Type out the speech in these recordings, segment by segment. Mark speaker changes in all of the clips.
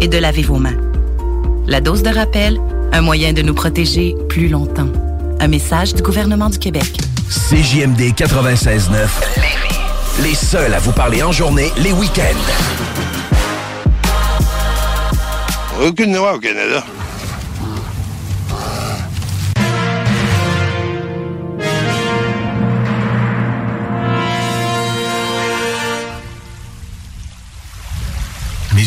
Speaker 1: et de laver vos mains. La dose de rappel, un moyen de nous protéger plus longtemps. Un message du gouvernement du Québec.
Speaker 2: CJMD 96.9. Les seuls à vous parler en journée, les week-ends.
Speaker 3: Aucune loi au Canada.
Speaker 4: Mais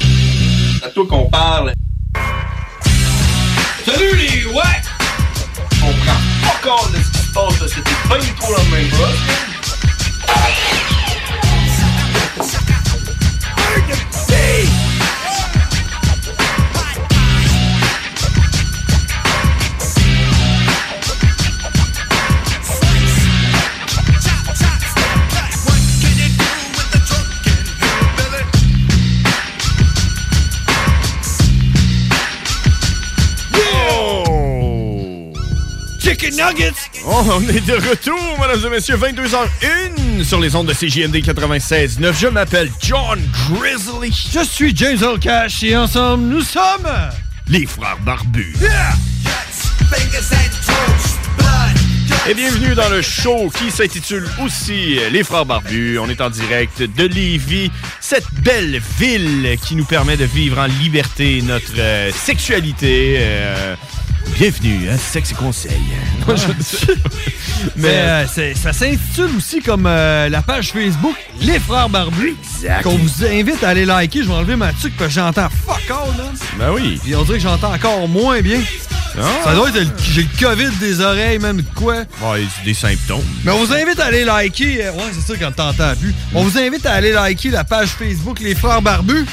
Speaker 5: C'est à toi qu'on parle. Salut les ouais! On prend pas compte de ce qui se passe là, c'était pas du tout la même
Speaker 6: Chicken Nuggets! Oh, on est de retour, mesdames et messieurs, 22h01 sur les ondes de CJMD 96.9. Je m'appelle John Grizzly. Je suis James Cash et ensemble, nous sommes les frères barbus. Et bienvenue dans le show qui s'intitule aussi Les Frères Barbus. On est en direct de Lévis, cette belle ville qui nous permet de vivre en liberté notre euh, sexualité. euh, bienvenue à Sexe et Conseil. Non, je-
Speaker 7: Mais euh, c'est- ça s'intitule aussi comme euh, la page Facebook Les Frères Barbus. Qu'on vous invite à aller liker. Je vais enlever ma tuque parce que j'entends fuck all. Là.
Speaker 6: Ben oui. Ah.
Speaker 7: Puis on dirait que j'entends encore moins bien. Ça doit être le- j'ai le COVID des oreilles, même de quoi.
Speaker 6: Ouais, c'est des symptômes.
Speaker 7: Mais on vous invite à aller liker. euh, Ouais, c'est sûr quand t'entends plus. On vous invite à aller liker la page Facebook Les Frères Barbus.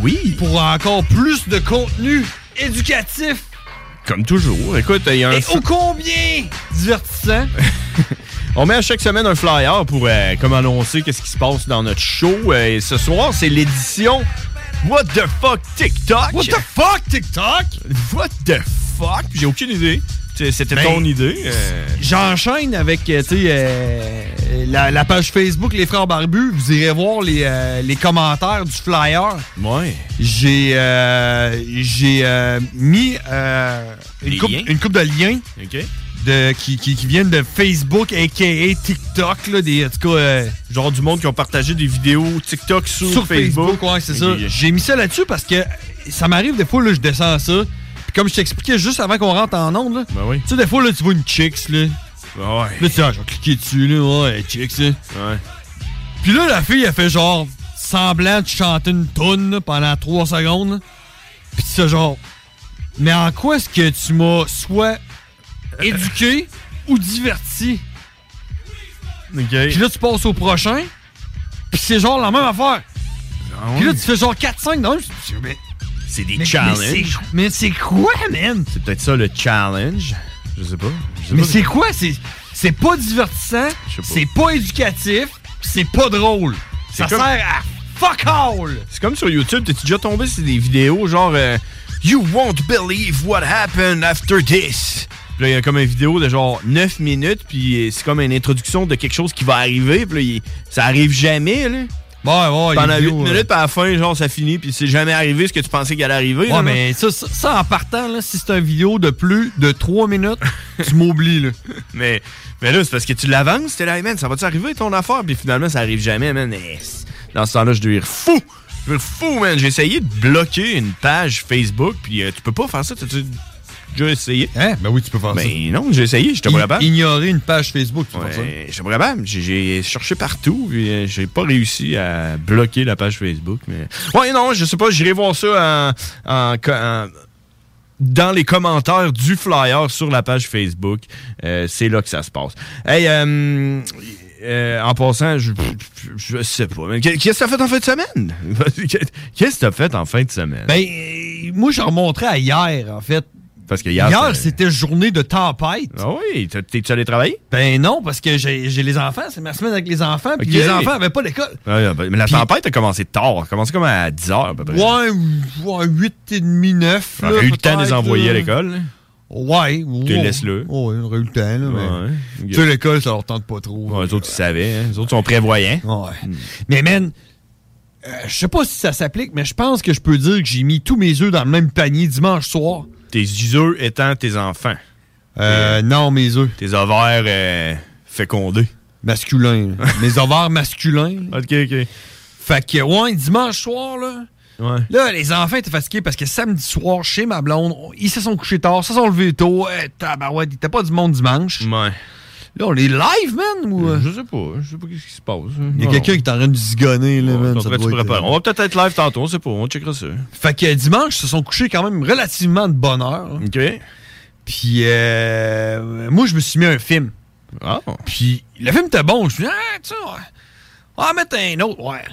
Speaker 6: Oui.
Speaker 7: Pour encore plus de contenu éducatif
Speaker 6: Comme toujours. Écoute, il y a un.
Speaker 7: et ô combien divertissant.
Speaker 6: On met à chaque semaine un flyer pour euh, comme annoncer qu'est-ce qui se passe dans notre show. Euh, et ce soir, c'est l'édition What the fuck TikTok. What the
Speaker 7: fuck TikTok?
Speaker 6: What the fuck? J'ai aucune idée. C'est- C'était
Speaker 7: Ben,
Speaker 6: ton idée. euh.
Speaker 7: J'enchaîne avec euh, tu sais, euh, la, la page Facebook Les Frères Barbus. Vous irez voir les, euh, les commentaires du flyer.
Speaker 6: Ouais.
Speaker 7: J'ai euh, j'ai euh, mis euh,
Speaker 6: Des
Speaker 7: une, coupe,
Speaker 6: liens?
Speaker 7: une coupe de liens
Speaker 6: OK.
Speaker 7: de, qui, qui- qui viennent de Facebook, a.k.a. TikTok. Là, des, en tout cas, euh,
Speaker 6: Genre du monde qui ont partagé des vidéos TikTok sur,
Speaker 7: sur Facebook. ouais, c'est ça.
Speaker 6: Et-
Speaker 7: J'ai mis ça là-dessus parce que ça m'arrive des fois, là, je descends ça. Puis comme je t'expliquais juste avant qu'on rentre en onde, là, tu sais, des fois, là, tu vois une chicks, là.
Speaker 6: Ouais.
Speaker 7: Là, tu sais, ah, je vais cliquer dessus, là, ouais, elle chicks, là.
Speaker 6: Ouais.
Speaker 7: Puis là, la fille, elle fait genre semblant de chanter une toune là, pendant 3 secondes. là. Puis c'est genre, mais en quoi est-ce que tu m'as soit éduqué ou diverti? Puis là, tu passes au prochain. Puis c'est genre la même affaire. Puis là, tu fais genre 4-5 dans le- mais-
Speaker 6: C'est Ah des
Speaker 7: mais- mais
Speaker 6: challenges.
Speaker 7: c'est- Mais c'est quoi, man?
Speaker 6: C'est peut-être ça le challenge. Je sais pas. Je sais
Speaker 7: Mais
Speaker 6: pas.
Speaker 7: c'est quoi? C'est c'est pas divertissant,
Speaker 6: Je sais pas.
Speaker 7: c'est pas éducatif, pis c'est pas drôle.
Speaker 6: C'est
Speaker 7: Ça
Speaker 6: comme-
Speaker 7: sert à fuck all!
Speaker 6: C'est comme sur YouTube, t'es-tu déjà tombé sur des vidéos genre euh, You won't believe what happened after this. Puis là, il y a comme une vidéo de genre 9 minutes, puis c'est comme une introduction de quelque chose qui va arriver, puis là, il- ça arrive jamais, là.
Speaker 7: Ouais, ouais,
Speaker 6: Pendant
Speaker 7: les
Speaker 6: 8
Speaker 7: vidéos,
Speaker 6: minutes, puis à la fin, genre, ça finit, puis c'est jamais arrivé ce que tu pensais qu'il allait arriver.
Speaker 7: Ouais,
Speaker 6: là,
Speaker 7: mais
Speaker 6: là.
Speaker 7: ça, ça, ça, en partant, là, si c'est une vidéo de plus de 3 minutes, tu m'oublies, là.
Speaker 6: Mais, mais là, c'est parce que tu l'avances, t'es là, Hey, man, ça va-tu arriver ton affaire? Puis finalement, ça arrive jamais, man. Eh, c- Dans ce temps-là, je devais fou! Je devais fou, man. J'ai essayé de bloquer une page Facebook, puis euh, tu peux pas faire ça. T'as-tu déjà essayé?
Speaker 7: Hein? Ben oui, tu peux faire
Speaker 6: ça. Mais non, j'ai essayé, j'étais pas
Speaker 7: I-
Speaker 6: capable.
Speaker 7: Ignorer une page Facebook, tu hein? peux faire ça.
Speaker 6: Ouais, j'étais pas capable. J'ai- J'ai cherché partout, puis euh, j'ai pas réussi à bloquer la page Facebook. Mais... Ouais, non, je sais pas, j'irai voir ça en- en co- en- dans les commentaires du flyer sur la page Facebook. Euh, c'est là que ça se passe. Hey, euh, euh, en passant, je, je sais pas. mais Qu'est-ce que t'as fait en fin de semaine? Qu'est-ce que t'as fait en fin de semaine?
Speaker 7: Ben, euh, moi, je remonterais à hier, en fait.
Speaker 6: Parce que
Speaker 7: Hier,
Speaker 6: hier, ça-
Speaker 7: c'était journée de tempête.
Speaker 6: Ah oui, t'as- t'es-tu allé travailler?
Speaker 7: Ben non, parce que j'ai j'ai les enfants, c'est ma semaine avec les enfants, puis
Speaker 6: Ok.
Speaker 7: les enfants avaient pas d'école.
Speaker 6: Ouais, Ah, mais la tempête a commencé tard. Elle a commencé comme à 10 heures à peu près.
Speaker 7: Ouais, ou- ouais, 8 et demi, 9.
Speaker 6: On aurait eu le temps de les envoyer à l'école. hein. là.
Speaker 7: Ouais.
Speaker 6: Tu les laisses-le.
Speaker 7: Ouais, on aurait eu le temps, là, mais...
Speaker 6: Ouais.
Speaker 7: Tu sais, l'école, ça leur tente pas trop.
Speaker 6: Ouais, les autres, ils savaient. hein. Les autres sont prévoyants.
Speaker 7: Ouais.
Speaker 6: Hmm.
Speaker 7: Mais man, euh, je sais pas si ça s'applique, mais je pense que je peux dire que j'ai mis tous mes œufs dans le même panier dimanche soir.
Speaker 6: Tes œufs étant tes enfants.
Speaker 7: Euh, non, mes œufs.
Speaker 6: Tes ovaires euh, fécondés.
Speaker 7: Masculins. là. mes ovaires masculins.
Speaker 6: OK, OK.
Speaker 7: Fait que, ouais, dimanche soir, là...
Speaker 6: Ouais.
Speaker 7: Là, les enfants étaient fatigués parce que samedi soir, chez ma blonde, on- ils se sont couchés tard, se sont levés tôt. Eh, tabarouette, il était pas du monde dimanche.
Speaker 6: Ouais.
Speaker 7: Là, on est live, man, ou...
Speaker 6: Je sais pas. Je sais pas qu'est-ce qui se passe. hein?
Speaker 7: Il y a quelqu'un qui est en train de zigonner, là, man. ça
Speaker 6: Après, tu
Speaker 7: doit être- euh,
Speaker 6: prépares. Oh. On va peut-être être live tantôt, on sait pas. On checkera ça.
Speaker 7: Fait que dimanche, ils se sont couchés quand même relativement de bonne heure. là.
Speaker 6: OK.
Speaker 7: Puis, euh, moi, je me suis mis un film.
Speaker 6: Ah.
Speaker 7: Puis, le film était bon. Je me suis dit, ah, tu sais, ouais, on va en mettre un autre. Ouais.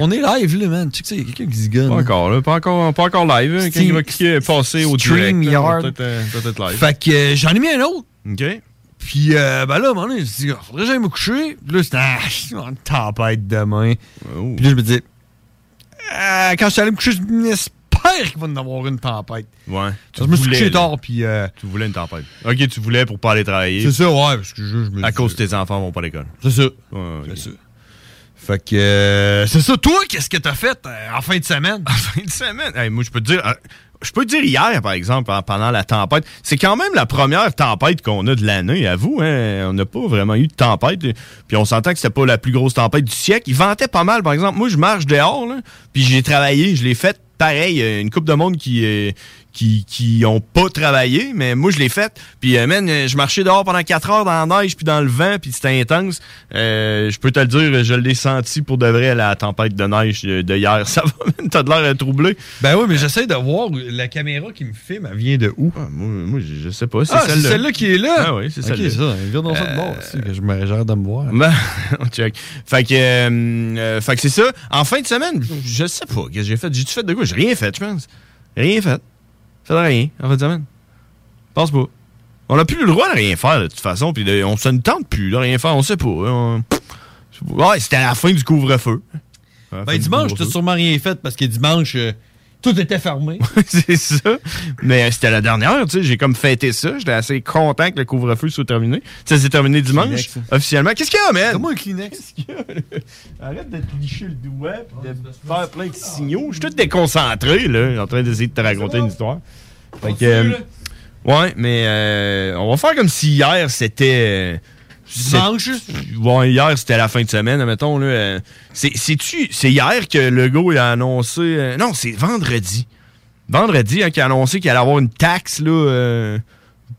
Speaker 7: On est live, là, man. Tu sais, il y a quelqu'un qui zigonne.
Speaker 6: Pas
Speaker 7: là.
Speaker 6: encore, là. Pas encore, pas encore live. hein. Quelqu'un qui va cliquer, passer au direct. là. On va
Speaker 7: StreamYard.
Speaker 6: Peut-être euh, peut-être live.
Speaker 7: Fait que euh, j'en ai mis un autre.
Speaker 6: OK.
Speaker 7: Puis, euh, ben là, à un moment donné, je me suis dit, Ah, faudrait que j'aille me coucher. Puis là, c'était, ah, je vais en tempête demain. Puis là, je me dis, Ah, quand je suis allé me coucher, je me dis, j'espère qu'il va y en avoir une tempête.
Speaker 6: Ouais.
Speaker 7: Je me suis
Speaker 6: voulais,
Speaker 7: couché
Speaker 6: là.
Speaker 7: tard, puis. euh,
Speaker 6: Tu voulais une tempête. OK, tu voulais pour pas aller travailler.
Speaker 7: C'est ça, ouais, parce que je, je me
Speaker 6: À
Speaker 7: dis-
Speaker 6: cause que tes enfants vont pas à l'école.
Speaker 7: C'est ça.
Speaker 6: Ouais, ok.
Speaker 7: Fait que. euh, c'est ça, toi, qu'est-ce que t'as fait euh, en fin de semaine? En
Speaker 6: fin de semaine? Hey, moi, je peux te dire. euh, Je peux te dire hier, par exemple, en- pendant la tempête, c'est quand même la première tempête qu'on a de l'année, à vous. Hein? On n'a pas vraiment eu de tempête. Puis on s'entend que c'était pas la plus grosse tempête du siècle. Il ventait pas mal, par exemple. Moi, je marche dehors, là, puis j'ai travaillé, je l'ai fait pareil. euh, Une coupe de monde qui, euh, qui qui ont pas travaillé, mais moi, je l'ai fait. Puis, euh, man, euh, je marchais dehors pendant 4 heures dans la neige, puis dans le vent, puis c'était intense. Euh, je peux te le dire, je l'ai senti pour de vrai, la tempête de neige euh, de hier. Ça va, man, t'as de l'air euh, troublé.
Speaker 7: Ben oui, mais j'essaie de voir la caméra qui me filme, elle vient de où?
Speaker 6: Ah, moi, moi, je je sais pas.
Speaker 7: Ah, c'est celle-là qui est là?
Speaker 6: Ah oui, c'est
Speaker 7: Ok,
Speaker 6: celle-là.
Speaker 7: ça, viens dans ça de
Speaker 6: Euh,
Speaker 7: bord, aussi, que je me gère de me voir.
Speaker 6: Ben, on check. Fait que, euh, euh, fait que c'est ça. En fin de semaine, je sais pas qu'est-ce que j'ai fait. J'ai-tu fait de quoi? J'ai rien fait, je pense. Rien fait. Fait de rien, en fin de semaine. Pense pas. On n'a plus le droit de rien faire, de toute façon. Puis de- on se ne tente plus de rien faire, on sait pas. hein, On- je sais pas. Ouais, c'était à la fin du couvre-feu. À la fin
Speaker 7: Ben
Speaker 6: du
Speaker 7: dimanche,
Speaker 6: couvre-feu.
Speaker 7: t'as sûrement rien fait parce que dimanche, euh, tout était fermé.
Speaker 6: c'est ça. Mais euh, c'était la dernière, tu sais. J'ai comme fêté ça. J'étais assez content que le couvre-feu soit terminé. Ça s'est terminé dimanche,
Speaker 7: Kleenex.
Speaker 6: officiellement. Qu'est-ce qu'il y a, man?
Speaker 7: Comment un Kleenex?
Speaker 6: Arrête de te licher le doigt
Speaker 7: Ah,
Speaker 6: et de faire plein de signaux. Je suis tout déconcentré, là, en train d'essayer de te raconter une histoire. Fait que, euh, ouais, mais euh, on va faire comme si hier c'était. euh,
Speaker 7: Dimanche?
Speaker 6: c'est- Ouais, hier c'était la fin de semaine, admettons. Là, euh, c'est, c'est-tu, c'est hier que le gars a annoncé. euh, non, c'est vendredi. Vendredi, hein, qu'il a annoncé qu'il allait avoir une taxe là, euh,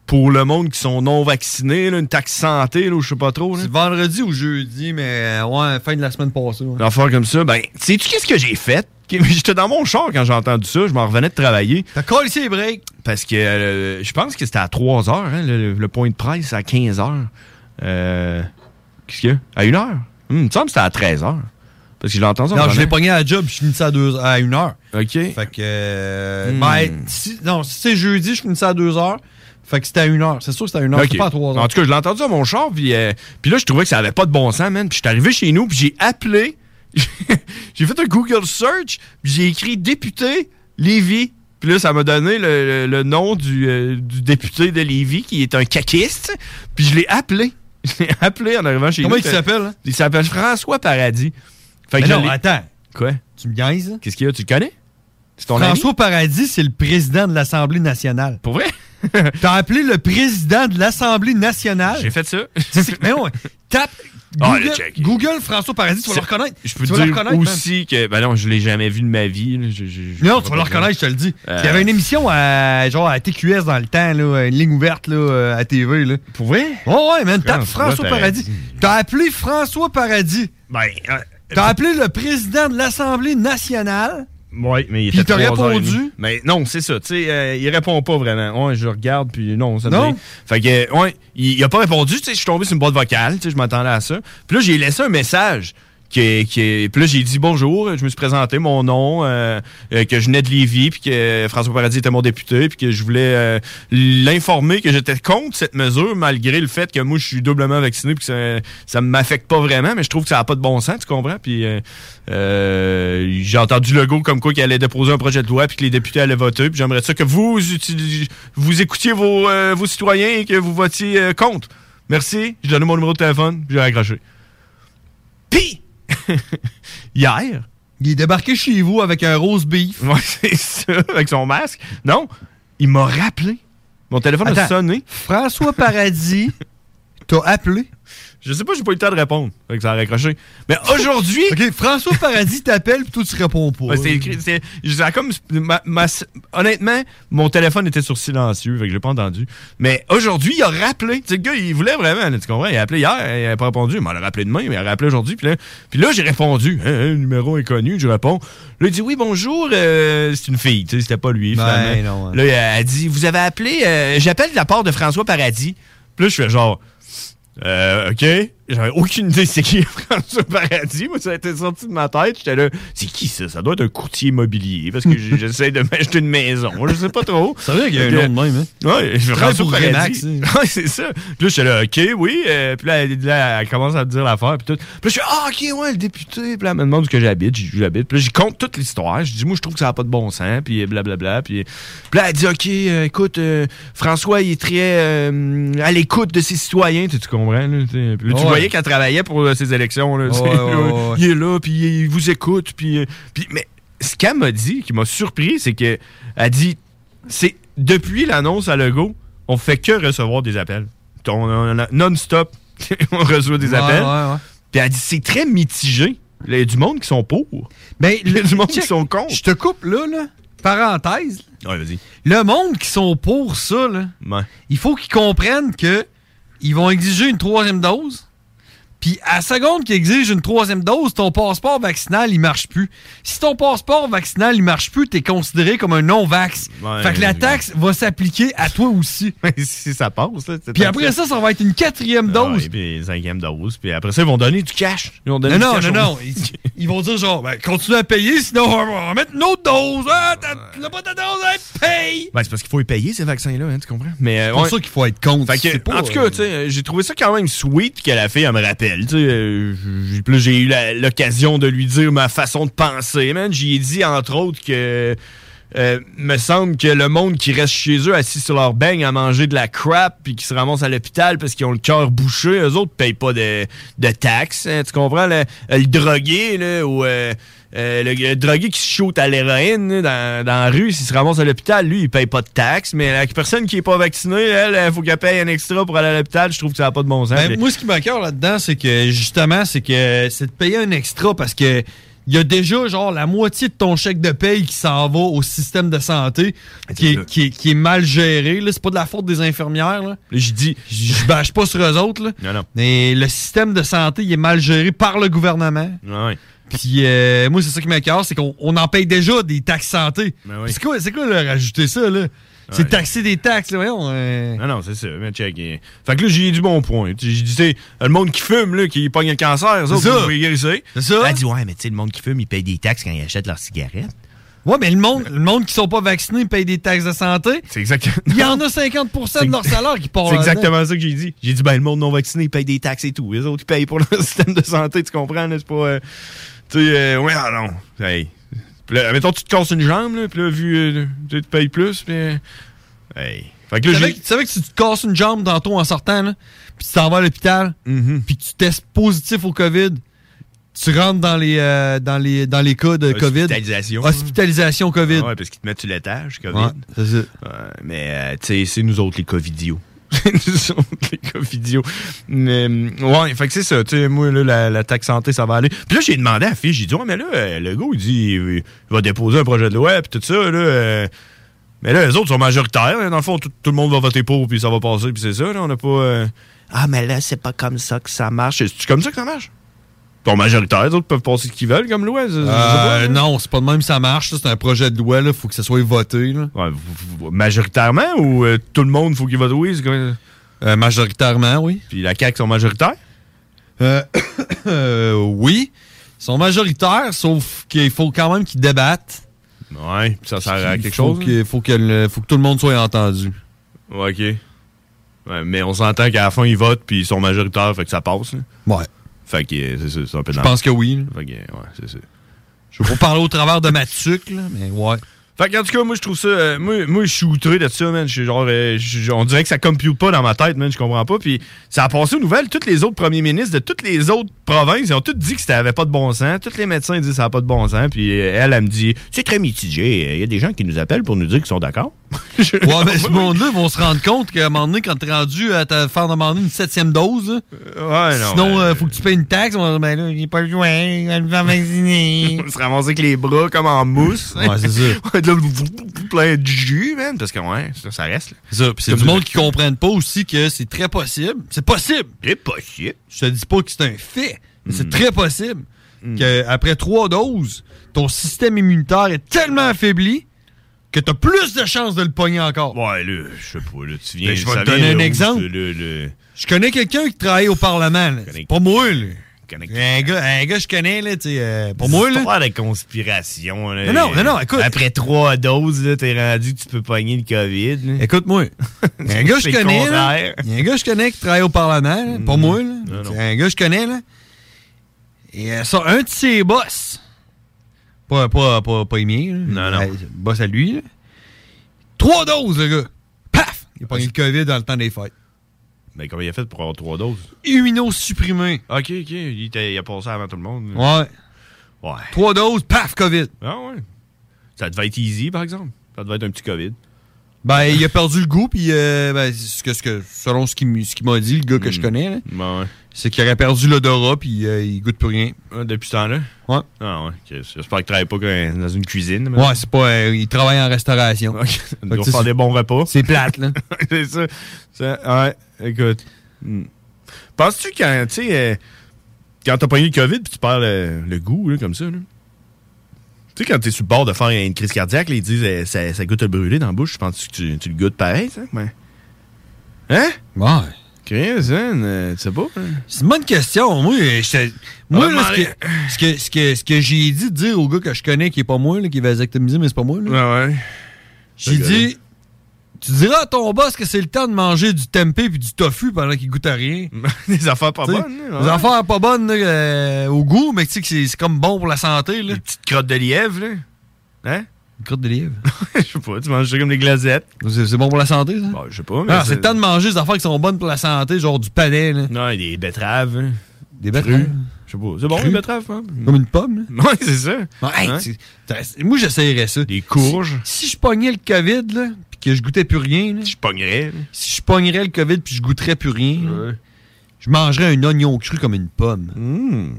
Speaker 6: pour le monde qui sont non vaccinés, là, une taxe santé, là, ou je sais pas trop. là.
Speaker 7: C'est vendredi ou jeudi, mais euh, ouais, fin de la semaine passée. ouais.
Speaker 6: Une affaire comme ça, ben, sais-tu qu'est-ce que j'ai fait? J'étais dans mon char quand j'ai entendu ça, je m'en revenais de travailler.
Speaker 7: T'as collé les breaks.
Speaker 6: Parce que euh, je pense que c'était à 3 h le, le point de presse, à 15 h Euh, qu'est-ce qu'il y a? À 1 h il me semble que c'était à 13 h Parce que je l'ai entendu. en
Speaker 7: Non, je l'ai
Speaker 6: revenant.
Speaker 7: pogné à la job, je finis ça à, deux, à une heure.
Speaker 6: OK.
Speaker 7: Fait que. euh,
Speaker 6: Hmm.
Speaker 7: ben, si- non, si c'est jeudi, je finis ça à deux heures. Fait que c'était à une heure. C'est sûr que c'était à une heure,
Speaker 6: Ok.
Speaker 7: c'est pas à trois heures.
Speaker 6: En tout cas, je l'ai entendu à mon char, puis, euh, puis là, je trouvais que ça avait pas de bon sens, man. Puis je suis arrivé chez nous, puis j'ai appelé, j'ai fait un Google search, puis j'ai écrit député Lévis Puis là, ça m'a donné le, le- le nom du, euh, du député de Lévis qui est un caquiste. Puis je l'ai appelé. Je l'ai appelé en arrivant chez
Speaker 7: Comment
Speaker 6: lui.
Speaker 7: il s'appelle, hein?
Speaker 6: Il s'appelle François Paradis.
Speaker 7: Mais
Speaker 6: je
Speaker 7: non,
Speaker 6: l'ai-
Speaker 7: attends.
Speaker 6: Quoi?
Speaker 7: Tu me gaises?
Speaker 6: Qu'est-ce qu'il y a? Tu le connais? C'est ton ami?
Speaker 7: François Paradis, c'est le président de l'Assemblée nationale.
Speaker 6: Pour vrai?
Speaker 7: T'as appelé le président de l'Assemblée nationale?
Speaker 6: J'ai fait ça.
Speaker 7: C'est- Mais ouais, tape
Speaker 6: Ah,
Speaker 7: Google,
Speaker 6: le check.
Speaker 7: Google François Paradis, tu vas le reconnaître.
Speaker 6: Je peux
Speaker 7: Tu
Speaker 6: te
Speaker 7: vas le
Speaker 6: dire
Speaker 7: reconnaître, man.
Speaker 6: aussi que. Ben non, je l'ai jamais vu de ma vie. là. Je- je- je-
Speaker 7: Non, tu vas le reconnaître, je te le dis.
Speaker 6: Euh.
Speaker 7: Il y avait une émission à, genre à TQS dans le temps, là, une ligne ouverte là, euh, à TV. Là.
Speaker 6: Pour vrai?
Speaker 7: Oh, ouais, man. Tape
Speaker 6: François
Speaker 7: François Paradis.
Speaker 6: Paradis.
Speaker 7: T'as appelé François Paradis.
Speaker 6: Ben.
Speaker 7: T'as appelé le président de l'Assemblée nationale.
Speaker 6: Oui, mais il
Speaker 7: Puis
Speaker 6: était
Speaker 7: il t'a
Speaker 6: 3 heures et
Speaker 7: répondu?
Speaker 6: demie. Mais non, c'est ça. Tu sais, euh, il répond pas vraiment. Ouais, je regarde, puis non, ça me
Speaker 7: Non?
Speaker 6: dit- Fait que, euh, ouais, il, il a pas répondu. Tu sais, je suis tombé sur une boîte vocale. Tu sais, je m'attendais à ça. Puis là, j'ai laissé un message. Qui, qui, puis là, j'ai dit bonjour, je me suis présenté, mon nom, euh, euh, que je venais de Lévis, puis que François Paradis était mon député, puis que je voulais euh, l'informer que j'étais contre cette mesure, malgré le fait que moi, je suis doublement vacciné, puis que ça, ça m'affecte pas vraiment, mais je trouve que ça n'a pas de bon sens, tu comprends? Puis euh, euh, j'ai entendu Legault comme quoi qu'il allait déposer un projet de loi, puis que les députés allaient voter, puis j'aimerais ça que vous, uti- vous écoutiez vos, euh, vos citoyens et que vous votiez euh, contre. Merci, j'ai donné mon numéro de téléphone, puis j'ai raccroché. Puis, hier.
Speaker 7: Il est débarqué chez vous avec un rose beef.
Speaker 6: Ouais, c'est ça, avec son masque. Non, il m'a rappelé. Mon téléphone a
Speaker 7: Attends,
Speaker 6: sonné.
Speaker 7: François Paradis t'a appelé.
Speaker 6: Je sais pas, j'ai pas eu le temps de répondre. Fait que ça a raccroché. Mais aujourd'hui.
Speaker 7: OK, François Paradis t'appelle, puis toi, tu réponds pas.
Speaker 6: Ouais, c'est écrit- c'est- ça a comme, ma- ma- honnêtement, mon téléphone était sur silencieux, fait que je l'ai pas entendu. Mais aujourd'hui, il a rappelé. Tu sais, le gars, il voulait vraiment, là, tu comprends? Il a appelé hier, il a pas répondu. Il m'en a rappelé demain, mais il a rappelé aujourd'hui. Puis là, puis là j'ai répondu. Hein, hein, numéro inconnu, je réponds. Là, il dit oui, bonjour, euh, c'est une fille. Tu sais, c'était pas lui,
Speaker 7: Ben,
Speaker 6: finalement.
Speaker 7: non, hein.
Speaker 6: Là, il a- elle dit, vous avez appelé, euh, j'appelle de la part de François Paradis. Puis là, je fais genre, euh, OK. J'avais aucune idée c'est qui François Paradis. Moi, ça a été sorti de ma tête. J'étais là, c'est qui ça? Ça doit être un courtier immobilier parce que j- j'essaie de m'acheter une maison. Je sais pas trop. euh,
Speaker 7: C'est vrai qu'il y a un nom de même, hein?
Speaker 6: Ouais,
Speaker 7: Travaille
Speaker 6: François
Speaker 7: pour
Speaker 6: Paradis.
Speaker 7: Remax, hein.
Speaker 6: Ouais, c'est ça. Puis là, j'étais là, OK, oui. Euh, puis là elle, là, elle commence à me dire l'affaire. Puis tout. Puis là, je suis, ah, OK, ouais, le député. Puis là, elle me demande où que j'habite. J'ai dit, j'habite. Puis là, j'y compte toute l'histoire. Je dis, moi, je trouve que ça n'a pas de bon sens. Puis blablabla. puis, puis là, elle dit, OK, euh, écoute, euh, François, il est très euh, à l'écoute de ses citoyens. Tu, tu comprends? Là, tu sais. Puis là, tu
Speaker 7: Ouais.
Speaker 6: voyais qu'elle travaillait pour euh, ses élections. là.
Speaker 7: Ouais,
Speaker 6: C'est- euh,
Speaker 7: ouais, ouais, ouais.
Speaker 6: Il est là, puis il vous écoute. Puis, euh, puis, mais ce qu'elle m'a dit, qui m'a surpris, c'est qu'elle a dit c'est depuis l'annonce à Legault, on fait que recevoir des appels. On- on- on- Non-stop, on reçoit des
Speaker 7: Ouais,
Speaker 6: appels.
Speaker 7: ouais, ouais.
Speaker 6: Puis elle dit c'est très mitigé. Il y a du monde qui sont pour.
Speaker 7: Mais
Speaker 6: Il y a du monde
Speaker 7: Ben, check,
Speaker 6: qui sont contre.
Speaker 7: Je te coupe là, là. Parenthèse.
Speaker 6: Ouais, vas-y.
Speaker 7: Le monde qui sont pour ça, là,
Speaker 6: Ouais.
Speaker 7: il faut qu'ils comprennent que ils vont exiger une troisième dose. Puis à la seconde qu'ils exigent une troisième dose, ton passeport vaccinal, il marche plus. Si ton passeport vaccinal, il marche plus, t'es considéré comme un non-vax.
Speaker 6: Ouais.
Speaker 7: fait que la taxe va s'appliquer à toi aussi.
Speaker 6: si ça passe, là. c'est
Speaker 7: Puis
Speaker 6: tant
Speaker 7: après
Speaker 6: que
Speaker 7: ça, ça va être une quatrième
Speaker 6: Ah
Speaker 7: dose.
Speaker 6: ouais, puis cinquième dose. Puis après ça, ils vont donner du cash. Ils vont donner
Speaker 7: Non,
Speaker 6: du
Speaker 7: non,
Speaker 6: cash
Speaker 7: non,
Speaker 6: aux-
Speaker 7: non. Ils, ils vont dire genre, ben, continue à payer, sinon on va en mettre une autre dose. Ah, t'as t'as pas ta dose, hein, paye!
Speaker 6: Ben, c'est parce qu'il faut les payer, ces vaccins-là, hein, tu comprends? Mais, euh,
Speaker 7: C'est pour
Speaker 6: ouais.
Speaker 7: ça qu'il faut être contre.
Speaker 6: Fait que,
Speaker 7: C'est pas,
Speaker 6: en tout cas,
Speaker 7: euh,
Speaker 6: tu sais, euh, j'ai trouvé ça quand même sweet que la fille, elle me rappelle. tu sais, euh, j- puis là, j'ai eu la- l'occasion de lui dire ma façon de penser, man. J'y ai dit, entre autres, que... euh, me semble que le monde qui reste chez eux assis sur leur beigne à manger de la crap puis qui se ramasse à l'hôpital parce qu'ils ont le cœur bouché, eux autres payent pas de, de taxes. hein, tu comprends? Le, le drogué, là, ou euh, euh, le, le drogué qui se shoot à l'héroïne là, dans, dans la rue, s'il se ramasse à l'hôpital, lui, il paye pas de taxes. Mais la personne qui est pas vaccinée, elle, il faut qu'elle paye un extra pour aller à l'hôpital. Je trouve que ça n'a pas de bon sens.
Speaker 7: Ben,
Speaker 6: Puis-
Speaker 7: moi, ce qui m'accorde là-dedans, c'est que justement, c'est que c'est de payer un extra parce que il y a déjà genre la moitié de ton chèque de paye qui s'en va au système de santé, qui
Speaker 6: ça.
Speaker 7: est, qui est- qui est mal géré. là. C'est pas de la faute des infirmières. Là.
Speaker 6: Là, je dis...
Speaker 7: Je bâche pas sur eux autres. là.
Speaker 6: Non, non.
Speaker 7: Mais le système de santé, il est mal géré par le gouvernement.
Speaker 6: Ah Ouais.
Speaker 7: Puis euh, moi, c'est ça qui m'écœure, c'est qu'on on en paye déjà des taxes santé.
Speaker 6: Ben oui.
Speaker 7: Puis C'est quoi, c'est quoi leur ajouter ça, là?
Speaker 6: Ouais.
Speaker 7: C'est taxer des taxes, là, voyons. euh.
Speaker 6: Non, non, c'est ça. Mais check. euh, Fait que là, j'ai du bon point. Tu sais, J'ai dit, tu sais, le monde qui fume, là, qui pogne le cancer, eux autres,
Speaker 7: ça.
Speaker 6: vous pouvez guérir ça.
Speaker 7: C'est ça.
Speaker 6: dit, ouais, mais tu sais, le monde qui fume, il paye des taxes quand il achète leurs cigarettes.
Speaker 7: Ouais, mais le monde, le monde qui sont pas vaccinés paye des taxes de santé.
Speaker 6: C'est exactement.
Speaker 7: Il y en a 50 de leur salaire qui part
Speaker 6: C'est
Speaker 7: là-dedans.
Speaker 6: exactement ça que j'ai dit. J'ai dit, ben, le monde non vacciné, il paye des taxes et tout. Les autres, ils payent pour leur système de santé, tu comprends, là, c'est pas. euh, Tu sais, euh, ouais, ah non. Hey, Puis là, mettons, tu te casses une jambe, là, puis là, vu, euh, tu te payes plus, mais. Hey. Fait que
Speaker 7: Tu
Speaker 6: là,
Speaker 7: savais
Speaker 6: j'ai.
Speaker 7: que- tu savais que si tu te casses une jambe dans ton en sortant, là, puis tu t'en vas à l'hôpital,
Speaker 6: Mm-hmm.
Speaker 7: puis que tu testes positif au COVID, tu rentres dans les, euh, dans les, dans les cas de COVID.
Speaker 6: Hospitalisation. Ah
Speaker 7: Hospitalisation COVID.
Speaker 6: Ouais, parce qu'ils te mettent sur l'étage, COVID.
Speaker 7: Ouais, c'est ça.
Speaker 6: Ouais, mais, euh, tu sais, c'est nous autres, les COVIDios. C'est nous autres, les COVIDios. Mais, hum, ouais, fait que c'est ça. Tu sais, moi, là, la, la taxe santé, ça va aller. Puis là, j'ai demandé à la fille, j'ai dit, ouais, mais là, euh, le gars, il dit, il va déposer un projet de loi, puis tout ça, là. euh, mais là, les autres sont majoritaires. hein. Dans le fond, tout, tout le monde va voter pour, puis ça va passer, puis c'est ça, là. On n'a pas. euh, ah, mais là, c'est pas comme ça que ça marche. C'est comme ça que ça marche? Ils sont majoritaires, les autres peuvent passer ce qu'ils veulent comme loi. je- je sais pas,
Speaker 7: Euh,
Speaker 6: là.
Speaker 7: non, c'est pas de même ça marche. ça, C'est un projet de loi. Il faut que ça soit voté. là.
Speaker 6: Majoritairement ou euh, tout le monde faut qu'il vote oui? Euh,
Speaker 7: majoritairement, oui.
Speaker 6: Puis la CAQ sont majoritaires?
Speaker 7: Euh, euh, oui. Ils sont majoritaires, sauf qu'il faut quand même qu'ils débattent.
Speaker 6: Ouais, puis ça sert à quelque
Speaker 7: faut
Speaker 6: chose, hein?
Speaker 7: qu'il- faut, que le- faut que tout le monde soit entendu.
Speaker 6: Ouais, OK. Ouais, mais on s'entend qu'à la fin, ils votent puis ils sont majoritaires, fait que ça passe. là.
Speaker 7: Ouais.
Speaker 6: Fait que euh, c'est ça, c'est un peu
Speaker 7: Je pense que oui.
Speaker 6: Fait que, euh, ouais, c'est ça.
Speaker 7: Je vais pas parler au travers de ma tuque, là, mais ouais.
Speaker 6: Fait que, en tout cas, moi, je trouve ça. euh, moi, moi, je suis outré de ça, man. Je suis genre. euh, je- je- on dirait que ça compute pas dans ma tête, man. Je comprends pas. Puis ça a passé aux nouvelles. Tous les autres premiers ministres de toutes les autres provinces, ils ont tous dit que ça avait pas de bon sens. Tous les médecins ils disent que ça n'a pas de bon sens. Puis euh, elle, elle, me dit c'est très mitigé. euh, Il y a des gens qui nous appellent pour nous dire qu'ils sont d'accord.
Speaker 7: Ouais, mais ce monde-là vont se rendre compte qu'à un moment donné, quand t'es rendu à te faire demander une septième dose, là,
Speaker 6: ouais, non,
Speaker 7: sinon, euh, faut que tu payes une taxe. On va dire, ben là, il est pas loin, il va le hein, faire vacciner.
Speaker 6: On se ramassait avec les bras comme en mousse.
Speaker 7: Ouais, c'est ça.
Speaker 6: Ouais, de là, plein de jus, man. Parce que, ouais, ça, ça reste. là.
Speaker 7: C'est ça. Puis c'est
Speaker 6: Comme
Speaker 7: du
Speaker 6: des-
Speaker 7: monde qui comprenne pas aussi que c'est très possible. C'est possible.
Speaker 6: C'est possible. Mm.
Speaker 7: Je te dis pas que c'est un fait, mais c'est très possible qu'après trois doses, ton système immunitaire est tellement affaibli que t'as plus de chances de le pogner encore.
Speaker 6: Ouais, là, je sais pas, là, tu viens
Speaker 7: Ben, je vais
Speaker 6: ça
Speaker 7: te donner
Speaker 6: vient,
Speaker 7: un
Speaker 6: là, où
Speaker 7: exemple.
Speaker 6: c'est, là, le-
Speaker 7: Je connais quelqu'un qui travaille au Parlement. là. C'est Pas moi, là. Un gars, un gars que je connais, là, tu sais, euh, pour moi, là.
Speaker 6: Histoire de conspiration. là.
Speaker 7: Non, non, non, non, écoute.
Speaker 6: Après trois doses, là, t'es rendu que tu peux pogner le COVID. là.
Speaker 7: Écoute-moi. Il y a un gars que
Speaker 6: C'est
Speaker 7: je
Speaker 6: le
Speaker 7: connais. là.
Speaker 6: contraire. Mm.
Speaker 7: Il y a un gars que je connais qui travaille au Parlement, là, pas moi. là. Il y a un gars que je connais. Là. Et euh, ça, un de ses boss, pas, pas, pas, pas les miens, là. Euh, boss à lui, là. trois doses, le gars. Paf! Il a pogné le COVID dans le temps des fêtes.
Speaker 6: Mais comment il a fait pour avoir trois doses?
Speaker 7: Immunosupprimé.
Speaker 6: Ok, ok, il, était- il a passé avant tout le monde. là.
Speaker 7: Ouais.
Speaker 6: Ouais.
Speaker 7: Trois doses, paf, COVID.
Speaker 6: Ah ouais. Ça devait être easy, par exemple. Ça devait être un petit COVID.
Speaker 7: Ben, il a perdu le goût, puis euh, ben, c'est ce que, ce que- selon ce qu'il m- ce qu'il m'a dit, le gars que je connais, là,
Speaker 6: Ben ouais.
Speaker 7: c'est qu'il aurait perdu l'odorat, puis euh, il goûte plus rien.
Speaker 6: Ah, depuis ce temps-là?
Speaker 7: Ouais.
Speaker 6: Ah ouais. ok. J'espère qu'il travaille pas qu'un- dans une cuisine.
Speaker 7: Ouais, c'est pas. euh, il travaille en restauration.
Speaker 6: Il
Speaker 7: Fait que
Speaker 6: doit
Speaker 7: c'est-
Speaker 6: faire des bons repas.
Speaker 7: C'est plate, là.
Speaker 6: c'est ça. Ça- Ouais, écoute. Hmm. Penses-tu quand, tu sais, euh, quand t'as pogné le COVID puis tu perds le, le goût, là, comme ça, là? Tu sais, quand t'es sur le bord de faire une crise cardiaque, là, ils disent euh, ça, ça goûte le brûlé dans la bouche. Penses-tu que tu, tu le goûtes pareil, ça? Ouais. Hein?
Speaker 7: Ouais.
Speaker 6: Chris, hein, euh, tu sais pas? hein?
Speaker 7: C'est une bonne question. Moi, je- moi
Speaker 6: Ouais,
Speaker 7: là,
Speaker 6: mais
Speaker 7: ce que, ce que, ce que, ce que j'ai dit de dire au gars que je connais, qui est pas moi, là, qui va vasectomiser, mais c'est pas moi, là,
Speaker 6: Ah Ouais, ouais.
Speaker 7: j'ai dit Tu diras à ton boss que c'est le temps de manger du tempeh puis du tofu pendant qu'il goûte à rien.
Speaker 6: Des affaires pas
Speaker 7: T'sais,
Speaker 6: bonnes. hein,
Speaker 7: Les
Speaker 6: ouais.
Speaker 7: affaires pas bonnes là, euh, au goût, mais tu sais que c'est c'est comme bon pour la santé. Là.
Speaker 6: Des petites crottes de lièvre, là. Hein?
Speaker 7: Une crotte de lièvre.
Speaker 6: Je sais pas, tu manges ça comme des glacettes.
Speaker 7: C'est c'est bon pour la santé, ça?
Speaker 6: Bon, je sais pas, mais.
Speaker 7: Ah,
Speaker 6: ça-
Speaker 7: c'est le temps de manger des affaires qui sont bonnes pour la santé, genre du panais, là. Hum.
Speaker 6: Non, des betteraves. hein.
Speaker 7: des betteraves.
Speaker 6: Je sais pas. C'est bon,
Speaker 7: Cru.
Speaker 6: les betteraves, hein?
Speaker 7: Comme une pomme. là.
Speaker 6: Ouais, c'est ça.
Speaker 7: Bon, hey,
Speaker 6: Hein?
Speaker 7: tu- t'as- Moi, j'essayerais ça.
Speaker 6: Des courges.
Speaker 7: Si je pognais le COVID, là, puis que je goûtais plus rien, là,
Speaker 6: Je pognerais. là.
Speaker 7: si je pognerais le COVID puis je goûterais plus rien, là, je mangerais un oignon cru comme une pomme.
Speaker 6: Hmm.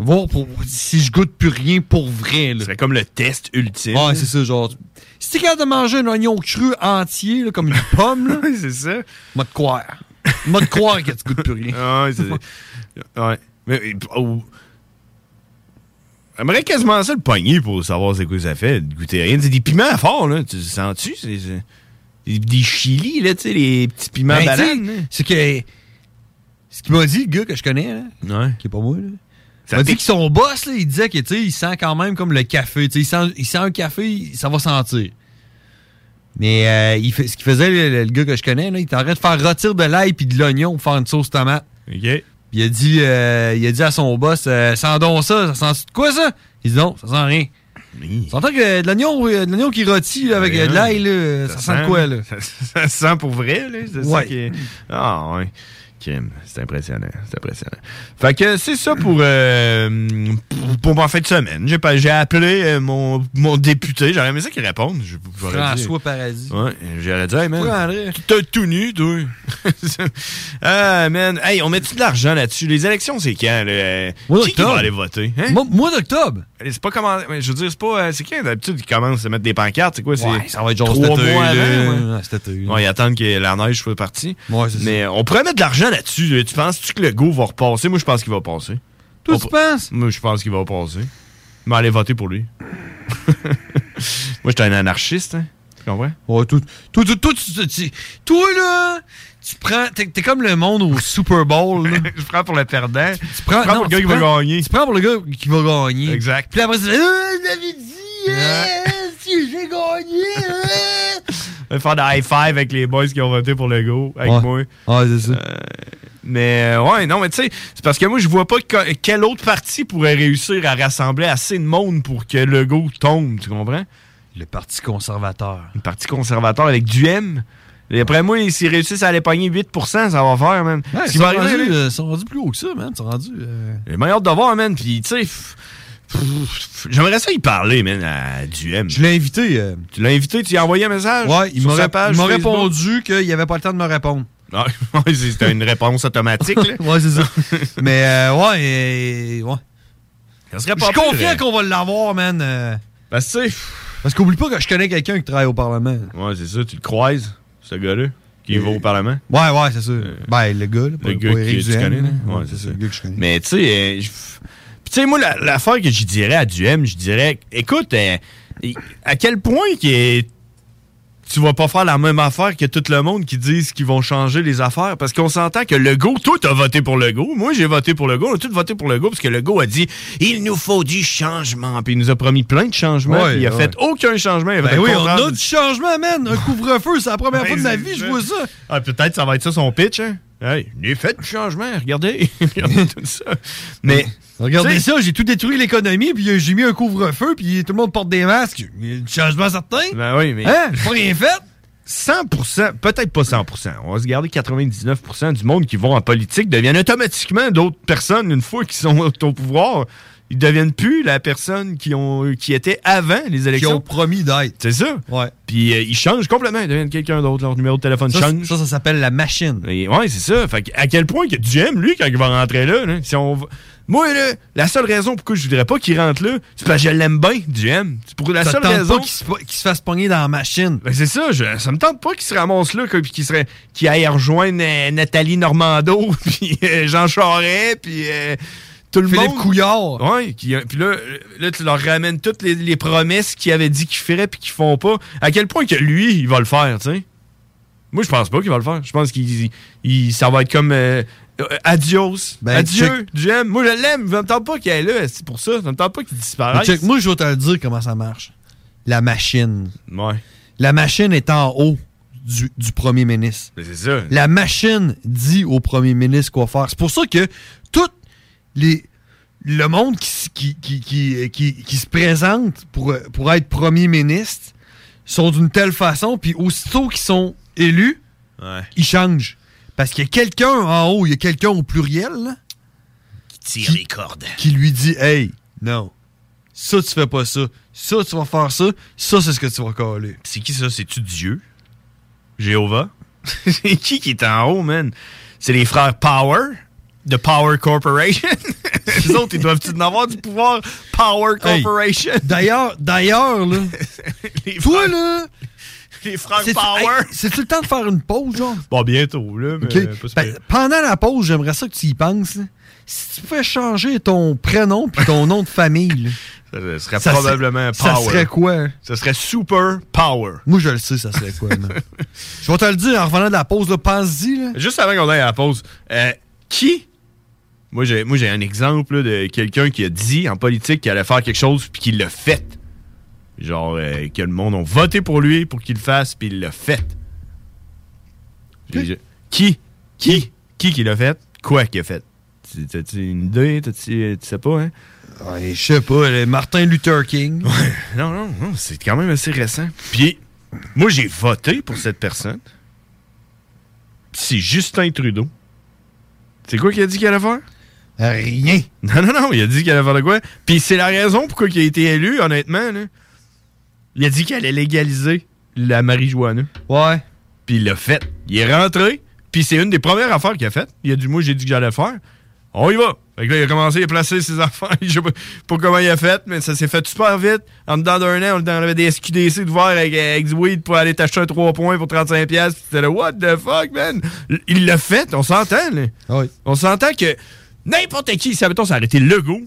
Speaker 7: Voir pour, si je goûte plus rien pour vrai.
Speaker 6: Ce
Speaker 7: Là.
Speaker 6: serait comme le test ultime.
Speaker 7: Ouais, c'est ça, genre. Si t'es capable de manger un oignon cru entier, là, comme une pomme, là,
Speaker 6: Ouais, c'est ça.
Speaker 7: m'a te croire. M'a te croire que tu goûtes plus rien.
Speaker 6: Ah, Ouais, c'est Ouais. Mais. euh, oh. J'aimerais quasiment ça le pogner pour savoir c'est quoi que ça fait, de goûter rien. C'est des piments forts, là. Tu sens-tu? C'est- c'est- Des, des chilis, là, tu sais, les petits piments
Speaker 7: Ben,
Speaker 6: bananes.
Speaker 7: tu sais, c'est que. Ce qu'il m'a dit, le gars que je connais, là,
Speaker 6: là. Ouais.
Speaker 7: qui est pas moi, là.
Speaker 6: Ça
Speaker 7: m'a
Speaker 6: t'é-
Speaker 7: dit que son boss, là, il disait que, tu sais, il sent quand même comme le café. Tu sais, il sent, il sent un café, il- ça va sentir. Mais euh, il fait, ce qu'il faisait, le, le- le gars que je connais, là, il était en train de faire rôtir de l'ail puis de l'oignon pour faire une sauce tomate.
Speaker 6: Ok.
Speaker 7: Puis il a dit, euh, il a dit à son boss, euh, sens donc ça, ça sent de quoi ça? Il dit non, ça sent rien. J'entends que de l'oignon euh, de l'oignon qui rôtit là, avec euh, de l'ail, là, ça, sent de quoi, là?
Speaker 6: Hein? Ça, ça sent pour vrai, là. C'est ça
Speaker 7: Ouais.
Speaker 6: qui est- Ah, ouais. Kim, c'est impressionnant. C'est impressionnant. Fait que c'est ça pour, euh, pour, pour ma fin de semaine. J'ai, pas- j'ai appelé euh, mon, mon député. J'aurais aimé ça qu'il réponde. Je- j'aurais dit-
Speaker 7: François Paradis.
Speaker 6: Ouais, j'aurais dit, hey, man.
Speaker 7: Ouais, André.
Speaker 6: T'es tout nu, toi. ah, man. Hey, on met-tu de l'argent là-dessus? Les élections, c'est quand? Là?
Speaker 7: Mois
Speaker 6: Qui, qui va
Speaker 7: d'octobre.
Speaker 6: aller voter? Hein?
Speaker 7: Mois d'octobre.
Speaker 6: C'est pas comment. mais Je veux dire, c'est pas. euh, C'est quand d'habitude ils commencent à mettre des pancartes? C'est quoi? C'est
Speaker 7: Ouais, ça va être genre
Speaker 6: trois
Speaker 7: cet été,
Speaker 6: mois
Speaker 7: là.
Speaker 6: avant, ouais.
Speaker 7: Ouais, cet été, là.
Speaker 6: Ouais, ils attendent que la neige soit partie. Mais euh, on pourrait mettre de l'argent là-dessus. là. Tu penses-tu que le go va repasser? Moi, je pense qu'il va passer.
Speaker 7: Toi,
Speaker 6: On
Speaker 7: tu
Speaker 6: pr-
Speaker 7: penses?
Speaker 6: Moi, je pense qu'il va passer. Mais allez voter pour lui. Moi, j'étais un anarchiste, hein. Tu comprends?
Speaker 7: Ouais, tout, tout, tout, tout, tu- tu- toi, là, tu prends. T'es t'es comme le monde au Super Bowl. là.
Speaker 6: Je prends pour le perdant.
Speaker 7: Tu prends,
Speaker 6: Je prends
Speaker 7: non,
Speaker 6: pour le gars
Speaker 7: tu
Speaker 6: qui va
Speaker 7: prends-
Speaker 6: gagner.
Speaker 7: Tu prends pour le gars qui va gagner.
Speaker 6: Exact.
Speaker 7: Puis après, c'est. Euh, vous avez dit,
Speaker 6: euh,
Speaker 7: si j'ai gagné, euh.
Speaker 6: On va faire des high five avec les boys qui ont voté pour le go, avec
Speaker 7: Ouais.
Speaker 6: moi. Euh,
Speaker 7: Ouais, c'est ça.
Speaker 6: Mais euh, ouais, non, mais tu sais, c'est parce que moi, je vois pas que- quel autre parti pourrait réussir à rassembler assez de monde pour que le go tombe, tu comprends?
Speaker 7: Le Parti conservateur.
Speaker 6: Le Parti conservateur avec du M. Et après moi, s'ils réussissent à aller pogner 8%, ça va faire, man.
Speaker 7: Ouais,
Speaker 6: Ce
Speaker 7: ils
Speaker 6: qui
Speaker 7: sont
Speaker 6: va arriver,
Speaker 7: rendus,
Speaker 6: là,
Speaker 7: euh, ils sont rendus plus haut que ça, man. Ils sont rendus. euh,
Speaker 6: J'ai bien hâte de voir, man. Puis, tu sais, pff, pff, j'aimerais ça y parler, man, à du M. Je
Speaker 7: l'ai invité. euh.
Speaker 6: Tu l'as invité, tu lui as envoyé un message?
Speaker 7: Ouais, il
Speaker 6: sur
Speaker 7: m'a
Speaker 6: sa
Speaker 7: rép-
Speaker 6: page
Speaker 7: il m'a
Speaker 6: Facebook?
Speaker 7: répondu qu'il avait pas le temps de me répondre.
Speaker 6: Ah, ouais, c'est- C'était une réponse automatique, là.
Speaker 7: ouais, c'est ça. Mais, euh, ouais, euh, ouais.
Speaker 6: Ça serait
Speaker 7: Je
Speaker 6: pas
Speaker 7: suis
Speaker 6: pire, Ben,
Speaker 7: confiant
Speaker 6: euh.
Speaker 7: qu'on va l'avoir, man.
Speaker 6: Parce que,
Speaker 7: Parce qu'oublie pas que je connais quelqu'un qui travaille au Parlement.
Speaker 6: Ouais, c'est ça, tu le croises, ce gars-là, qui va au Parlement.
Speaker 7: Ouais, ouais, c'est ça. ben, le gars, là, pas-
Speaker 6: Euh, Le gars
Speaker 7: pas Éric
Speaker 6: que tu
Speaker 7: Duhem,
Speaker 6: connais,
Speaker 7: là.
Speaker 6: là. Ouais, c'est ça. Mais tu sais, euh, je- Puis, tu sais, moi, la- l'affaire que je dirais à Duhem, je dirais, écoute, euh, y- à quel point que tu vas pas faire la même affaire que tout le monde qui disent qu'ils vont changer les affaires? Parce qu'on s'entend que le go, toi, t'as voté pour le go. Moi, j'ai voté pour le go. On a tous voté pour le go parce que le go a dit, il nous faut du changement. Puis il nous a promis plein de changements.
Speaker 7: Ouais,
Speaker 6: puis il a
Speaker 7: ouais.
Speaker 6: fait aucun changement. Il a fait
Speaker 7: Ben
Speaker 6: le
Speaker 7: oui, on
Speaker 6: contraire
Speaker 7: a du changement, man. Un couvre-feu, c'est la
Speaker 6: Ben,
Speaker 7: première fois de ma vie, je vois ça.
Speaker 6: ah, peut-être ça va être ça son pitch, hein? Hey, il est fait du changement, regardez. regardez tout ça. Mais.
Speaker 7: Regardez
Speaker 6: tu sais,
Speaker 7: ça, j'ai tout détruit l'économie, puis euh, j'ai mis un couvre-feu, puis tout le monde porte des masques. Il y a du changement certain.
Speaker 6: Ben oui, mais.
Speaker 7: Hein? J'ai pas rien fait?
Speaker 6: 100%, peut-être pas 100%. On va se garder 99% du monde qui vont en politique deviennent automatiquement d'autres personnes une fois qu'ils sont au pouvoir. Ils deviennent plus la personne qui, ont, qui était avant les élections.
Speaker 7: ont promis d'être.
Speaker 6: C'est ça.
Speaker 7: Ouais.
Speaker 6: Puis euh, ils changent complètement. Ils deviennent quelqu'un d'autre. Leur numéro de téléphone
Speaker 7: Ça,
Speaker 6: change.
Speaker 7: ça, ça s'appelle la machine.
Speaker 6: Et ouais, c'est ça. Fait que à quel point que tu aimes, lui, quand il va rentrer là, là, si on va- Moi, là, la seule raison pourquoi je voudrais pas qu'il rentre là, c'est parce que je l'aime bien, du M. C'est pour la
Speaker 7: Ça
Speaker 6: seule
Speaker 7: tente
Speaker 6: raison.
Speaker 7: pas qu'il se, qu'il se fasse pogner dans la machine.
Speaker 6: Ben, c'est ça, je- ça me tente pas qu'il se ramasse là, quoi, puis qu'il serait, qu'il aille rejoindre euh, Nathalie Normando, puis euh, Jean Charest, puis euh, tout le
Speaker 7: Philippe
Speaker 6: monde.
Speaker 7: Couillard.
Speaker 6: Ouais, qui- puis là, euh, là, tu leur ramènes toutes les, les promesses qu'ils avaient dit qu'ils feraient, puis qu'ils font pas. À quel point que lui, il va le faire, tu sais? Moi, je pense pas qu'il va le faire. Je pense qu'il il- ça va être comme euh, euh, adios,
Speaker 7: Ben,
Speaker 6: adieu, j'aime. Moi, je l'aime. Je me tente pas qu'il est là, c'est pour ça. Ça me tente pas qu'il
Speaker 7: Mais
Speaker 6: disparaisse.
Speaker 7: check, moi, je vais te le dire comment ça marche. La machine.
Speaker 6: Ouais.
Speaker 7: La machine est en haut du, du premier ministre.
Speaker 6: Mais c'est ça.
Speaker 7: La machine dit au premier ministre quoi faire. C'est pour ça que tout les, le monde qui, s- qui, qui, qui, qui- qui se présente pour, euh, pour être premier ministre sont d'une telle façon, puis aussitôt qu'ils sont élus,
Speaker 6: Ouais.
Speaker 7: ils changent. Parce qu'il y a quelqu'un en haut, il y a quelqu'un au pluriel là,
Speaker 6: Tire les cordes.
Speaker 7: qui lui dit Hey, non, ça tu fais pas ça, ça tu vas faire ça, ça c'est ce que tu vas coller.
Speaker 6: C'est qui ça? C'est-tu Dieu? Jéhovah? c'est qui qui est en haut, man? C'est les frères Power? The Power Corporation? Les autres, ils doivent-tu en avoir du pouvoir? Power
Speaker 7: Hey,
Speaker 6: Corporation?
Speaker 7: D'ailleurs, d'ailleurs, là. toi, là.
Speaker 6: Les frères
Speaker 7: c'est-
Speaker 6: Power?
Speaker 7: hey, C'est tout le temps de faire une pause, genre.
Speaker 6: Bon, bientôt, là, mais
Speaker 7: OK?
Speaker 6: pas si
Speaker 7: Ben,
Speaker 6: pire.
Speaker 7: pendant la pause, j'aimerais ça que tu y penses. là. Si tu fais changer ton prénom puis ton nom de famille, là,
Speaker 6: Ça serait
Speaker 7: ça
Speaker 6: probablement
Speaker 7: serait-
Speaker 6: Power.
Speaker 7: Ça serait quoi? hein?
Speaker 6: Ça serait Super Power.
Speaker 7: Moi, je le sais, ça serait quoi, man. Je vais te le dire en revenant de la pause, là. Pense-y, là.
Speaker 6: Juste avant qu'on aille à la pause, euh, qui? Moi, j'ai, moi, j'ai un exemple là, de quelqu'un qui a dit en politique qu'il allait faire quelque chose puis qu'il l'a fait. Genre, euh, que le monde a voté pour lui pour qu'il le fasse puis il l'a fait. J'ai- j'ai- Qui? Qui? Qui qui l'a fait? Quoi qu'il a fait? euh, Tu- T'as-tu une idée? T'as-tu, tu sais pas, hein?
Speaker 7: Ouais, Ah, je sais pas, le Martin Luther King.
Speaker 6: Non, non, non, c'est quand même assez récent. Puis, moi, j'ai voté pour cette personne. C'est Justin Trudeau. C'est quoi qu'il a dit qu'il allait faire? Rien. Non, non, non, il a dit qu'il allait faire de quoi? Puis c'est la raison pourquoi il a été élu, honnêtement. là. Il a dit qu'il allait légaliser la marijuana. Ouais. Puis il l'a fait. Il est rentré, puis c'est une des premières affaires qu'il a faites. Il a dit, moi, j'ai dit que j'allais le faire. On y va. Fait que là, il a commencé à placer ses affaires. Je sais pas, pas comment il a fait, mais ça s'est fait super vite. En dedans d'un an, on avait des SQDC de voir avec, avec du weed pour aller t'acheter un 3 points pour 35$. Puis c'était là, what the fuck, man? L- Il l'a fait, on s'entend, là. On s'entend que n'importe qui, si mettons, ça aurait été Legault,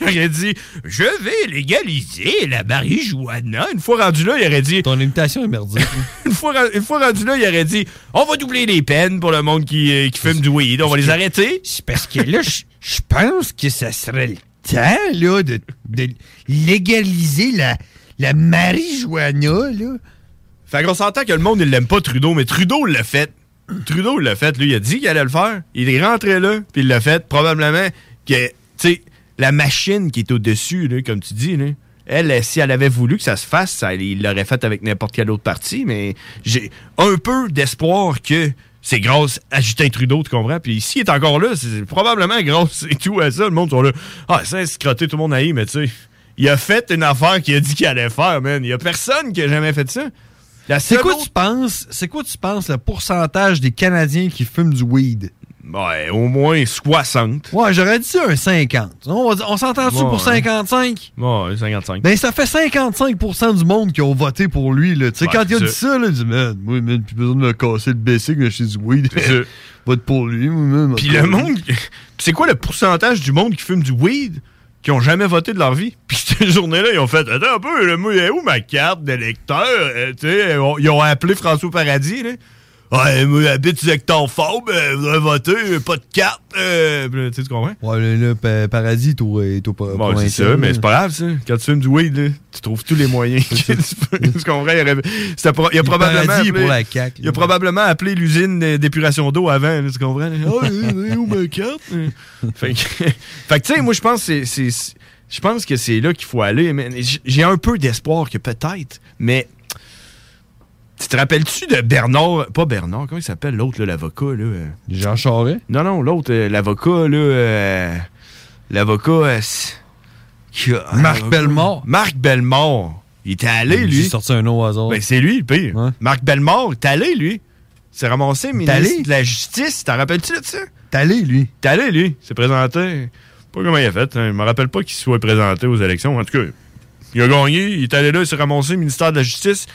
Speaker 6: il aurait dit Je vais légaliser la marijuana. Une fois rendu là, il aurait dit Ton invitation est merdique. une, fois, ren- une fois rendu là, il aurait dit On va doubler les peines pour le monde qui, euh, qui fume du weed. On va les arrêter. C'est parce que là,
Speaker 8: Je pense que ça serait le temps, là, de, de légaliser la, la marijuana, là.
Speaker 6: Fait qu'on s'entend que le monde, il l'aime pas Trudeau, mais Trudeau l'a fait. Trudeau l'a fait, lui, il a dit qu'il allait le faire. Il est rentré là, puis il l'a fait. Probablement que, tu sais, la machine qui est au-dessus, là, comme tu dis, là, elle, si elle avait voulu que ça se fasse, ça, il l'aurait fait avec n'importe quel autre parti, mais j'ai un peu d'espoir que c'est grâce à Justin Trudeau, tu comprends? Puis s'il est encore là, c'est probablement grâce et tout à ça. Le monde sont là. Ah, c'est scroté, tout le monde haït, mais tu sais, il a fait une affaire qu'il a dit qu'il allait faire, man. Il y a personne qui a jamais fait ça.
Speaker 7: C'est quoi tu penses C'est quoi tu penses le pourcentage des Canadiens qui fument du weed
Speaker 6: Ouais, au moins 60.
Speaker 7: Ouais, j'aurais dit ça un 50. On, va dire- on s'entend-tu
Speaker 6: Ouais.
Speaker 7: pour 55
Speaker 6: Ouais, 55.
Speaker 7: Ben ça fait 55% du monde qui ont voté pour lui là. Tu sais
Speaker 6: Ouais,
Speaker 7: quand il a
Speaker 6: c'est
Speaker 7: dit
Speaker 6: ça.
Speaker 7: ça là, il dit man, moi man, plus besoin de me casser le basic, là, je suis du weed. Vote pour lui, moi man.
Speaker 6: Puis le monde. Puis c'est quoi le pourcentage du monde qui fume du weed qui ont jamais voté de leur vie? Puis cette journée-là, ils ont fait Attends un peu, là, moi, elle est où ma carte d'électeur? Euh, tu sais, on- ils ont appelé François Paradis, là. Ouais, moi, habite du secteur fort, ben, vous avez voté, euh, pas de carte. euh. Puis là, tu sais, tu comprends?
Speaker 7: Ouais, là, là, pa- paradis est au, est au pro-
Speaker 6: Bon, c'est
Speaker 7: provincial,
Speaker 6: ça, mais
Speaker 7: là.
Speaker 6: c'est pas grave, ça. Quand tu fumes du weed, là, tu trouves tous les moyens. que tu peux. tu comprends? Il, y aurait- c'était pro- il y a
Speaker 7: Le
Speaker 6: probablement.
Speaker 7: paradis est
Speaker 6: appelé-
Speaker 7: pour la CAQ,
Speaker 6: il a probablement appelé l'usine euh, d'épuration d'eau avant, là, tu comprends? là? Ah, euh, euh, où ma carte? Euh. fait que, fait que, tu sais, moi, je pense que c'est- c'est. c'est- Je pense que c'est là qu'il faut aller. man. J- J'ai un peu d'espoir que peut-être, mais. Tu te rappelles-tu de Bernard. Pas Bernard, comment il s'appelle l'autre, là, l'avocat, là? euh?
Speaker 7: Jean Charest
Speaker 6: Non, non, l'autre, euh, l'avocat, là. euh, l'avocat. euh, s- qui a-
Speaker 7: Marc
Speaker 6: l'avocat-
Speaker 7: Bellemare.
Speaker 6: Marc Bellemare. Il était allé,
Speaker 7: Il a
Speaker 6: lui.
Speaker 7: juste sorti un nom au hasard.
Speaker 6: Ben, c'est lui, le pire. Marc Bellemare, il est allé, lui. Il s'est ramassé ministre de la Justice. T'en rappelles-tu de ça?
Speaker 7: T'es allé, lui.
Speaker 6: T'es allé, lui. Il s'est présenté. Pas comment il a fait. hein. Je me rappelle pas qu'il se soit présenté aux élections. En tout cas, il a gagné. Il est allé là, il s'est ramassé au ministère de la Justice.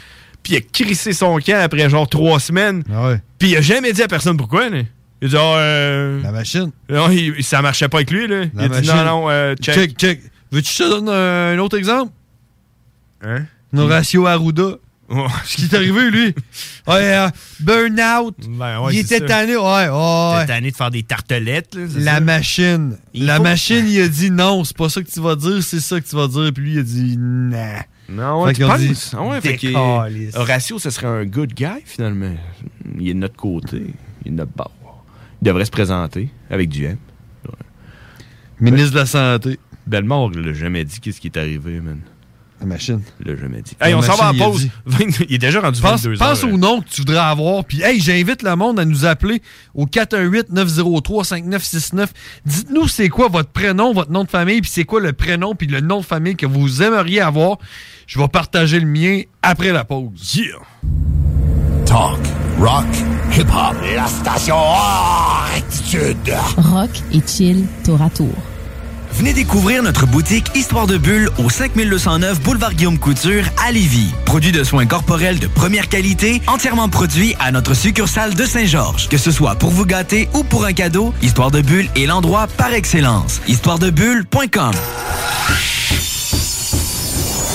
Speaker 6: Puis il a crissé son camp après genre trois semaines.
Speaker 7: Ah
Speaker 6: Puis il a jamais dit à personne pourquoi. là. Il a dit, Ah, euh,
Speaker 7: La machine.
Speaker 6: non, il- ça marchait pas avec lui, là.
Speaker 7: La
Speaker 6: il a dit, non,
Speaker 7: machine.
Speaker 6: non, euh, check.
Speaker 7: Check, check. Veux-tu que je te donne euh, un autre exemple?
Speaker 6: Hein?
Speaker 7: Horacio Arruda.
Speaker 6: Ce
Speaker 7: qui est arrivé, lui. Ouais, euh, burn-out.
Speaker 6: Ben, ouais,
Speaker 7: il
Speaker 6: c'est
Speaker 7: était
Speaker 6: ça.
Speaker 7: tanné. Ouais, ouais, Ah ouais.
Speaker 6: T'es tanné de faire des tartelettes, là, c'est
Speaker 7: La
Speaker 6: ça?
Speaker 7: machine.
Speaker 6: Il
Speaker 7: la
Speaker 6: faut-
Speaker 7: machine, il a dit non, c'est pas ça que tu vas dire, c'est ça que tu vas dire. Puis lui, il a dit non.
Speaker 6: Non, ouais,
Speaker 7: Fait
Speaker 6: tu
Speaker 7: qu'ils ont
Speaker 6: penses?
Speaker 7: dit,
Speaker 6: Ah ouais, fait qu'il-
Speaker 7: Décalisse.
Speaker 6: Horatio, ce serait un good guy, finalement. Il est de notre côté. Il est de notre bord. Il devrait se présenter avec du M. Ouais.
Speaker 7: Ministre de la Santé.
Speaker 6: Bellemare, il l'a jamais dit qu'est-ce qui est arrivé, man.
Speaker 7: La machine.
Speaker 6: Il l'a jamais dit.
Speaker 7: La
Speaker 6: Hey, on s'en va en
Speaker 7: machine, il a
Speaker 6: pause.
Speaker 7: dit.
Speaker 6: 20 Il est déjà rendu
Speaker 7: Pense,
Speaker 6: 22
Speaker 7: pense
Speaker 6: heures,
Speaker 7: au nom que tu voudrais avoir. Puis, hey, j'invite le monde à nous appeler au 418-903-5969. Dites-nous c'est quoi votre prénom, votre nom de famille, puis c'est quoi le prénom, puis le nom de famille que vous aimeriez avoir. Je vais partager le mien après la pause.
Speaker 9: Talk, rock, hip-hop. La station hors attitude.
Speaker 10: Rock et chill tour à tour.
Speaker 11: Venez découvrir notre boutique Histoire de Bulle au 5209 Boulevard Guillaume Couture à Lévis. Produit de soins corporels de première qualité, entièrement produit à notre succursale de Saint-Georges. Que ce soit pour vous gâter ou pour un cadeau, Histoire de Bulle est l'endroit par excellence. Histoiredebulle.com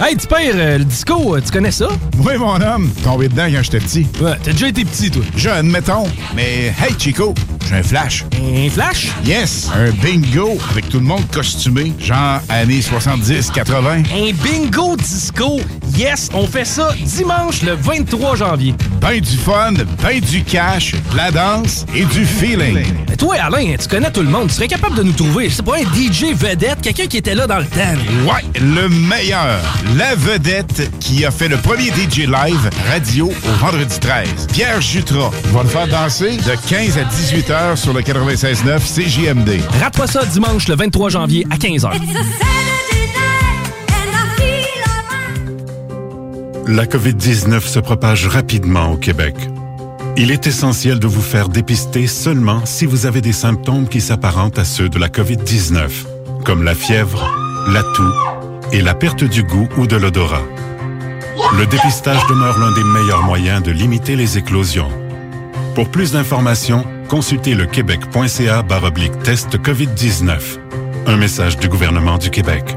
Speaker 12: Hey, tu perds le disco, euh, tu connais ça?
Speaker 13: Oui, mon homme. Tombé dedans quand j'étais petit.
Speaker 12: Ouais, t'as déjà été petit, toi.
Speaker 13: Jeune, mettons. Mais hey, Chico, j'ai un flash.
Speaker 12: Un flash?
Speaker 13: Yes, un bingo avec tout le monde costumé, genre années 70-80.
Speaker 12: Un bingo disco. Yes, on fait ça dimanche le 23 janvier.
Speaker 13: Ben du fun, ben du cash, de la danse et du feeling.
Speaker 12: Mais toi, Alain, tu connais tout le monde. Tu serais capable de nous trouver, c'est pas un DJ vedette, quelqu'un qui était là dans le temps.
Speaker 13: Ouais, le meilleur. La vedette qui a fait le premier DJ live radio au vendredi 13. Pierre Jutras va le faire danser de 15 à 18 heures sur le 96.9 CJMD.
Speaker 12: Rate pas ça dimanche le 23 janvier à 15h.
Speaker 4: La COVID-19 se propage rapidement au Québec. Il est essentiel de vous faire dépister seulement si vous avez des symptômes qui s'apparentent à ceux de la COVID-19, comme la fièvre, la toux et la perte du goût ou de l'odorat. Le dépistage demeure l'un des meilleurs moyens de limiter les éclosions. Pour plus d'informations, consultez le québec.ca baroblique test COVID-19. Un message du gouvernement du Québec.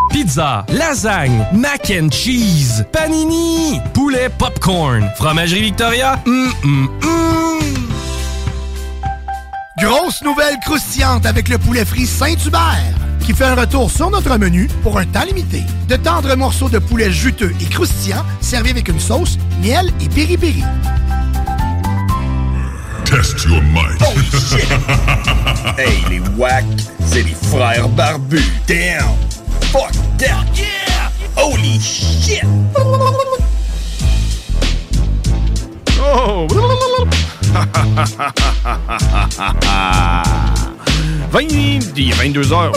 Speaker 12: Pizza, lasagne, mac and cheese, panini, poulet popcorn, fromagerie Victoria. hum, hum, hum.
Speaker 14: Grosse nouvelle croustillante avec le poulet frit Saint-Hubert qui fait un retour sur notre menu pour un temps limité. De tendres morceaux de poulet juteux et croustillants servis avec une sauce, miel et piri-piri.
Speaker 15: Test your might.
Speaker 16: Oh, hey, les wack, c'est les frères barbus. Damn! Fuck that! Yeah! Holy shit!
Speaker 6: Oh! 20, il est 22h, 22h30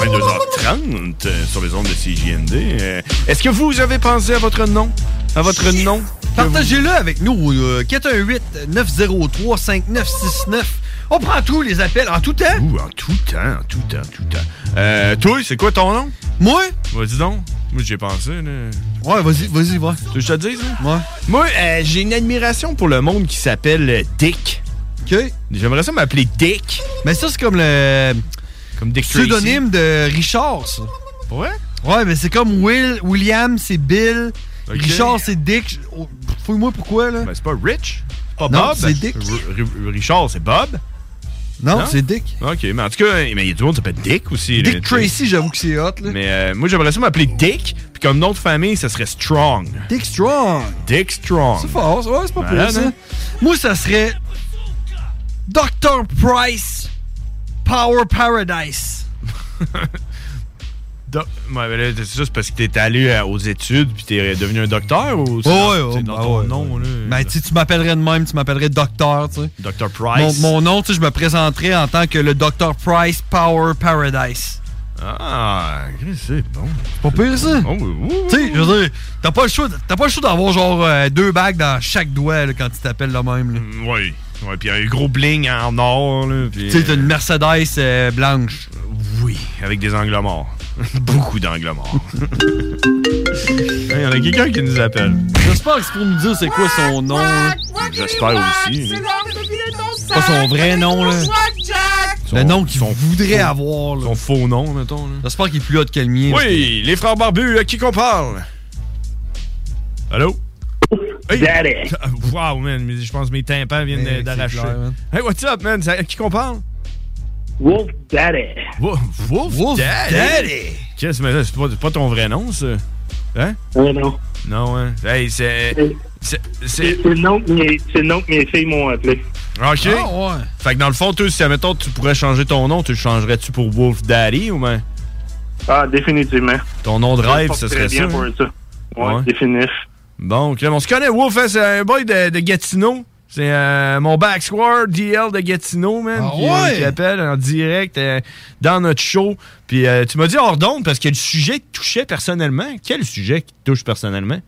Speaker 6: euh, sur les ondes de CJND. Euh, Est-ce que vous avez pensé à votre nom? À votre nom?
Speaker 7: Partagez-le avec nous, euh, 418-903-5969. On prend tous les appels en tout temps.
Speaker 6: Ouh, en tout temps, en tout temps, en tout temps. Euh, toi, c'est quoi ton nom?
Speaker 7: Moi?
Speaker 6: Vas-y donc. Moi, j'ai pensé, là.
Speaker 7: Ouais, vas-y, vas-y, ouais.
Speaker 6: Tu veux que je te le dise, là?
Speaker 7: Ouais.
Speaker 6: Moi, euh, j'ai une admiration pour le monde qui s'appelle euh, Dick.
Speaker 7: OK.
Speaker 6: J'aimerais ça m'appeler Dick.
Speaker 7: Mais ça, c'est comme le...
Speaker 6: Comme Dick Tracy.
Speaker 7: Pseudonyme de Richard, ça.
Speaker 6: Ouais?
Speaker 7: Ouais, mais c'est comme Will, William, c'est Bill.
Speaker 6: Ok.
Speaker 7: Richard, c'est Dick. Oh, Fouille-moi pourquoi, là. Ah,
Speaker 6: Ben, c'est pas Rich. Ah, ben, Pas
Speaker 7: Non,
Speaker 6: Bob.
Speaker 7: c'est Dick.
Speaker 6: R- R- Richard, c'est Bob.
Speaker 7: Non, c'est Dick.
Speaker 6: OK, mais en tout cas, mais il y a du monde qui s'appelle Dick aussi. là,
Speaker 7: Dick
Speaker 6: tu sais.
Speaker 7: Tracy, j'avoue que c'est hot, là.
Speaker 6: Mais euh, moi, j'aimerais ça m'appeler Dick, puis comme nom de famille, ça serait Strong.
Speaker 7: Dick Strong.
Speaker 6: Dick Strong.
Speaker 7: C'est fort, ça. ouais, c'est pas
Speaker 6: Malade,
Speaker 7: pour ça.
Speaker 6: hein?
Speaker 7: Moi, ça serait Dr. Price Power Paradise.
Speaker 6: Doc- Ouais, mais là, c'est ça, c'est parce que t'es allé euh, aux études, puis t'es euh, devenu un docteur ou c'est
Speaker 7: Ouais,
Speaker 6: dans,
Speaker 7: ouais,
Speaker 6: c'est dans
Speaker 7: bah
Speaker 6: ton
Speaker 7: ouais,
Speaker 6: nom, là?
Speaker 7: Ben, tu sais, tu m'appellerais de même, tu m'appellerais Docteur, tu sais.
Speaker 6: Dr.
Speaker 7: Mon,
Speaker 6: Price.
Speaker 7: mon nom, tu sais, je me présenterais en tant que le Dr. Price Power Paradise.
Speaker 6: Ah, Chris, c'est bon.
Speaker 7: C'est pas pire, ça?
Speaker 6: Oh, oui, oui,
Speaker 7: Tu sais, je veux dire, t'as pas le choix, t'as pas le choix d'avoir genre euh, deux bagues dans chaque doigt là, quand tu t'appelles le même. là.
Speaker 6: Mm, Oui. Ouais, puis un gros bling en or, là. puis-
Speaker 7: Tu sais, t'as une Mercedes euh, blanche.
Speaker 6: Oui, avec des angles morts. Beaucoup d'angles morts. Il y en a quelqu'un qui nous appelle.
Speaker 7: J'espère que c'est pour nous dire c'est quoi son nom. là.
Speaker 6: J'espère aussi. là.
Speaker 7: Pas son vrai nom, là.
Speaker 6: Son-
Speaker 7: le nom qu'il
Speaker 6: son
Speaker 7: voudrait
Speaker 6: faux-
Speaker 7: avoir. là.
Speaker 6: Son faux nom, mettons. là.
Speaker 7: J'espère qu'il est plus hot que le mien.
Speaker 6: Oui, les frères barbus, à qui qu'on parle? Allô? Hey!
Speaker 3: Daddy.
Speaker 6: Wow, man. mais Je pense que mes tympans viennent
Speaker 3: Mais
Speaker 6: euh, d'arracher.
Speaker 3: c'est clair, man.
Speaker 6: Hey, what's up, man? C'est À qui qu'on parle?
Speaker 3: Wolf Daddy.
Speaker 6: Wolf, Wolf, Daddy.
Speaker 3: Daddy.
Speaker 6: Qu'est-ce que c'est ça? C'est pas, c'est pas ton vrai nom, ça? Hein?
Speaker 3: non.
Speaker 6: Non, hein? Hey, c'est. C'est c'est- ah,
Speaker 3: le nom que mes- c'est le nom que mes filles m'ont appelé.
Speaker 6: OK. Fait que dans le fond, toi, si, admettons, tu pourrais changer ton nom, tu le changerais-tu pour Wolf Daddy ou ben?
Speaker 3: Ah, définitivement.
Speaker 6: Ton nom de
Speaker 3: Je
Speaker 6: rêve,
Speaker 3: porte
Speaker 6: ce
Speaker 3: très
Speaker 6: serait
Speaker 3: bien
Speaker 6: ça.
Speaker 3: pour
Speaker 6: hein?
Speaker 3: ça. Ouais,
Speaker 6: Ouais.
Speaker 3: définitif.
Speaker 6: Bon, ok, on se connaît, Wolf, hein, c'est un boy de, de Gatineau. C'est euh, mon back square DL de Gatineau, man,
Speaker 3: Ah
Speaker 6: qui, euh,
Speaker 3: ouais?
Speaker 6: qui appelle en direct euh, dans notre show. Puis euh, tu m'as dit hors d'onde parce que le sujet te touchait personnellement. Quel sujet qui te touche personnellement?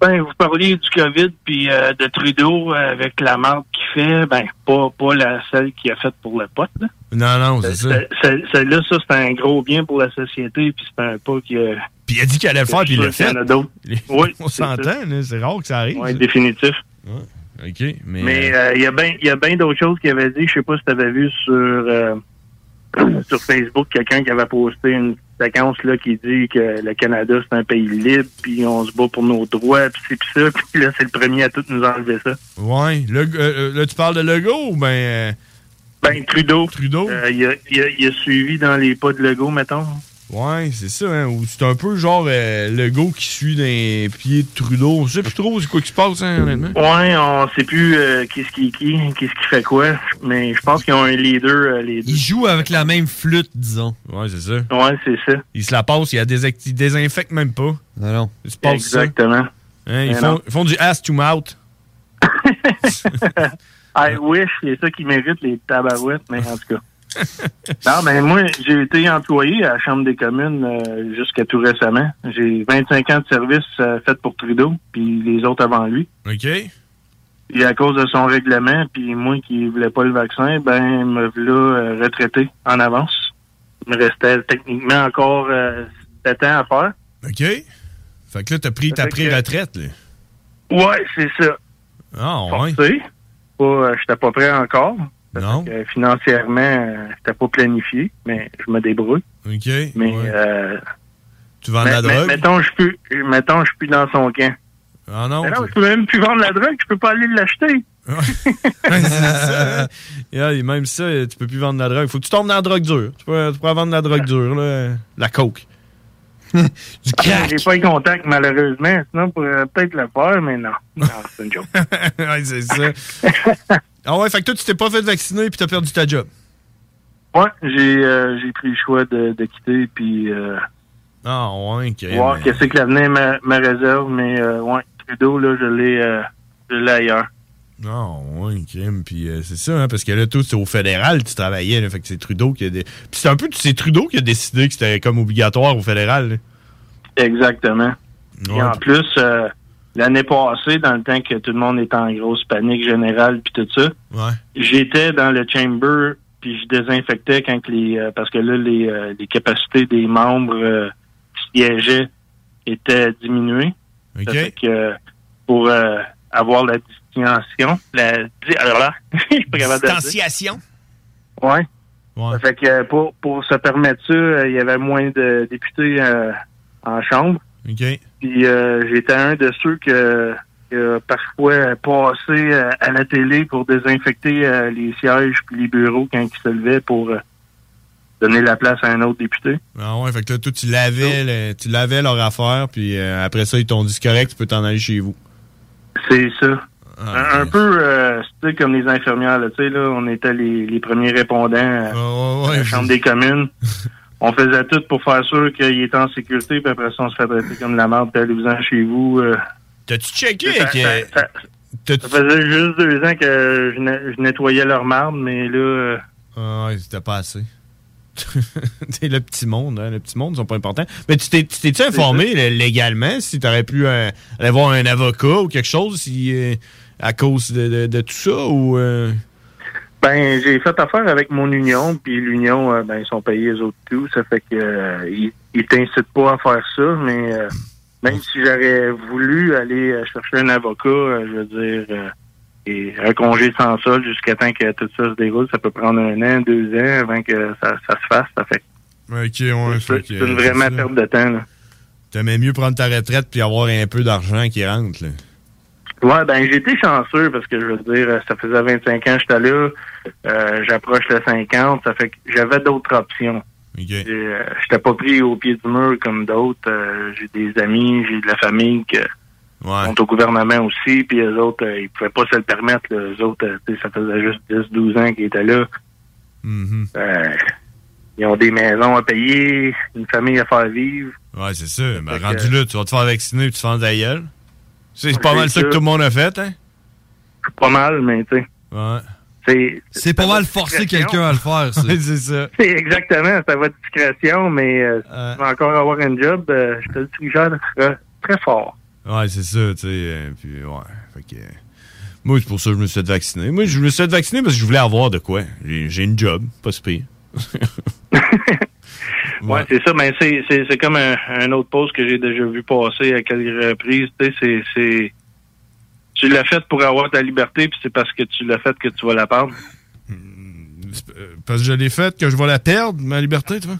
Speaker 3: Ben, vous parliez du COVID puis euh, de Trudeau euh, avec la marde qu'il fait. Ben, pas, pas la, celle qu'il a faite pour le pote, là.
Speaker 6: Non, non, Oh, c'est ça.
Speaker 3: Ce- ce- Celle-là, ça, c'est un gros bien pour la société, puis c'est un pas qui...
Speaker 6: Puis il a dit qu'il allait le faire, puis il l'a fait.
Speaker 3: Oui,
Speaker 6: On s'entend, là, c'est rare que ça arrive.
Speaker 3: Oui, définitif.
Speaker 6: OK, mais...
Speaker 3: Mais il y a bien y a ben d'autres choses qu'il avait dit. Je sais pas si tu avais vu sur, euh, sur Facebook quelqu'un qui avait posté une séquence là, qui dit que le Canada, c'est un pays libre, puis on se bat pour nos droits, puis c'est puis ça. Puis là, c'est le premier à tout nous enlever ça.
Speaker 6: Ouais. Le, euh, euh, là, tu parles de Legault ou ben... euh,
Speaker 3: Ben, Trudeau.
Speaker 6: Trudeau.
Speaker 3: Il a, il a- il a suivi dans les pas de Legault, mettons.
Speaker 6: Ouais, c'est ça, hein. Ou C'est un peu genre euh, le go qui suit dans les pieds de Trudeau. Je sais plus trop c'est quoi qui se passe, hein, honnêtement.
Speaker 3: Ouais, on sait plus euh, qu'est-ce qui est qui, qu'est-ce qui fait quoi, mais je pense qu'ils ont un leader, euh, les deux.
Speaker 7: Il joue avec la même flûte, disons.
Speaker 6: Ouais, c'est ça.
Speaker 3: Ouais, c'est ça.
Speaker 6: Il se la passe, il, la désect- il désinfecte même pas.
Speaker 7: Non, non.
Speaker 6: Il se passe
Speaker 3: Exactement.
Speaker 6: ça. Hein, ils,
Speaker 3: Mais
Speaker 6: font,
Speaker 3: non.
Speaker 6: ils font du ass to mouth.
Speaker 3: I wish, c'est ça qui mérite les tabarouettes, mais en tout cas. non, mais moi, j'ai été employé à la Chambre des communes euh, jusqu'à tout récemment. J'ai 25 ans de service euh, fait pour Trudeau, puis les autres avant lui.
Speaker 6: OK.
Speaker 3: Et à cause de son règlement, puis moi qui voulais pas le vaccin, ben me voilà euh, retraité en avance. Il me restait techniquement encore euh, 7 ans à faire.
Speaker 6: OK. Fait que là, t'as pris
Speaker 3: Ça
Speaker 6: ta
Speaker 3: fait que-
Speaker 6: pré-retraite, là.
Speaker 3: Ouais, c'est ça.
Speaker 6: Ah, ouais.
Speaker 3: Forcé. Pas, euh, j'étais pas prêt encore.
Speaker 6: Non.
Speaker 3: Euh, financièrement, euh, c'était pas planifié, mais je me débrouille.
Speaker 6: OK.
Speaker 3: Mais euh,
Speaker 6: Tu vends de la
Speaker 3: mais- mais-
Speaker 6: drogue?
Speaker 3: Mettons, je suis plus- mettons, je suis plus dans son camp.
Speaker 6: Ah non.
Speaker 3: Mais non, je peux même plus vendre la drogue, je peux pas aller l'acheter.
Speaker 6: ça, hein. Et là, et même ça, tu peux plus vendre de la drogue. Faut que tu tombes dans la drogue dure. Tu peux, tu pourras vendre de la drogue dure, là. La coke.
Speaker 3: Du J'ai pas eu contact, malheureusement. Sinon, on pourrait peut-être le faire, mais non. Non, c'est une joke.
Speaker 6: ouais, c'est ça. ah ouais, fait que toi, tu t'es pas fait vacciner puis t'as perdu ta job.
Speaker 3: Ouais, j'ai euh, j'ai pris le choix de, de quitter, puis euh,
Speaker 6: Ah ouais, ok.
Speaker 3: voir
Speaker 6: mais-
Speaker 3: qu'est-ce que l'avenir me, me réserve, mais euh, ouais, Trudeau, là, je l'ai euh, je l'ai ailleurs.
Speaker 6: Ah ouais, ok. Puis euh, c'est ça, hein, parce que là, toi, c'est au fédéral, tu travaillais, là, fait que c'est Trudeau qui a... dé- Puis c'est un peu, c'est Trudeau qui a décidé que c'était comme obligatoire au fédéral, là.
Speaker 3: Exactement.
Speaker 6: Ouais.
Speaker 3: Et en plus, euh, l'année passée, dans le temps que tout le monde était en grosse panique générale puis tout ça,
Speaker 6: Ouais.
Speaker 3: j'étais dans le chamber puis je désinfectais quand que les euh, parce que là les, euh, les capacités des membres euh, qui siégeaient étaient diminuées.
Speaker 6: OK.
Speaker 3: Ça fait que euh, pour euh, avoir la distinction, la alors là, je suis pas capable de le dire.
Speaker 6: Distanciation.
Speaker 3: Ouais.
Speaker 6: Ça
Speaker 3: fait que euh, pour, pour se permettre ça, euh, il y avait moins de députés euh, en chambre.
Speaker 6: OK.
Speaker 3: Puis euh, j'étais un de ceux que, que parfois passé euh, à la télé pour désinfecter euh, les sièges puis les bureaux quand ils se levaient pour euh, donner la place à un autre député.
Speaker 6: Ah ouais, fait que là, toi, tu l'avais, le- tu l'avais leur affaire, puis euh, après ça, ils t'ont dit, c'est correct, tu peux t'en aller chez vous.
Speaker 3: C'est ça. un, un peu euh, tu sais, comme les infirmières, là, tu sais, là, on était les, les premiers répondants à, à la Chambre des communes. on faisait tout pour faire sûr qu'il était en sécurité, puis après ça, on se fait traiter comme de la merde, puis allez-vous-en chez vous. euh.
Speaker 6: T'as-tu checké euh,
Speaker 3: Ça-
Speaker 6: que...
Speaker 3: ça- ça- Ça faisait juste deux ans que je, na- je nettoyais leur marde, mais là, euh,
Speaker 6: Ah ouais, c'était pas assez. T'sais, le petit monde, hein, le petit monde, ils sont pas importants. Mais tu t'es- tu t'es-tu informé là, légalement si t'aurais pu euh, aller voir un avocat ou quelque chose si, euh, à cause de, de- de tout ça ou. euh,
Speaker 3: ben j'ai fait affaire avec mon union, puis l'union, euh, ben ils sont payés eux autres tout, ça fait que euh, ils, ils t'incitent pas à faire ça, mais euh, même si j'aurais voulu aller euh, chercher un avocat, euh, je veux dire, euh, et un congé sans solde jusqu'à temps que tout ça se déroule, ça peut prendre un an, deux ans avant que ça, ça se fasse, ça fait que
Speaker 6: Ok, ouais, fait que,
Speaker 3: c'est
Speaker 6: euh,
Speaker 3: une vraiment
Speaker 6: ça.
Speaker 3: perte de temps. là.
Speaker 6: T'aimais mieux prendre ta retraite puis avoir un peu d'argent qui rentre. là.
Speaker 3: Ouais, ben j'ai été chanceux parce que je veux dire, ça faisait 25 ans que j'étais là, euh, j'approche le 50, ça fait que j'avais d'autres options. J'ai, euh, J'étais pas pris au pied du mur comme d'autres. euh, j'ai des amis, j'ai de la famille qui sont au gouvernement aussi, puis les autres, euh, ils pouvaient pas se le permettre. Les autres, euh, tu sais, ça faisait juste 10-12 ans qu'ils étaient là.
Speaker 6: Mm-hmm.
Speaker 3: Euh, ils ont des maisons à payer, une famille à faire vivre.
Speaker 6: Ouais, c'est sûr. Mais
Speaker 3: que-
Speaker 6: rendu là, tu vas te faire vacciner et tu te fends de la gueule. Tu sais, C'est pas
Speaker 3: C'est
Speaker 6: mal ça
Speaker 3: sûr.
Speaker 6: que tout le monde a fait, hein?
Speaker 3: Pas mal, mais tu sais.
Speaker 6: Ouais.
Speaker 3: C'est,
Speaker 7: C'est pas mal forcer quelqu'un à le faire, ça.
Speaker 6: c'est ça.
Speaker 3: C'est exactement, c'est à votre discrétion, mais euh, si tu veux encore avoir un job, euh, je te le suggère euh, très fort.
Speaker 6: Ouais, c'est ça, tu sais. euh, Puis, ouais. Fait que. euh, Moi, c'est pour ça que je me suis fait vacciner. Moi, je me suis fait vacciner parce que je voulais avoir de quoi. J'ai j'ai une job, pas si pire.
Speaker 3: Ouais, c'est ça, mais c'est, c'est, c'est comme un, un autre poste que j'ai déjà vu passer à quelques reprises. Tu sais, c'est, c'est tu l'as fait pour avoir ta liberté, puis c'est parce que tu l'as fait que tu vas la perdre.
Speaker 6: Parce que je l'ai faite que je vais la perdre, ma liberté, tu vois.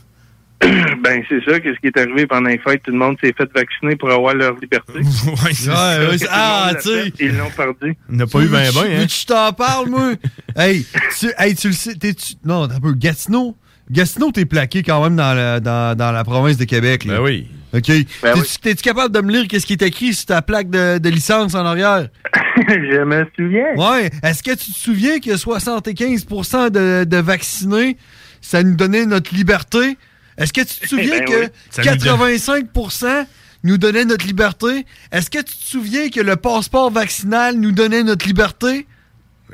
Speaker 3: ben c'est ça, qu'est-ce qui est arrivé pendant les fêtes, tout le monde s'est fait vacciner pour avoir leur liberté.
Speaker 6: ouais,
Speaker 7: c'est ça. ouais, c'est- ah,
Speaker 3: tu sais. Ils l'ont perdu.
Speaker 6: On n'a
Speaker 7: Tu- tu-
Speaker 6: hein.
Speaker 7: Tu t'en parles, moi. hey, tu, hey, tu le sais. T'es, tu, non, un peu. Gatineau. Gatineau, t'es plaqué quand même dans la, dans, dans la province de Québec. Là.
Speaker 6: Ben oui.
Speaker 7: OK. T'es-tu, t'es-tu capable de me lire qu'est-ce qui est écrit sur ta plaque de, de licence en arrière?
Speaker 3: Je me souviens.
Speaker 7: Ouais. Est-ce que tu te souviens que 75 de, de vaccinés, ça nous donnait notre liberté? Est-ce que tu te souviens
Speaker 6: Ben
Speaker 7: que
Speaker 6: oui. Ça nous donne-
Speaker 7: 85 nous donnait notre liberté? Est-ce que tu te souviens que le passeport vaccinal nous donnait notre liberté?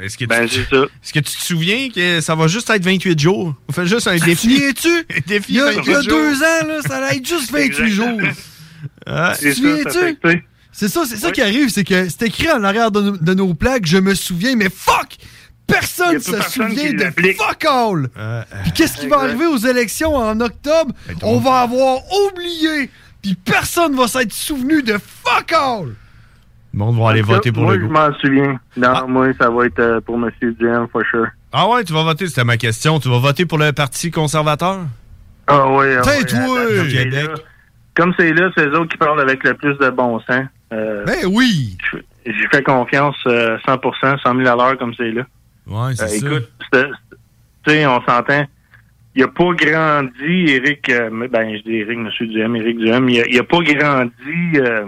Speaker 6: Est-ce que,
Speaker 3: ben,
Speaker 6: tu... Est-ce que tu te souviens que ça va juste être 28 jours? On fait juste un
Speaker 7: Tu te
Speaker 6: défi.
Speaker 7: souviens-tu?
Speaker 6: Un défi
Speaker 7: Il y a, il y a
Speaker 6: 28 jours.
Speaker 7: deux ans, là, ça allait être juste 28 jours.
Speaker 6: Ah,
Speaker 7: Tu te souviens-tu? C'est ça, c'est ça qui arrive, c'est que c'est écrit en arrière de, nos- de nos plaques, je me souviens, mais fuck!
Speaker 6: Y a
Speaker 7: Personne
Speaker 6: pas
Speaker 7: se
Speaker 6: personne
Speaker 7: souvient
Speaker 6: qui
Speaker 7: de
Speaker 6: l'applique.
Speaker 7: fuck all!
Speaker 6: Euh,
Speaker 7: Puis qu'est-ce qui va arriver aux élections en octobre? On va avoir oublié! Puis personne va s'être souvenu de fuck all!
Speaker 6: Le monde va aller voter pour
Speaker 3: moi,
Speaker 6: Ah. le
Speaker 3: je m'en souviens. Non, moi, ça va être euh, pour M. Duhem, for sure.
Speaker 6: Ah ouais, tu vas voter, c'était ma question. Tu vas voter pour le Parti conservateur?
Speaker 3: Ah oui, ah
Speaker 6: T'sais,
Speaker 3: oui,
Speaker 6: toi,
Speaker 3: à date,
Speaker 6: au
Speaker 3: c'est
Speaker 6: Québec.
Speaker 3: là. Comme c'est là, c'est eux autres qui parlent avec le plus de bon sens. Euh,
Speaker 7: ben oui!
Speaker 3: J'y fais confiance euh, 100%, 100 000 à l'heure comme c'est là.
Speaker 6: Ouais, Ben, c'est
Speaker 3: Euh,
Speaker 6: ça.
Speaker 3: écoute, c'est- tu sais, on s'entend. Il n'a pas grandi, Eric. euh, mais- ben, je dis Eric, M. Duhem, Eric Duhem. Il n'a pas grandi euh,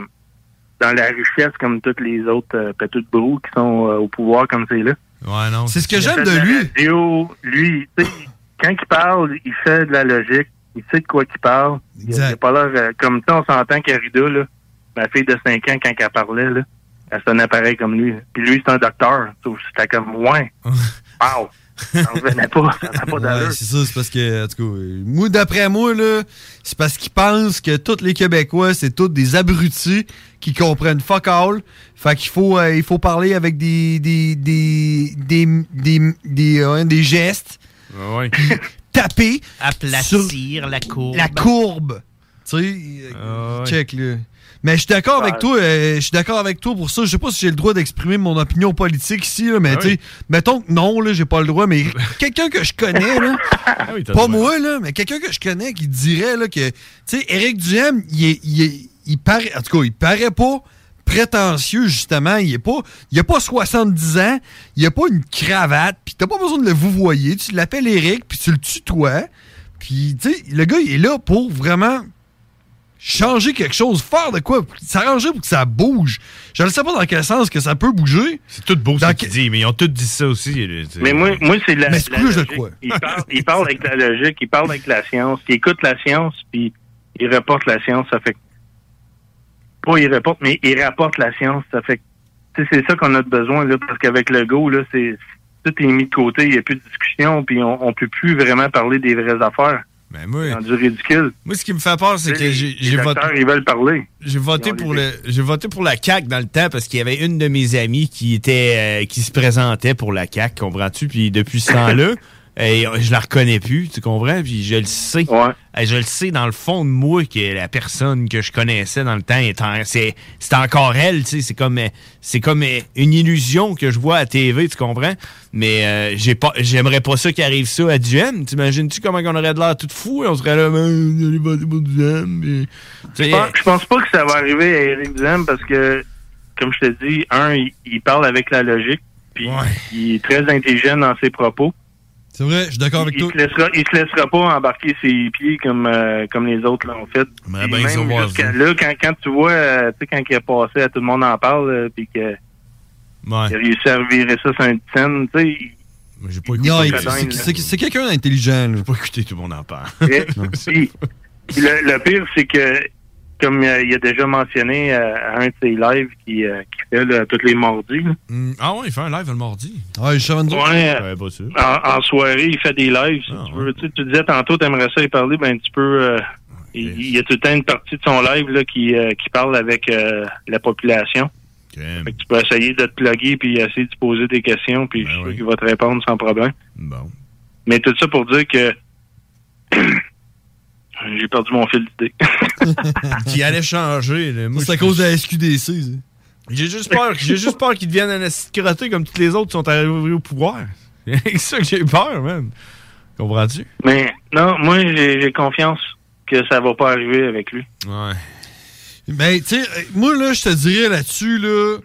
Speaker 3: dans la richesse comme toutes les autres euh, petites brous qui sont euh, au pouvoir comme c'est là.
Speaker 6: Ouais, non.
Speaker 7: C'est ce que
Speaker 3: Il a
Speaker 7: j'aime
Speaker 3: fait
Speaker 7: de
Speaker 3: la
Speaker 7: lui.
Speaker 3: radio, lui, tu sais, quand il parle, il fait de la logique. Il sait de quoi qu'il parle. Il a- Il a pas l'air. euh, comme ça, on s'entend qu'Arida, là, ma fille de 5 ans, quand elle parlait, là, elle sonnait pareil comme lui. Puis lui, c'est un docteur. So, C'était comme, ouais. Wow. Ça revenait pas. Ça n'a pas d'allure.
Speaker 7: Ouais, c'est ça, c'est parce que, en tout cas, euh, moi, d'après moi, là, c'est parce qu'ils pensent que tous les Québécois, c'est tous des abrutis qui comprennent fuck all. Fait qu'il faut, euh, il faut parler avec des, des, des, des, des, des, euh, des gestes,
Speaker 6: Ouais.
Speaker 7: taper
Speaker 17: Aplatir la courbe.
Speaker 7: la courbe. Tu sais,
Speaker 6: Ah
Speaker 7: euh, check, là. Mais je suis d'accord avec toi, euh, je suis d'accord avec toi pour ça. Je sais pas si j'ai le droit d'exprimer mon opinion politique ici, là, mais
Speaker 6: Ah
Speaker 7: tu sais,
Speaker 6: oui.
Speaker 7: mettons que non, là, j'ai pas le droit, mais quelqu'un que je connais, là,
Speaker 6: Ah oui, t'as
Speaker 7: pas
Speaker 6: le droit.
Speaker 7: moi, là, mais quelqu'un que je connais qui dirait là, que, tu sais, Éric Duhem, il, est- il, est- il paraît, en tout cas, il paraît pas prétentieux, justement. Il est pas, il a pas 70 ans, il a pas une cravate, puis t'as pas besoin de le vouvoyer. Tu l'appelles Éric, puis tu le tutoies. Puis, tu sais, le gars, il est là pour vraiment changer quelque chose, faire de quoi, s'arranger pour que ça bouge. Je ne sais pas dans quel sens que ça peut bouger.
Speaker 6: C'est tout beau ce qu'ils disent, mais ils ont tous dit ça aussi. là, tu sais.
Speaker 3: Mais moi, moi c'est de la.
Speaker 6: Mais
Speaker 3: de la
Speaker 6: plus de
Speaker 3: logique.
Speaker 6: quoi?
Speaker 3: Il parle, il parle avec la logique, il parle avec la science, il écoute la science, puis il rapporte la science. Ça fait que- pas il rapporte, mais il rapporte la science. Ça fait que- tu sais, c'est ça qu'on a de besoin là, parce qu'avec le go là, c'est tout est mis de côté, il n'y a plus de discussion, puis on, on peut plus vraiment parler des vraies affaires.
Speaker 6: Mais Ben, moi,
Speaker 3: c'est rendu ridicule.
Speaker 6: Moi, ce qui me fait peur, c'est que j'ai
Speaker 3: les
Speaker 6: j'ai voté.
Speaker 3: acteurs, ils veulent parler.
Speaker 6: J'ai voté
Speaker 3: Ils ont
Speaker 6: pour
Speaker 3: l'idée.
Speaker 6: le, j'ai voté pour la CAC dans le temps parce qu'il y avait une de mes amies qui était, euh, qui se présentait pour la CAC, comprends-tu Puis depuis ce temps-là, et je la reconnais plus, tu comprends Puis je le sais, Eh, je le sais dans le fond de moi que la personne que je connaissais dans le temps est en- c'est, c'est encore elle, tu sais. C'est comme, euh, c'est comme euh, une illusion que je vois à TV, tu comprends Mais euh, j'ai pas, j'aimerais pas ça qu'il arrive ça à Duhem. T'imagines-tu comment on aurait de l'air tout fou et On serait là, Mais, allez voter pour Duhem, puis- Tu
Speaker 3: Je
Speaker 6: sais,
Speaker 3: pense- je pense pas que ça va arriver à Eric Duhem parce que comme je te dis, un, il, il parle avec la logique, puis il est très intelligent dans ses propos.
Speaker 7: C'est vrai, je suis d'accord avec
Speaker 3: Il
Speaker 7: toi.
Speaker 3: se laissera, il se laissera pas embarquer ses pieds comme euh, comme les autres l'ont fait.
Speaker 7: Mais
Speaker 3: Puis
Speaker 7: ben, ils sont
Speaker 3: même
Speaker 7: voisins.
Speaker 3: jusqu'à là, quand, quand tu vois, euh, tu sais, quand il est passé, à tout le monde en parle, euh, puis que il a réussi à revirer ça sur un petit scène, tu sais. il-
Speaker 7: Non,
Speaker 3: il-
Speaker 7: Ah, il- c'est- c'est- C'est quelqu'un d'intelligent. Je vais pas écouter tout le monde en parle.
Speaker 3: Et- puis, le, le pire, c'est que, comme euh, il a déjà mentionné euh, à un de ses lives qui, euh, qui fait là, toutes les mordus, là.
Speaker 6: Hum, ah ouais, il fait un live le mardi.
Speaker 7: Ouais, je savais
Speaker 3: Ouais, euh,
Speaker 6: pas sûr.
Speaker 3: en, en soirée, il fait des lives. si tu, veux. Tu sais, tu disais tantôt, t'aimerais ça y parler, ben tu peux. euh, il, il y a tout le temps une partie de son live là, qui, euh, qui parle avec euh, la population. Fait que tu peux essayer de te plugger puis essayer de poser des questions, puis je suis sûr qu'il va te répondre sans problème. Mais tout ça pour dire que j'ai perdu mon fil d'idée.
Speaker 6: qui allait changer. là. Moi,
Speaker 7: C'est à
Speaker 6: je-
Speaker 7: cause de la SQDC. ça.
Speaker 6: J'ai juste peur, j'ai juste peur qu'ils deviennent un esti de crotté comme tous les autres qui sont arrivés au pouvoir. C'est ça que j'ai peur, man. Comprends-tu?
Speaker 3: Mais non, moi, j'ai j'ai confiance que ça va pas arriver avec lui.
Speaker 6: Ouais.
Speaker 7: Ben, tu sais, euh, moi, là, je te dirais là-dessus, là,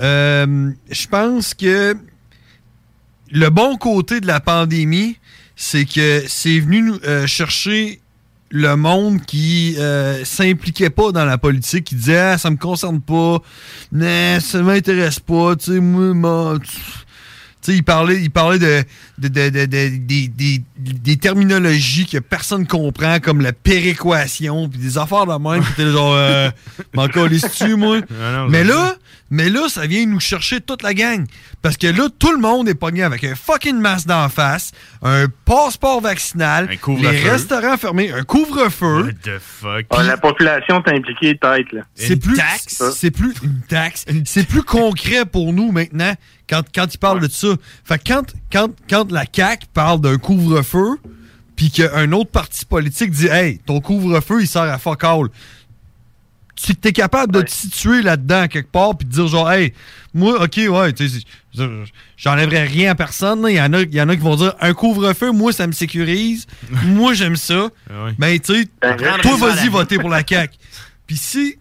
Speaker 7: euh, je pense que le bon côté de la pandémie, c'est que c'est venu nous euh, chercher le monde qui euh, s'impliquait pas dans la politique, qui disait ah, ça me concerne pas, mais ça m'intéresse pas, tu sais, moi, moi, tu- tu sais, il parlait, il parlait de, de- de- de- de- des, des- des terminologies que personne comprend, comme la péréquation, puis des affaires de même, puis t'es là genre, euh, m'en tu moi?
Speaker 6: non,
Speaker 7: mais là, mais là, ça vient nous chercher toute la gang. Parce que là, tout le monde est pogné avec un fucking masque d'en face, un passeport vaccinal, les
Speaker 3: couvre-feu.
Speaker 7: restaurants fermés, un couvre-feu.
Speaker 6: The fuck?
Speaker 3: Ah, la population est impliquée tête, là.
Speaker 7: C'est plus, c'est plus une taxe. C'est plus concret pour nous maintenant quand, quand ils parlent de ça. Fait que quand, quand, quand la CAQ parle d'un couvre-feu, puis qu'un autre parti politique dit Hey, ton couvre-feu, il sert à fuck all. Si t'es capable de te situer là-dedans quelque part, puis de dire genre Hey, moi, ok, ouais, tu sais, c'est- j'enlèverai rien à personne. là. Il y, en a- il y en a qui vont dire Un couvre-feu, moi, ça me sécurise. moi, j'aime ça. Mais tu sais, toi,
Speaker 6: prendrais ça à
Speaker 7: vas-y
Speaker 6: la
Speaker 7: voter pour Ben, la CAQ. Puis si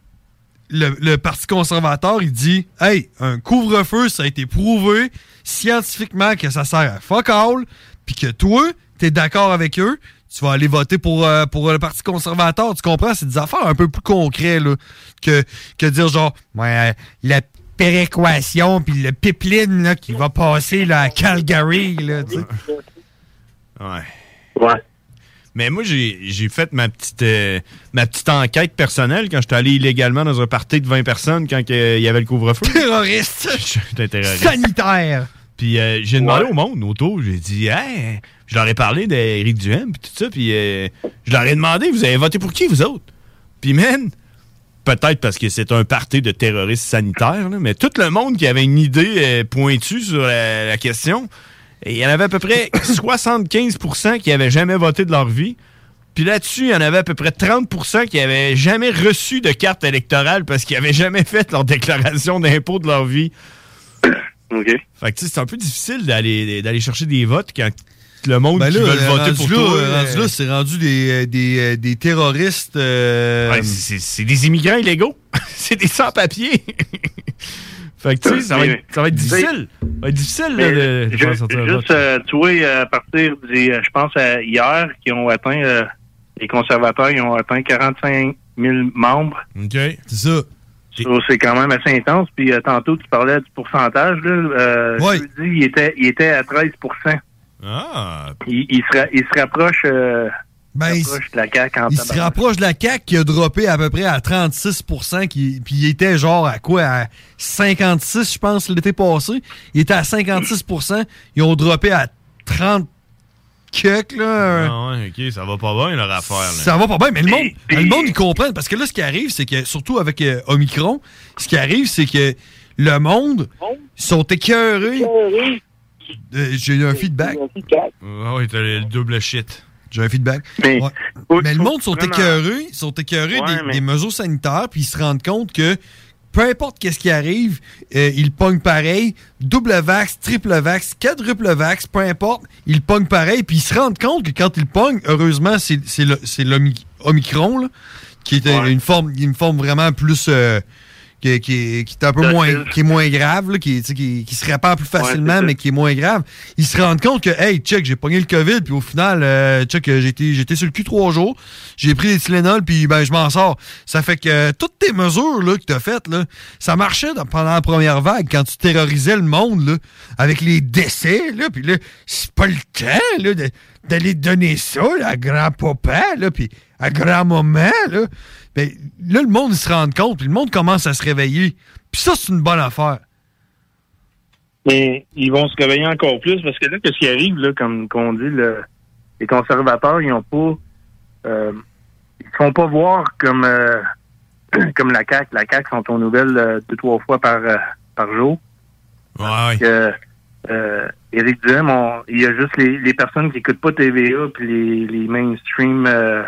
Speaker 7: le, le Parti conservateur, il dit Hey, un couvre-feu, ça a été prouvé scientifiquement que ça sert à fuck all, puis que toi, t'es d'accord avec eux, tu vas aller voter pour, euh, pour le Parti conservateur. Tu comprends? C'est des affaires un peu plus concrètes là, que, que dire genre Ouais, euh, la péréquation, puis le pipeline là, qui va passer là, à Calgary. Là, tu sais.
Speaker 6: Ouais.
Speaker 3: Ouais.
Speaker 6: Mais moi, j'ai j'ai fait ma petite, euh, ma petite enquête personnelle quand j'étais allé illégalement dans un party de 20 personnes quand que, euh, il y avait le couvre-feu.
Speaker 7: Terroriste!
Speaker 6: J'étais terroriste.
Speaker 7: Sanitaire!
Speaker 6: Puis euh, j'ai demandé au monde autour, j'ai dit, hey, je leur ai parlé d'Éric Duhem, puis tout ça, puis euh, je leur ai demandé, vous avez voté pour qui, vous autres? Puis, man, peut-être parce que c'est un parti de terroristes sanitaires, là, mais tout le monde qui avait une idée euh, pointue sur la, la question, et il y en avait à peu près 75 qui n'avaient jamais voté de leur vie. Puis là-dessus, il y en avait à peu près 30 qui n'avaient jamais reçu de carte électorale parce qu'ils n'avaient jamais fait leur déclaration d'impôt de leur vie. Fait que tu sais, c'est un peu difficile d'aller d'aller chercher des votes quand le monde
Speaker 7: Ben
Speaker 6: qui
Speaker 7: là,
Speaker 6: veut
Speaker 7: euh,
Speaker 6: voter
Speaker 7: rendu
Speaker 6: pour
Speaker 7: là,
Speaker 6: toi.
Speaker 7: euh,
Speaker 6: euh,
Speaker 7: rendu là, c'est rendu des, euh, des, euh, des terroristes. euh,
Speaker 6: Ouais, c'est- c'est c'est des immigrants illégaux. c'est des sans-papiers. fait que tu sais, ça, va être- ça va être difficile. Ça va être difficile là, de, de
Speaker 3: Ju-
Speaker 6: faire sortir un vote.
Speaker 3: Juste, euh, tu vois, euh, à partir des, euh, je pense, à hier, qui ont atteint, euh, les conservateurs, ils ont atteint 45 000 membres.
Speaker 6: OK. C'est ça.
Speaker 3: Ça, C'est quand même assez intense. Puis euh, tantôt, tu parlais du pourcentage. Là, euh, Je te dis, il était, il était à 13
Speaker 6: Ah.
Speaker 3: Il, il se, ra- il se rapproche, euh,
Speaker 7: Ben, il,
Speaker 3: se rapproche de la CAQ en
Speaker 7: il se
Speaker 3: tabarnak.
Speaker 7: rapproche de la CAQ qui a droppé à peu près à 36 qui, puis il était genre à quoi À 56, je pense, l'été passé. Il était à 56 Ils ont droppé à 30 quelques, là.
Speaker 6: Ah ouais, OK, ça va pas bien leur affaire. là.
Speaker 7: Ça va pas bien, mais le monde, le monde, ils comprennent. Parce que là, ce qui arrive, c'est que, surtout avec euh, Omicron, ce qui arrive, c'est que le monde sont écœurés. Euh, J'ai eu un feedback.
Speaker 6: Ah ouais, t'as le le double shit.
Speaker 7: J'ai un feedback.
Speaker 3: Mais,
Speaker 7: le monde sont écœurés, sont écœurés
Speaker 6: Ouais,
Speaker 7: des,
Speaker 6: mais-
Speaker 7: des mesures sanitaires, puis ils se rendent compte que peu importe qu'est-ce qui arrive, euh, ils pognent pareil, double vax, triple vax, quadruple vax, peu importe, ils pognent pareil, puis ils se rendent compte que quand ils pognent, heureusement, c'est c'est le- c'est l'Omicron, là, qui est une, forme, une forme vraiment plus... euh, qui, qui- qui est un peu
Speaker 18: Le
Speaker 7: moins,
Speaker 18: filtre.
Speaker 7: qui est moins grave, là, qui, tu sais, qui- qui se répand plus
Speaker 18: Ouais,
Speaker 7: facilement,
Speaker 18: c'est ça.
Speaker 7: mais qui est moins grave, ils se rendent compte que, hey, check, j'ai pogné le COVID, puis au final, euh, check, euh, j'ai été, j'ai été sur le cul trois jours, j'ai pris des Tylenol, puis ben, je m'en sors. Ça fait que euh, toutes tes mesures là, que tu as faites, là, ça marchait dans- pendant la première vague, quand tu terrorisais le monde là, avec les décès, là, puis là, c'est pas le temps là, de- d'aller donner ça là, à grand-papa, là, puis à grand-maman. Là. Ben, là, le monde il se rend compte, puis le monde commence à se réveiller. Puis ça, c'est une bonne affaire.
Speaker 3: Mais ils vont se réveiller encore plus parce que là, qu'est-ce qui arrive, là, comme qu'on dit, le- les conservateurs, ils ont pas. euh, ils se font pas voir comme, euh, comme la CAQ. La CAQ sont aux nouvelles euh, deux, trois fois par, euh, par jour.
Speaker 6: Ouais.
Speaker 3: Que, euh, Éric Duhem, on- il y a juste les, les personnes qui écoutent pas TVA puis les, les mainstream euh,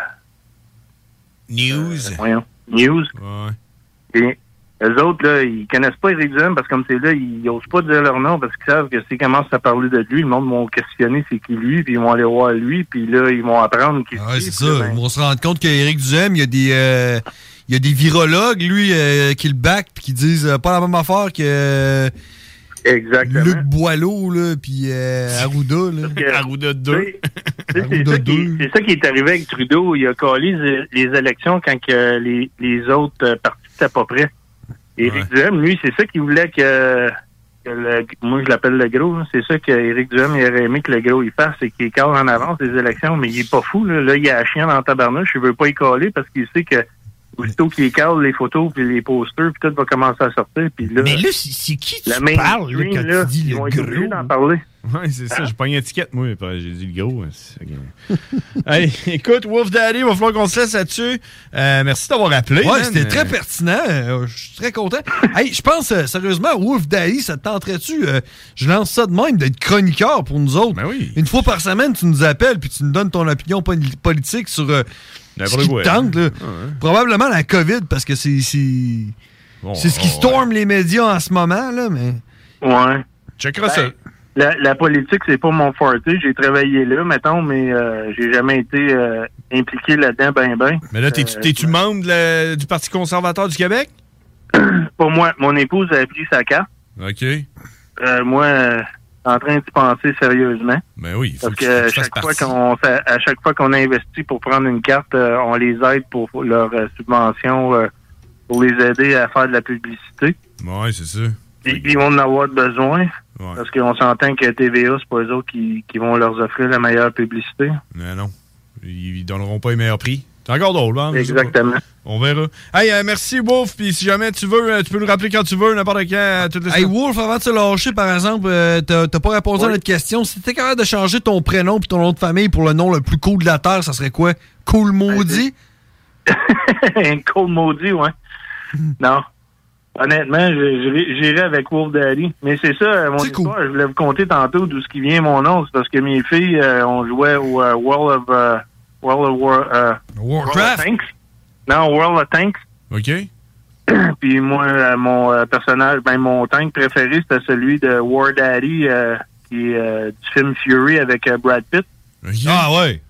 Speaker 6: News.
Speaker 3: voyons, news. Et eux autres, là, ils connaissent pas Eric Duhem parce que comme c'est là, ils n'osent pas dire leur nom parce qu'ils savent que s'ils commencent à parler de lui, le monde vont questionner c'est qui lui, puis ils vont aller voir lui, puis là, ils vont apprendre qui
Speaker 7: Ouais, c'est ça. On se rend compte qu'Éric Duhem, il y a des. euh, il y a des virologues, lui, euh, qui le back puis qui disent euh, pas la même affaire que euh, Luc Boileau, là, puis euh, Arruda. Là.
Speaker 6: Arruda
Speaker 3: Tu sais, C'est ça, qui- c'est ça qui est arrivé avec Trudeau. Il a collé les- les élections quand que les, les autres euh, partis étaient pas prêts. Et Éric Duhem, lui, c'est ça qu'il voulait que, que le- moi je l'appelle le gros, hein. c'est ça qu'Éric Duhem il aurait aimé que le gros il fasse, c'est qu'il cadre en avance les élections, mais il est pas fou, là, Là, il a la chienne en tabarnouche, il veut pas y coller parce qu'il sait que aussitôt qu'il cadre les photos puis les posters, puis tout va commencer à sortir. Puis là,
Speaker 6: Mais
Speaker 3: là,
Speaker 7: c'est qui
Speaker 6: tu parles, là, quand tu dis le
Speaker 3: ils vont être
Speaker 6: gros?
Speaker 3: obligés d'en parler.
Speaker 6: Ouais, c'est ça. J'ai pas une étiquette, moi. après, J'ai dit le gros. hein, c'est ça que- Hey, écoute, Wolf Daddy, il va falloir qu'on se laisse là-dessus. Euh, merci d'avoir appelé.
Speaker 7: Ouais,
Speaker 6: man.
Speaker 7: c'était
Speaker 6: Euh,
Speaker 7: très pertinent. Euh, Je suis très content. hey, je pense, euh, sérieusement, Wolf Daly, ça te tenterait-tu? euh, je lance ça de même, d'être chroniqueur pour nous autres.
Speaker 6: Ben
Speaker 7: Une fois par semaine, tu nous appelles puis tu nous donnes ton opinion poli- politique sur euh, ce
Speaker 6: N'importe
Speaker 7: qui te
Speaker 6: quoi.
Speaker 7: tente. là.
Speaker 6: Ah ouais.
Speaker 7: Probablement la COVID, parce que c'est c'est c'est
Speaker 6: ah,
Speaker 7: ce qui storme les médias en ce moment. là, mais...
Speaker 3: Ouais.
Speaker 6: Checkera
Speaker 3: ça. La, la politique, c'est pas mon forte. J'ai travaillé là, mettons, mais euh, j'ai jamais été euh, impliqué là-dedans, ben, ben.
Speaker 6: Mais là, t'es-tu
Speaker 3: Euh,
Speaker 6: t'es-tu membre de la- du Parti conservateur du Québec?
Speaker 3: Pas moi. Mon épouse a pris sa carte.
Speaker 6: OK.
Speaker 3: Euh, moi, euh, en train d'y penser sérieusement.
Speaker 6: Ben oui.
Speaker 3: Parce que, à chaque fois qu'on fait- à chaque fois qu'on investit pour prendre une carte, euh, on les aide pour leur euh, subvention, euh, pour les aider à faire de la publicité.
Speaker 6: Ouais, c'est ça.
Speaker 3: Puis, Ils vont en avoir besoin. Parce qu'on s'entend que TVA, c'est pas eux autres qui, qui vont leur offrir la meilleure publicité.
Speaker 6: Mais non. Ils ils donneront pas les meilleurs prix. C'est encore drôle, hein? je sais pas.
Speaker 3: Exactement.
Speaker 6: On verra. Hey, euh, merci, Wolf. Puis si jamais tu veux, euh, tu peux nous rappeler quand tu veux, n'importe quand. euh, à toutes les
Speaker 7: Hey
Speaker 6: semaines.
Speaker 7: Wolf, avant de se lâcher, par exemple, euh, t'as t'as pas répondu à notre question. Si t'étais capable de changer ton prénom puis ton nom de famille pour le nom le plus cool de la Terre, ça serait quoi? Cool maudit?
Speaker 3: un cold maudit, ouais. non. Honnêtement, je- je- j'irai avec Wolf Daddy. Mais c'est ça, euh, mon histoire, je voulais vous conter tantôt d'où ce qui vient mon nom. C'est parce que mes filles, euh, on jouait au euh, World of... euh, World of War... euh, World of Tanks. Non, World of Tanks.
Speaker 6: OK.
Speaker 3: Puis moi, euh, mon euh, personnage, ben mon tank préféré, c'était celui de War Daddy, euh, qui est euh, du film Fury avec euh, Brad Pitt.
Speaker 6: Ah ouais.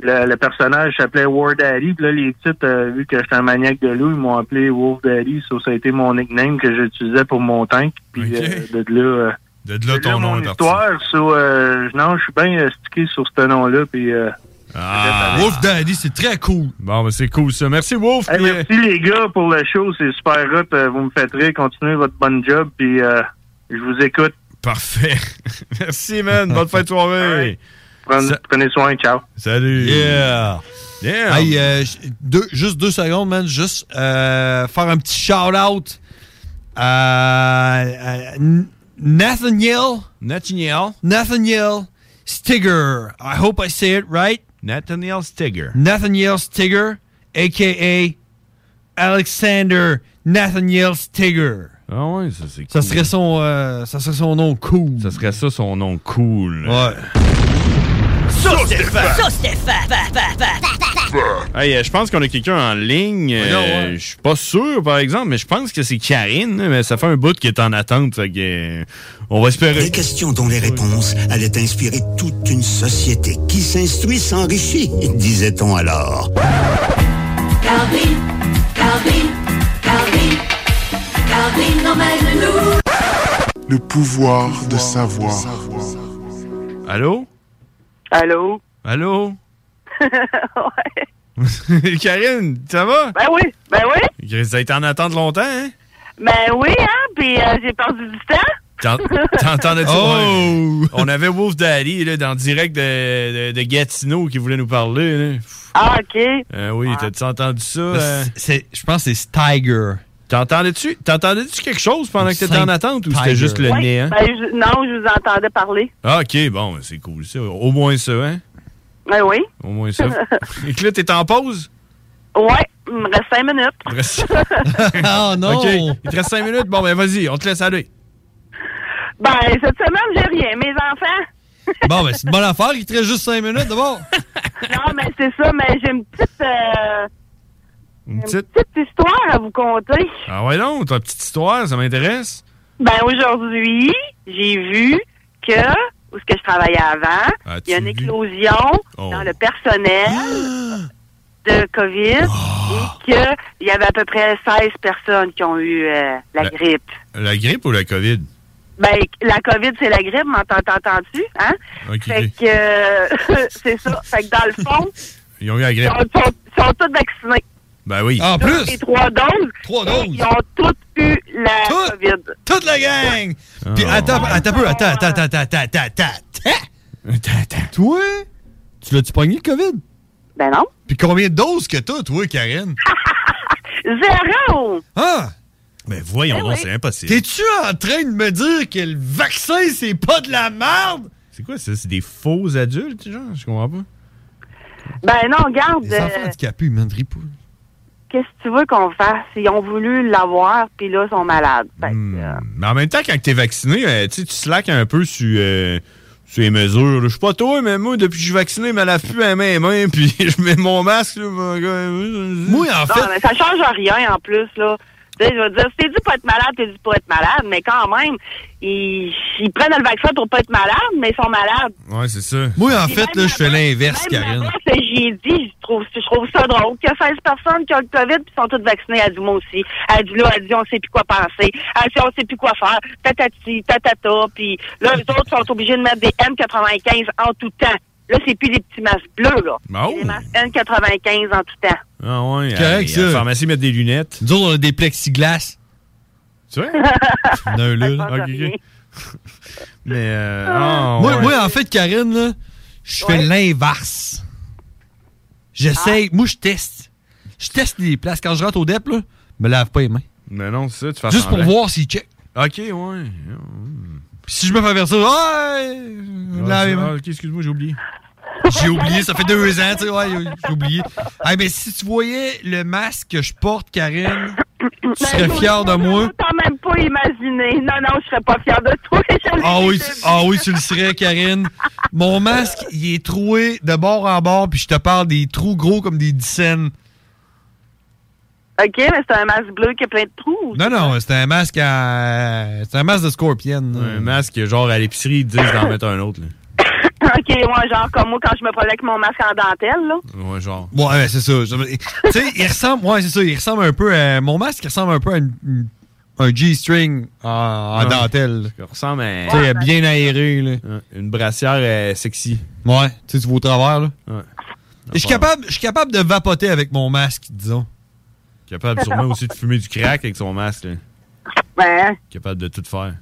Speaker 3: Le, le personnage s'appelait War Daddy. Puis là, les titres, euh, vu que j'étais un maniaque de loup, ils m'ont appelé Wolf Daddy. So, ça a été mon nickname que j'utilisais pour mon tank. Puis euh, de là, euh,
Speaker 6: De là, ton nom est parti.
Speaker 3: histoire, so, euh, non, je suis bien euh, stické sur ce nom-là. Puis euh,
Speaker 7: Wolf Daddy, c'est très cool.
Speaker 6: Bon, ben c'est cool ça. Merci, Ah, Wolf.
Speaker 3: Hey,
Speaker 6: puis, euh,
Speaker 3: merci les gars pour le show, c'est super hot. euh, Vous me faites rire, continuez votre bon job, puis euh, je vous écoute.
Speaker 6: euh, Parfait. merci, man. Bonne fin de soirée.
Speaker 3: Prenez, prenez soin, ciao.
Speaker 6: Salut.
Speaker 7: Yeah.
Speaker 6: Yeah.
Speaker 7: Hey, euh, j- deux- juste deux secondes, man. Juste euh, faire un petit shout-out à, à N- Nathaniel.
Speaker 6: Nathaniel.
Speaker 7: Nathaniel Stigger. I hope I say it right.
Speaker 6: Nathaniel Stigger.
Speaker 7: Nathaniel Stigger, a.k.a. Alexander Nathaniel Stigger.
Speaker 6: Ah ouais, ça c'est cool.
Speaker 7: Ça serait son, euh, ça serait son nom cool. Ça
Speaker 6: serait ça son nom cool.
Speaker 7: Ouais.
Speaker 6: Hey, euh, je pense qu'on a quelqu'un en ligne. Euh, Je suis pas sûr, par exemple, mais je pense que c'est Karine. Mais ça fait un bout qui est en attente. fait que, euh, on va espérer.
Speaker 4: Des questions dont les réponses allaient inspirer toute une société qui s'instruit s'enrichit, disait-on alors.
Speaker 14: Calvi, Calvi, Calvi.
Speaker 19: Caroline emmène-nous.
Speaker 4: Le pouvoir de savoir.
Speaker 6: Allô?
Speaker 20: Allô?
Speaker 6: Allô?
Speaker 20: ouais.
Speaker 6: Karine, ça va?
Speaker 20: Ben oui, ben oui,
Speaker 6: Ça a été en attente longtemps, hein?
Speaker 20: ben oui, hein, puis euh, j'ai perdu du temps.
Speaker 6: T'en- T'entendais-tu?
Speaker 20: Oh!
Speaker 6: Ouais. On avait Wolf Daddy là, dans le direct de, de- de Gatineau qui voulait nous parler. là.
Speaker 20: Ah, OK.
Speaker 6: Euh, oui, t'as-tu entendu ça? euh?
Speaker 7: Je pense que Ben, c'est Tiger.
Speaker 6: T'entendais-tu t'entendais-tu quelque chose pendant que t'étais en
Speaker 7: Saint
Speaker 6: attente ou c'était
Speaker 7: Tiger.
Speaker 6: juste le
Speaker 20: Oui,
Speaker 6: nez? Hein?
Speaker 20: ben, je- non, je vous entendais parler.
Speaker 6: Ah, ok, bon, ben, c'est cool ça. Au moins ça, hein?
Speaker 20: Ben oui.
Speaker 6: Au moins ça. Et que là, t'es en pause?
Speaker 20: Ouais, il me reste cinq minutes.
Speaker 6: Il te reste-
Speaker 7: Ah
Speaker 20: non!
Speaker 6: OK, il te reste cinq minutes. Bon, ben vas-y, on te laisse aller.
Speaker 20: Ben, cette semaine, j'ai rien. Mes enfants,
Speaker 7: Bon, ben, c'est une bonne affaire. Il te reste juste 5 minutes d'abord.
Speaker 20: non, mais c'est ça, mais j'ai une petite, euh,
Speaker 6: Une petite.
Speaker 20: petite histoire à vous conter.
Speaker 6: Ah ouais, non, ta petite histoire, ça m'intéresse.
Speaker 20: Ben, aujourd'hui, j'ai vu que, où ce que je travaillais avant, il y a une éclosion
Speaker 6: Oh. Ah!
Speaker 20: dans le personnel de COVID et qu'il y avait à peu près 16 personnes qui ont eu euh, la
Speaker 6: La-
Speaker 20: grippe.
Speaker 6: La grippe ou la COVID?
Speaker 20: Ben, la COVID, c'est la grippe, m'entends- t'entends-tu? Hein?
Speaker 6: Ok.
Speaker 20: Fait que, euh, c'est ça. Fait que dans le fond,
Speaker 6: Ils ont eu la
Speaker 20: ils
Speaker 6: grippe.
Speaker 20: sont, sont- sont tous vaccinés.
Speaker 6: Ben oui.
Speaker 7: Ah,
Speaker 20: Tous Les trois doses. et Ils ont tous eu la COVID.
Speaker 7: Toute la gang! Puis
Speaker 6: Ah.
Speaker 7: attends, attends un peu, attends, attends, attends, attends, attends, attends, attends. Toi, tu l'as-tu pogné le COVID?
Speaker 20: Ben non.
Speaker 7: Puis combien de doses que t'as, toi, Karine?
Speaker 20: Zéro!
Speaker 7: Ah!
Speaker 6: Ben
Speaker 20: Ah
Speaker 6: voyons donc, c'est impossible.
Speaker 7: T'es-tu en train de me dire que le vaccin, c'est pas de la merde?
Speaker 6: C'est quoi ça? C'est des faux adultes, genre? Je comprends pas.
Speaker 20: Ben non, regarde.
Speaker 7: Les enfants
Speaker 20: euh,
Speaker 7: handicapés, ils m'en ripent.
Speaker 20: Qu'est-ce que tu veux qu'on fasse? Ils ont voulu l'avoir, puis là, ils sont malades. Fait que, euh,
Speaker 6: Mais en même temps, quand t'es vacciné, euh, tu sais, tu slack un peu sur, euh, sur les mesures. là. Je suis pas toi, mais moi, depuis que je suis vacciné, je me lave plus à main mains, puis je mets mon masque. là, mon gars.
Speaker 20: non, mais ça change rien, en plus, là. Tu sais, je veux dire, si t'es dit pas être malade, t'es dit pas être malade, mais quand même, ils, ils prennent le vaccin pour pas être malade, mais ils sont malades.
Speaker 6: Ouais, c'est ça.
Speaker 7: Moi, en fait, là, je fais l'inverse, Karine.
Speaker 20: Moi, ce que j'ai dit, je trouve, je trouve ça drôle qu'il y a 16 personnes qui ont le COVID puis sont toutes vaccinées. Elle dit, moi aussi. Elle dit, là, elle dit, on sait plus quoi penser. Elle dit, on sait plus quoi faire. Tatati, tatata. Puis là, les autres sont obligés de mettre des N95 en tout temps. Là, c'est plus des petits masques bleus, là.
Speaker 6: Oh.
Speaker 20: C'est Des masques N95 en tout temps.
Speaker 6: Ah ouais,
Speaker 7: C'est correct,
Speaker 6: à, à la
Speaker 7: ça.
Speaker 6: pharmacie, mettre des lunettes.
Speaker 7: Nous autres, on a des plexiglas.
Speaker 6: Tu vois?
Speaker 7: Non, là, là.
Speaker 6: Ok, ok. Mais, euh, ah,
Speaker 7: moi,
Speaker 6: ouais.
Speaker 7: moi, en fait, Karine, là, je fais l'inverse.
Speaker 20: Ah.
Speaker 7: J'essaye. Moi, je teste. Je teste les places. Quand je rentre au DEP, là, je me lave pas les mains.
Speaker 6: Mais non, c'est ça, tu fais
Speaker 7: Juste pour
Speaker 6: semblant.
Speaker 7: voir s'il check.
Speaker 6: Ok, ouais.
Speaker 7: Puis si je me fais faire ça, ouais, je me
Speaker 6: Ah,
Speaker 7: lave les mains.
Speaker 6: ok, excuse-moi, j'ai oublié.
Speaker 7: J'ai oublié, ça fait deux ans, tu sais, ouais, j'ai oublié. Ah, mais si tu voyais le masque que je porte, Karine, tu serais fière de moi.
Speaker 20: T'as même pas imaginé. Non, non, je serais pas fière de toi. Je
Speaker 7: Ah
Speaker 20: l'ai
Speaker 7: oui,
Speaker 20: déjà
Speaker 7: tu-
Speaker 20: vu.
Speaker 7: ah oui, tu le serais, Karine. Mon masque, il est troué de bord en bord, puis je te parle des trous gros comme des dizaines.
Speaker 20: OK, mais c'est un masque bleu qui a plein de trous.
Speaker 7: Non, non, c'est un masque à... C'est un masque de scorpion.
Speaker 6: Un masque, genre, à l'épicerie, ils te disent d'en mettre un autre. Là.
Speaker 20: OK, ouais, genre comme moi quand je me prenais avec mon masque en dentelle, là.
Speaker 6: Ouais, genre.
Speaker 7: Ouais, ouais, c'est ça. Je- Tu sais, il ressemble... Ouais, c'est ça, il ressemble un peu à... Mon masque, il ressemble un peu à une- une- un G-string en, en
Speaker 6: Ouais.
Speaker 7: dentelle.
Speaker 6: Ça ressemble à...
Speaker 7: Tu sais, bien aéré, là.
Speaker 6: Une brassière euh, sexy.
Speaker 7: Ouais, tu sais, tu vas au travers, là.
Speaker 6: Ouais.
Speaker 7: Je suis capable, je suis capable de vapoter avec mon masque, disons.
Speaker 6: Capable sûrement aussi de fumer du crack avec son masque. là.
Speaker 20: Ben,
Speaker 6: Capable de tout faire.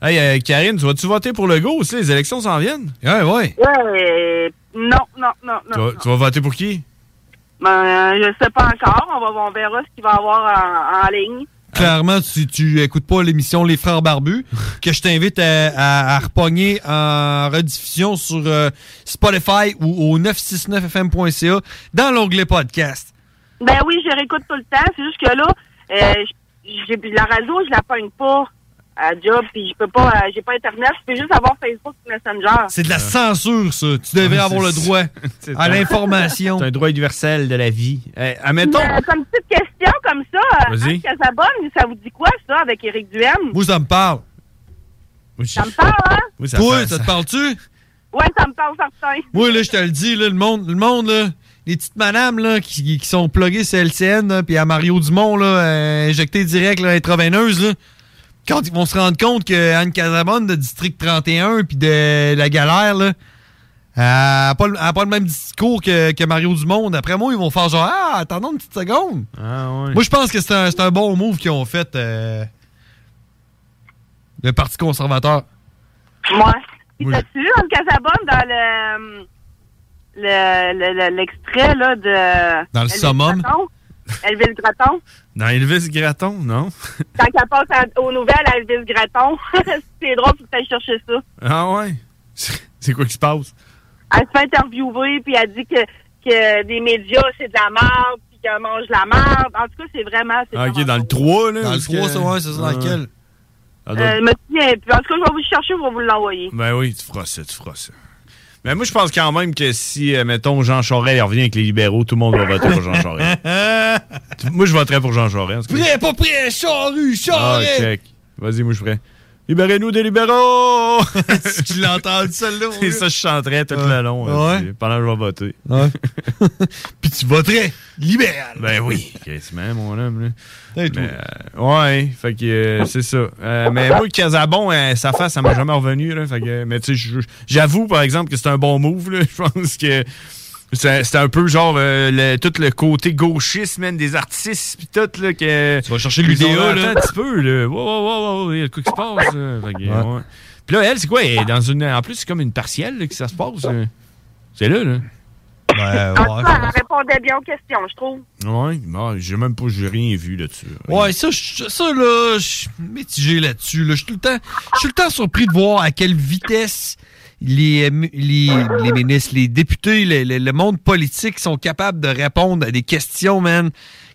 Speaker 6: Hey, euh, Karine, tu vas-tu voter pour le go aussi? Les élections s'en viennent?
Speaker 7: Ouais, ouais.
Speaker 20: ouais, non, non, non,
Speaker 6: Tu vas,
Speaker 20: non.
Speaker 6: tu vas voter pour qui?
Speaker 20: Ben, je sais pas encore. On, va, on verra ce qu'il va y avoir en, en ligne.
Speaker 7: Clairement, tu, tu écoutes pas l'émission Les Frères Barbus, que je t'invite à, à, à repogner en rediffusion sur euh, Spotify ou au 969fm.ca dans l'onglet podcast.
Speaker 20: Ben oui, je réécoute tout le temps. C'est juste que là, euh, j- j'ai la radio, je la pogne pas à job, puis je peux pas, euh, j'ai pas internet. Je peux juste avoir Facebook Messenger.
Speaker 7: C'est de la censure, ça. Tu devrais
Speaker 6: Ouais,
Speaker 7: avoir le
Speaker 6: c'est-
Speaker 7: droit
Speaker 6: c'est
Speaker 7: à
Speaker 6: un-
Speaker 7: l'information.
Speaker 6: C'est un droit universel de la vie. Hey, admettons.
Speaker 20: Euh, comme petite question comme ça, euh,
Speaker 6: Vas-y.
Speaker 20: Anne Casabonne, ça vous dit quoi ça avec Éric Duhem?
Speaker 7: Moi, ça me parle.
Speaker 6: Ça
Speaker 20: me parle, hein?
Speaker 6: Oui,
Speaker 7: ça,
Speaker 6: ça-
Speaker 7: te parle-tu?
Speaker 20: Ouais, ça me parle certain.
Speaker 7: Moi, là, je te le dis, là, le monde, le monde, là, les petites madames là, qui, qui sont pluguées sur LCN, là, puis à Mario Dumont, là, euh, injectées direct là, intraveineuse, là, quand ils vont se rendre compte que Anne Casabonne de District 31 puis de la galère, là, elle n'a pas, le- elle a pas le même discours que, que Mario Dumont. D'après moi, ils vont faire genre Ah, attendons une petite seconde.
Speaker 6: Ah,
Speaker 7: Moi, je pense que c'est un, c'est un bon move qu'ils ont fait euh, le Parti conservateur.
Speaker 20: Moi.
Speaker 7: Oui.
Speaker 20: T'as-tu vu Anne Casabonne dans le le- le- le- l'extrait là de
Speaker 6: Dans le
Speaker 20: Elvis
Speaker 6: summum?
Speaker 20: Gratton? Elvis Graton.
Speaker 6: Dans Elvis Graton, non?
Speaker 20: Quand elle passe à- aux nouvelles à Elvis Graton, c'est drôle, faut que t'ailles chercher ça.
Speaker 6: Ah ouais? C'est quoi qui se passe?
Speaker 20: Elle se fait interviewer, puis elle dit que, que des médias, c'est de la merde, puis qu'elle mange de la merde. En tout cas, c'est vraiment... c'est
Speaker 6: Ah, ok, dans le 3, là.
Speaker 7: Dans le
Speaker 6: parce
Speaker 7: 3,
Speaker 6: que-
Speaker 7: ça, ouais, c'est ça, dans
Speaker 6: Ah.
Speaker 7: lequel?
Speaker 6: Ah, donc-
Speaker 20: Euh, je me souviens plus. En tout cas, je vais vous le chercher, je vais vous l'envoyer.
Speaker 6: Ben oui, tu feras ça, tu feras ça. Mais moi, je pense quand même que si, euh, mettons, Jean Charest il revient avec les libéraux, tout le monde va voter pour Jean Charest. Tu- moi, je voterais pour Jean Charest. en tout cas.
Speaker 7: Prêt, pas prêt, charrue,
Speaker 6: Ah,
Speaker 7: charrue!
Speaker 6: check. Vas-y, moi, je ferais. Libérez-nous des libéraux!
Speaker 7: tu l'as entendu, celle-là?
Speaker 6: C'est ça, je chanterais tout le long. euh, Pendant que je vais voter.
Speaker 7: Puis tu voterais libéral.
Speaker 6: Ben oui, quasiment, mon homme. Là. Mais, euh, ouais, fait que euh, c'est ça. Euh, mais moi, Casabon, euh, sa face, ça m'a jamais revenu. Là, fait que, euh, mais tu sais, je- je- j'avoue, par exemple, que c'est un bon move. là. Je pense que c'est c'est un peu genre euh, le- tout le côté gauchiste, man, des artistes, pis tout. Là, que, tu vas
Speaker 7: chercher l'UDA, là.
Speaker 6: Un petit peu, là. Wow, wow, wow, wow, il y a de quoi qui se passe. là. Fait que, ouais. Puis là, elle, c'est quoi? Elle est dans une, en plus, c'est comme une partielle là, que ça se passe. euh. C'est là, là.
Speaker 20: En tout cas, elle répondait bien aux questions, je trouve.
Speaker 6: Ouais, bon, j'ai même pas, j'ai rien vu là-dessus.
Speaker 7: Ouais, ça, je- ça là, je suis mitigé là-dessus. Là. Je suis tout le temps, je suis tout le temps surpris de voir à quelle vitesse les, euh, les, les ministres, les députés, le, le- le monde politique sont capables de répondre à des questions, man,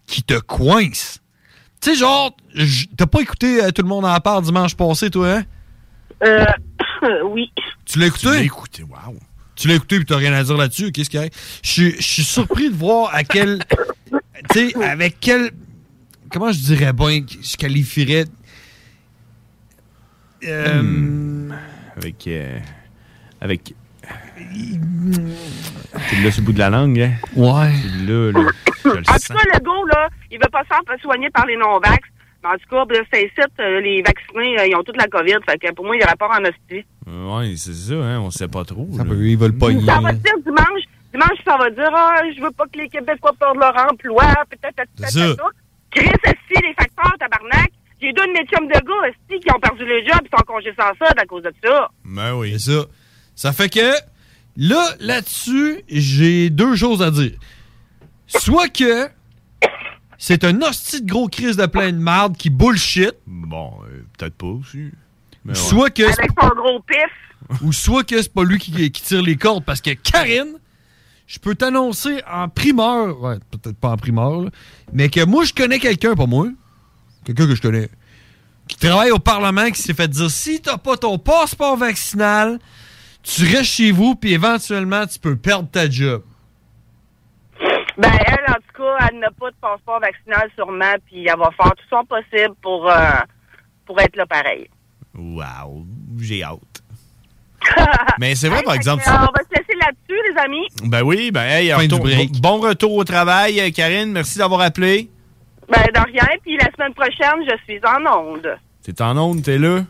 Speaker 7: qui te coincent. Tu sais, genre, j- t'as pas écouté euh, Tout le monde en part dimanche passé, toi, hein?
Speaker 20: Euh, oui.
Speaker 7: Tu l'as écouté? Tu l'as écouté, wow. Tu l'as écouté, puis t'as rien à dire là-dessus. Qu'est-ce qu'il y a? Je suis- je suis surpris de voir à quel. tu sais, avec quel. Comment je dirais bien, que je qualifierais. Euh,
Speaker 6: Avec. euh, avec. Tu l'as sur le bout de la langue, hein?
Speaker 7: Ouais.
Speaker 6: Tu l'as, là. Je le
Speaker 20: En
Speaker 6: sens.
Speaker 20: tout cas, le go, là, il veut pas se faire soigner par les non-vax. Mais en tout cas, ben, c'est ici, euh, les vaccinés, euh, ils ont toute la COVID. Fait que pour moi, il y a rapport en hostie.
Speaker 6: Euh, Ouais, c'est ça, hein? On sait pas trop.
Speaker 7: ils veulent pas
Speaker 20: Ça va dire dimanche, dimanche, ça va dire, ah, je veux pas que les Québécois perdent leur emploi, peut-être, peut-être,
Speaker 6: C'est ça.
Speaker 20: peut-être, ça. Chris, esti, les facteurs, tabarnak. J'ai deux de mes chums de gars, esti, qui ont perdu le job, ils sont en congé sans solde à cause de ça.
Speaker 6: Ben oui.
Speaker 7: C'est ça. Ça fait que. Là, là-dessus, j'ai deux choses à dire. Soit que. C'est un hostie de gros crise de plein de marde qui bullshit.
Speaker 6: Bon, euh, peut-être pas aussi. Mais ouais.
Speaker 7: Soit que.
Speaker 20: Avec son gros pif.
Speaker 7: ou soit que c'est pas lui qui, qui tire les cordes parce que Karine, je peux t'annoncer en primeur, ouais, peut-être pas en primeur, là, mais que moi je connais quelqu'un, pas moi, quelqu'un que je connais, qui travaille au Parlement, qui s'est fait dire si t'as pas ton passeport vaccinal, tu restes chez vous, puis éventuellement tu peux perdre ta job.
Speaker 20: Ben, elle, en tout cas, elle n'a pas de passeport vaccinal, sûrement, puis elle va faire tout son possible pour, euh, pour être là pareil.
Speaker 6: Wow, j'ai hâte. Mais c'est vrai, par exemple.
Speaker 20: Euh, on va se laisser là-dessus, les amis.
Speaker 6: Ben oui, ben, hey, retour- bon, bon retour au travail, euh, Karine. Merci d'avoir appelé.
Speaker 20: Ben, de rien, puis la semaine prochaine, je suis en onde.
Speaker 6: T'es en onde, t'es là.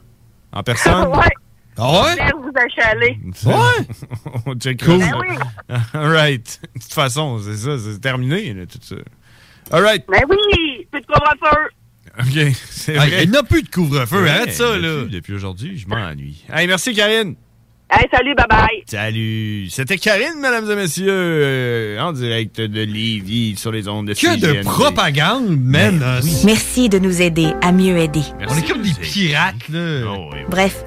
Speaker 6: En personne.
Speaker 20: Ouais.
Speaker 6: Ah ouais?
Speaker 20: J'espère vous achaler.
Speaker 6: Ouais! On checkera.
Speaker 20: Cool.
Speaker 6: ça.
Speaker 20: Ben
Speaker 6: All right. De toute façon, c'est ça, c'est terminé, là, tout ça. All right.
Speaker 20: Ben oui, plus de couvre-feu.
Speaker 6: OK, c'est
Speaker 7: Ah,
Speaker 6: vrai.
Speaker 7: il n'y a plus de couvre-feu,
Speaker 6: Ouais,
Speaker 7: arrête ça,
Speaker 6: il y a
Speaker 7: là.
Speaker 6: plus. depuis aujourd'hui, je m'ennuie. Hey, merci, Karine.
Speaker 20: Hey, salut, bye-bye.
Speaker 6: Salut. C'était Karine, mesdames et messieurs, euh, en direct de Lévis sur les ondes de
Speaker 7: Que de
Speaker 6: CGND.
Speaker 7: propagande, man. hein,
Speaker 6: Ben
Speaker 7: c'est-
Speaker 21: Merci de nous aider à mieux aider.
Speaker 7: On est comme des pirates, là.
Speaker 6: Oh,
Speaker 21: Bref,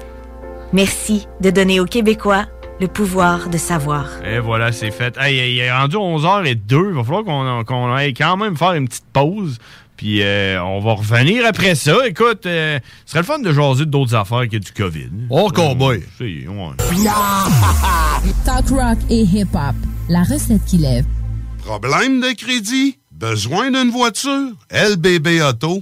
Speaker 21: merci de donner aux Québécois le pouvoir de savoir.
Speaker 6: Et voilà, c'est fait. Hey, il est rendu 11h02. Il va falloir qu'on qu'on aille quand même faire une petite pause. Puis euh, on va revenir après ça. Écoute, euh, ce serait le fun de jaser d'autres affaires que du COVID. Oh, cowboy!
Speaker 22: Talk rock et hip-hop, la recette qui lève.
Speaker 13: Problème de crédit? Besoin d'une voiture? LBB Auto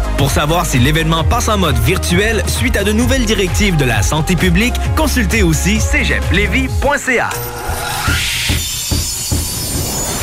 Speaker 11: Pour savoir si l'événement passe en mode virtuel suite à de nouvelles directives de la santé publique, consultez aussi cégeplevy.ca.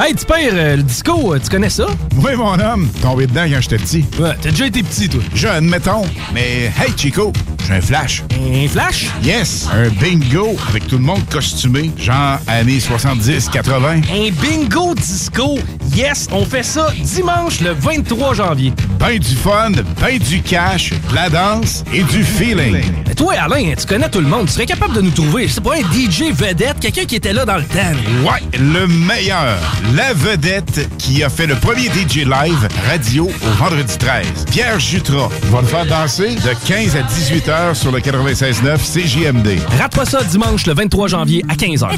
Speaker 12: Hey, tu perds euh, le disco, euh, tu connais ça?
Speaker 13: Oui, mon homme, tombé dedans quand j'étais petit.
Speaker 12: Ouais, t'as déjà été petit, toi.
Speaker 13: Jeune, mettons. Mais hey, Chico, j'ai un flash.
Speaker 12: Un flash?
Speaker 13: Yes, un bingo avec tout le monde costumé, genre années 70-80.
Speaker 12: Un bingo disco. Yes, on fait ça dimanche le 23 janvier.
Speaker 13: Ben du fun, ben du cash, de la danse et du feeling.
Speaker 12: Mais toi, Alain, tu connais tout le monde. Tu serais capable de nous trouver, je sais pas, un DJ vedette, quelqu'un qui était là dans le temps.
Speaker 13: Ouais, le meilleur. La vedette qui a fait le premier DJ live radio au vendredi 13. Pierre Jutras va le faire danser de 15 à 18 heures sur le 96.9 CJMD.
Speaker 12: Rate pas ça dimanche le 23 janvier à 15h.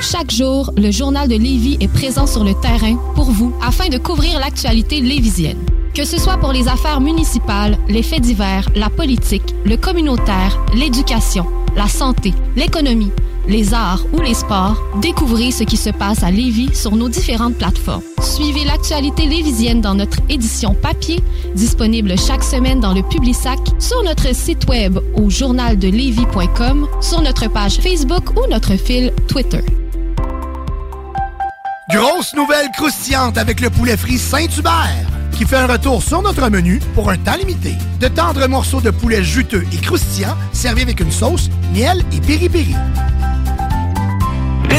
Speaker 21: Chaque jour, le Journal de Lévis est présent sur le terrain pour vous afin de couvrir l'actualité lévisienne. Que ce soit pour les affaires municipales, les faits divers, la politique, le communautaire, l'éducation, la santé, l'économie, les arts ou les sports, découvrez ce qui se passe à Lévis sur nos différentes plateformes. Suivez l'actualité lévisienne dans notre édition papier, disponible chaque semaine dans le Publisac, sur notre site web au journaldelevis.com, sur notre page Facebook ou notre fil Twitter.
Speaker 14: Grosse nouvelle croustillante avec le poulet frit Saint-Hubert qui fait un retour sur notre menu pour un temps limité. De tendres morceaux de poulet juteux et croustillants servis avec une sauce, miel et piri-piri.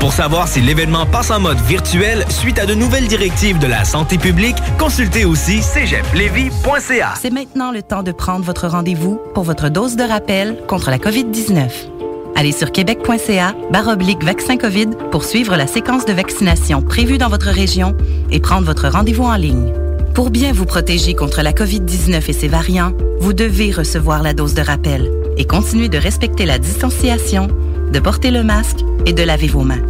Speaker 11: Pour savoir si l'événement passe en mode virtuel suite à de nouvelles directives de la santé publique, consultez aussi cégeplevy.ca.
Speaker 1: C'est maintenant le temps de prendre votre rendez-vous pour votre dose de rappel contre la COVID-19. Allez sur québec.ca baroblique vaccin COVID pour suivre la séquence de vaccination prévue dans votre région et prendre votre rendez-vous en ligne. Pour bien vous protéger contre la COVID-19 et ses variants, vous devez recevoir la dose de rappel et continuer de respecter la distanciation, de porter le masque et de laver vos mains.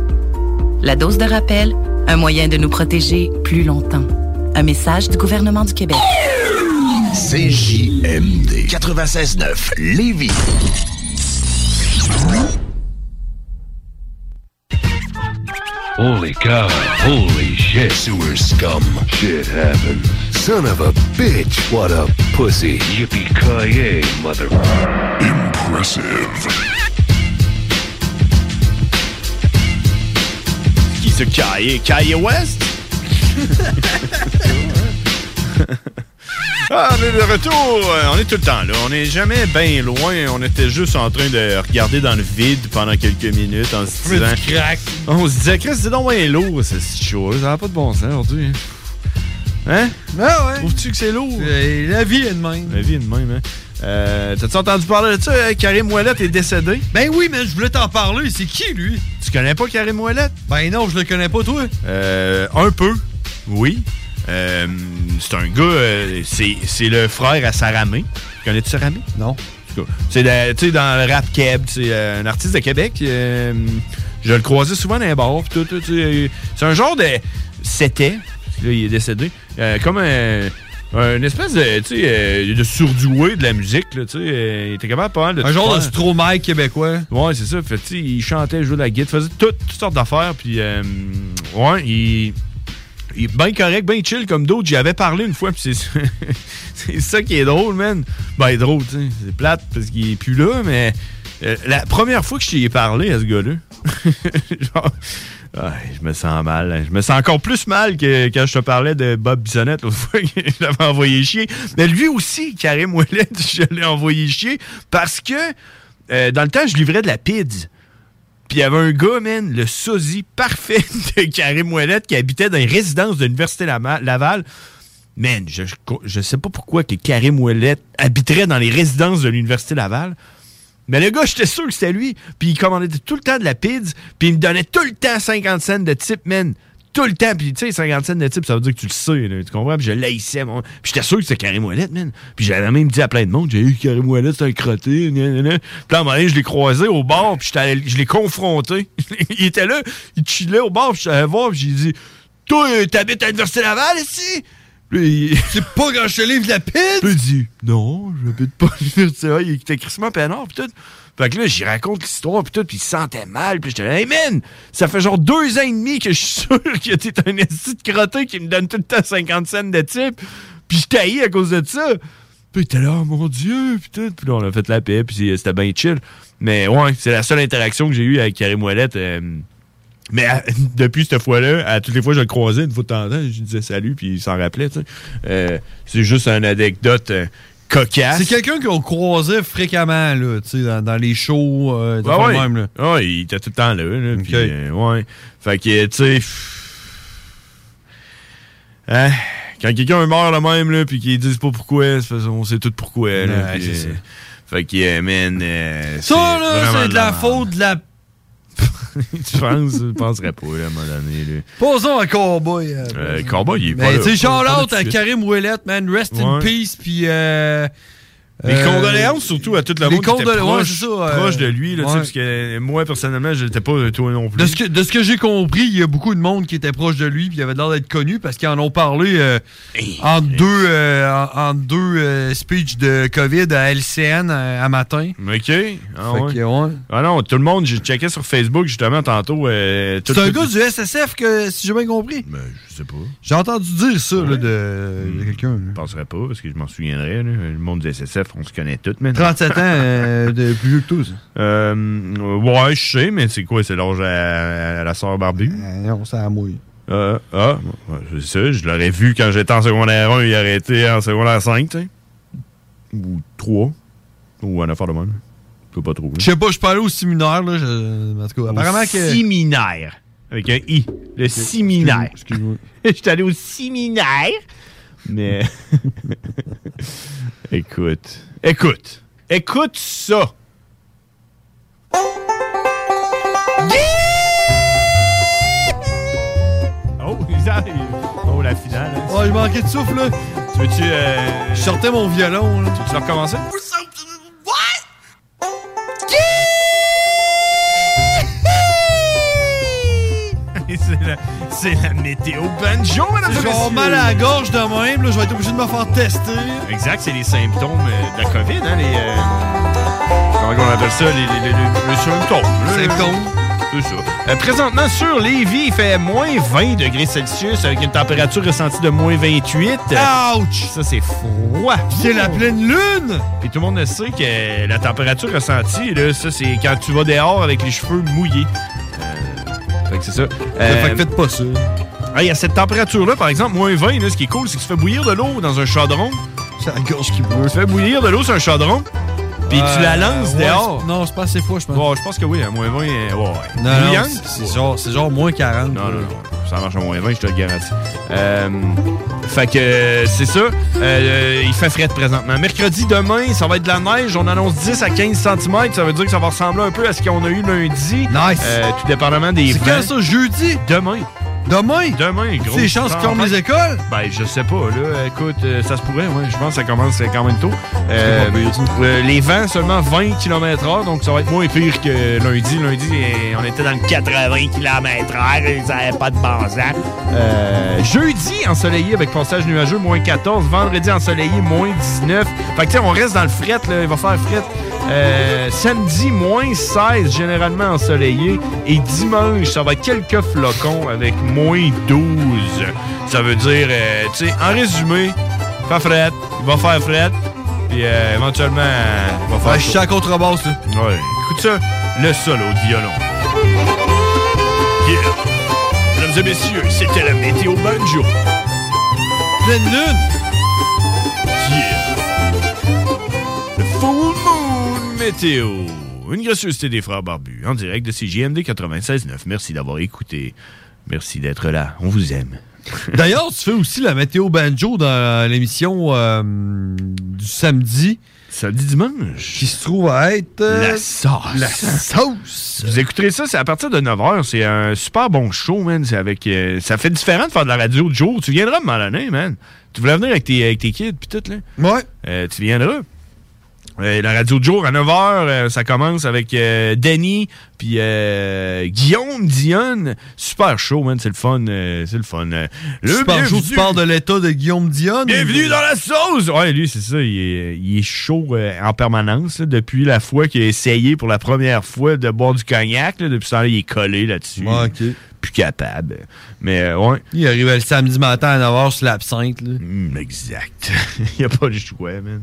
Speaker 1: La dose de rappel, un moyen de nous protéger plus longtemps. Un message du gouvernement du Québec.
Speaker 23: CJMD 96.9 Lévis.
Speaker 24: Holy cow. Holy shit.
Speaker 23: Sewer scum.
Speaker 24: Shit happened.
Speaker 23: Son of a bitch. What a pussy.
Speaker 24: Yippee-ki-yay, mother...
Speaker 23: Impressive.
Speaker 6: Qui se caille? Caille West? Ah, on est de retour. Euh, On est tout le temps là. On n'est jamais bien loin. On était juste en train de regarder dans le vide pendant quelques minutes en se
Speaker 7: Fais
Speaker 6: disant...
Speaker 7: du crack.
Speaker 6: On se disait, Chris, c'est donc bien lourd, ce petit show Ça n'a pas de bon sens aujourd'hui. Hein? Ah ouais. Trouves-tu que c'est lourd? la vie est de même. La vie est de même, hein? Euh, T'as-tu entendu parler de ça? hein? Karim Ouellette est décédé? Ben oui, mais je voulais t'en parler. C'est qui, lui? Tu connais pas Karim Ouellette? Ben non, je le connais pas, toi. Euh, un peu, oui. Euh, c'est un gars, euh, c'est c'est le frère à Saramé. Connais-tu Saramé? Non. C'est la- tu sais, dans le rap keb, c'est euh, un artiste de Québec. euh, je le croisais souvent dans les bars. pis tout, tout, tu sais, euh, c'est un genre de... C'était. Puis là, il est décédé. Euh, comme un. un espèce de, tu sais, euh, de surdoué de la musique, là, tu sais. euh, il était capable pas mal de
Speaker 8: Un genre de
Speaker 6: Stromae québécois. Ouais, c'est ça. Fait, que, tu sais, il chantait, jouait de la guitare, faisait toutes- toutes sortes d'affaires. Puis, euh, ouais, il il est bien correct, bien chill comme d'autres. J'y avais parlé une fois, puis c'est c'est ça qui est drôle, man. Ben, drôle, tu sais. C'est plate parce qu'il est plus là, mais euh, la première fois que je t'y ai parlé à ce gars-là, genre, ah, je me sens mal. hein. Je me sens encore plus mal que quand je te parlais de Bob Bissonnette l'autre fois que je l'avais envoyé chier. Mais lui aussi, Karim Ouellet, je l'ai envoyé chier parce que euh, dans le temps, je livrais de la pide. Puis il y avait un gars, man, le sosie parfait de Karim Ouellet qui habitait dans une résidence de l'Université Lama- Laval. Man, je, je, je sais pas pourquoi que Karim Ouellet habiterait dans les résidences de l'Université Laval. Mais le gars, j'étais sûr que c'était lui. Puis il commandait tout le temps de la pizza. Puis il me donnait tout le temps 50 cents de type, man. Tout le temps. Puis tu sais, 50 cents de type, ça veut dire que tu le sais, là, tu comprends? Puis je l'haïssais, mon. Puis j'étais sûr que c'était Karim Ouellet, man. Puis j'avais même dit à plein de monde, j'ai eu Karim Ouellet, c'est un crotté, gna, gna, gna. Puis là, à un moment donné, je l'ai croisé au bar, puis j'étais allé- je l'ai confronté. il était là, il chillait au bar, puis je suis allé voir, puis j'ai dit, toi, euh, t'habites à l'Université Laval, ici? C'est pas quand je te livre de la pizza! Puis il dit, non, j'habite pas à l'Université Laval. Ah, Il était crissement peinard, puis tout. Fait que là, j'y raconte l'histoire, puis tout, puis il se sentait mal, puis j'étais là, hey man, ça fait genre deux ans et demi que je suis sûr que t'es un esti de crotté qui me donne tout le temps 50 cents de type, puis je t'haïs à cause de ça. Puis il était là, oh mon Dieu, puis tout. Puis là, on a fait la paix, puis c'était bien chill. Mais ouais, c'est la seule interaction que j'ai eue avec Karim Ouellet. euh, mais à- depuis cette fois-là, à toutes les fois que je le croisais, une fois de temps en temps, je lui disais salut, puis il s'en rappelait, tu sais. Euh, c'est juste une anecdote euh, cocasse.
Speaker 8: C'est quelqu'un qu'on croisait fréquemment, là, tu sais, dans, dans les shows, euh, des
Speaker 6: Ouais,
Speaker 8: affaires
Speaker 6: Ah ouais.
Speaker 8: de même, là.
Speaker 6: Ouais, il était tout le temps là. là, puis, euh, ouais. Fait que, tu sais. hein, Quand quelqu'un meurt le même, là, puis qu'ils disent pas pourquoi, c'est parce qu'on sait tout pourquoi. là,
Speaker 8: Ouais,
Speaker 6: puis,
Speaker 8: c'est ça.
Speaker 6: euh, Fait que, euh, man. euh,
Speaker 8: Ça, là,
Speaker 6: vraiment
Speaker 8: c'est de la
Speaker 6: merde.
Speaker 8: faute de la.
Speaker 6: tu penses, je penserais pas, là, à un moment donné. Là.
Speaker 8: Posons un cowboy. euh.
Speaker 6: Euh, Combat, il est pas.
Speaker 8: Mais
Speaker 6: là.
Speaker 8: tu sais,
Speaker 6: On est pas
Speaker 8: shout-out
Speaker 6: là
Speaker 8: à
Speaker 6: tout de suite.
Speaker 8: Karim Ouellet, man. Rest in
Speaker 6: Ouais.
Speaker 8: peace, puis. euh,
Speaker 6: Les
Speaker 8: euh,
Speaker 6: condoléances surtout à tout le
Speaker 8: les
Speaker 6: monde qui était
Speaker 8: condolé- ouais,
Speaker 6: proche,
Speaker 8: c'est ça, euh,
Speaker 6: proche de lui, là, tu sais,
Speaker 8: ouais.
Speaker 6: parce que moi, personnellement, je n'étais pas toi non plus.
Speaker 8: De ce que, de ce que j'ai compris, il y a beaucoup de monde qui était proche de lui, puis il avait l'air d'être connu parce qu'ils en ont parlé euh, en, deux, euh, en, en deux euh, speeches de COVID à LCN euh, à matin.
Speaker 6: OK. Ah,
Speaker 8: Fait
Speaker 6: ouais.
Speaker 8: que, ouais.
Speaker 6: ah non, tout le monde, j'ai checké sur Facebook justement tantôt. euh, tout
Speaker 8: C'est un
Speaker 6: le-
Speaker 8: gars du SSF que, si j'ai bien compris.
Speaker 6: Ben, Je sais pas.
Speaker 8: J'ai entendu dire ça, là, de, de quelqu'un.
Speaker 6: Hmm. Je penserais pas, parce que je m'en souviendrais. là. Le monde du SSF, on se connaît tous maintenant.
Speaker 8: 37 ans, euh, de plus vieux que tous.
Speaker 6: Euh, ouais, je sais, mais c'est quoi? C'est l'âge à, à la sœur Barbie?
Speaker 8: non, ça la mouille.
Speaker 6: Euh, ah, ouais, c'est ça. Je l'aurais vu quand j'étais en secondaire 1, il aurait été en secondaire 5, tu sais. Ou 3. Ou un affaire de même. Je peux pas trouver.
Speaker 8: Je sais pas, je suis pas allé au séminaire, là. je- en tout cas, apparemment que.
Speaker 6: Séminaire. Avec un I. Le séminaire.
Speaker 8: Excuse-moi.
Speaker 6: Je suis allé au séminaire. Mais. écoute. Écoute. Écoute ça. Oh, ils arrivent. Oh, la finale.
Speaker 8: Oh, je manquais de souffle, là.
Speaker 6: Tu veux-tu. Euh...
Speaker 8: Je sortais mon violon, là.
Speaker 6: Tu veux-tu recommencer? C'est la, c'est la météo banjo, madame
Speaker 8: J'ai genre mal à la gorge de même, là. Je vais être obligé de me faire tester.
Speaker 6: Exact, c'est les symptômes euh, de la COVID, hein, les... euh, comment on appelle ça? Les, les- les- les- les symptômes. là.
Speaker 8: Symptômes.
Speaker 6: C'est ça. Euh, présentement, sur Lévis, il fait moins 20 degrés Celsius avec une température ressentie de moins 28.
Speaker 8: Ouch!
Speaker 6: Ça, c'est froid.
Speaker 8: C'est la pleine lune!
Speaker 6: Puis tout le monde le sait que la température ressentie, là, ça, c'est quand tu vas dehors avec les cheveux mouillés. Euh, fait que c'est ça. Euh,
Speaker 8: fait que faites pas ça.
Speaker 6: Ah, Il y a cette température-là, par exemple, moins 20, là, ce qui est cool, c'est que tu fais bouillir de l'eau dans un chaudron.
Speaker 8: C'est la gorge qui brûle.
Speaker 6: Tu fais bouillir de l'eau sur un chaudron, puis tu la lances
Speaker 8: Euh, ouais,
Speaker 6: dehors.
Speaker 8: c'est- Non, je pense que c'est pas, je pense.
Speaker 6: Ouais, je pense que oui, à moins 20, euh, ouais.
Speaker 8: Non, non,
Speaker 6: Bouillante?
Speaker 8: c'est- c'est genre, c'est genre moins 40.
Speaker 6: Non, non, non. Ça marche à moins 20, je te le garantis. Euh, fait que euh, c'est ça. Euh, euh, il fait fret présentement. Mercredi, demain, ça va être de la neige. On annonce 10 à 15 cm. Ça veut dire que ça va ressembler un peu à ce qu'on a eu lundi. Euh,
Speaker 8: Nice.
Speaker 6: tout dépendamment des
Speaker 8: C'est quand
Speaker 6: vents.
Speaker 8: ça, jeudi?
Speaker 6: Demain. Demain? Demain, gros.
Speaker 7: C'est les chances qu'ils ferment les
Speaker 6: écoles? Ben, je sais pas, là. Écoute, euh, ça se pourrait, ouais. Je pense que ça commence euh, quand même tôt. Euh, euh, les vents, seulement 20 km/h, donc ça va être moins pire que lundi. Lundi, euh, on était dans le 80 km/h, ça n'avait pas de bon sens. Euh, jeudi, ensoleillé avec passage nuageux, moins 14. Vendredi, ensoleillé, moins 19. Fait que, tu sais, on reste dans le fret, là. Il va faire fret. Euh, samedi, moins 16, généralement ensoleillé. Et dimanche, ça va être quelques flocons avec moins 12. Ça veut dire, euh, tu sais, en résumé, pas fret, il va faire fret. Puis euh, éventuellement, il va faire.
Speaker 7: Ouais, je suis à
Speaker 6: contrebasse, là. Ouais. Écoute ça, le solo de violon. Yeah. Mesdames et messieurs, c'était la météo banjo. Pleine lune. Yeah. Le full moon météo. Une gracieuseté des frères barbus, en direct de CJMD 96.9. Merci d'avoir écouté. Merci d'être là. On vous aime.
Speaker 7: D'ailleurs, tu fais aussi la météo banjo dans l'émission euh, du samedi.
Speaker 6: Samedi dimanche.
Speaker 7: Qui se trouve à être. euh,
Speaker 6: La sauce.
Speaker 7: La sauce.
Speaker 6: Vous écouterez ça, c'est à partir de 9h. C'est un super bon show, man. C'est avec, euh, ça fait différent de faire de la radio de jour. Tu viendras me l'année, man. Tu voulais venir avec tes, avec tes kids puis tout, là.
Speaker 7: Ouais.
Speaker 6: Euh, tu viendras. Euh, la radio de jour à 9h, ça commence avec euh, Danny puis euh, Guillaume Dionne. Super show, man. C'est le fun. euh, c'est le fun. Euh, le
Speaker 7: Super show,
Speaker 6: bienvenu-
Speaker 7: tu parles de l'état de Guillaume Dionne.
Speaker 6: Bienvenue dans la sauce! Ouais, lui, c'est ça, il est, il est chaud euh, en permanence là, depuis la fois qu'il a essayé pour la première fois de boire du cognac. là. depuis ça, il est collé là-dessus. Plus capable. Mais euh, ouais. Mm,
Speaker 7: Il arrive le samedi matin à 9h sur l'absinthe. là.
Speaker 6: exact. il n'y a pas de choix, man.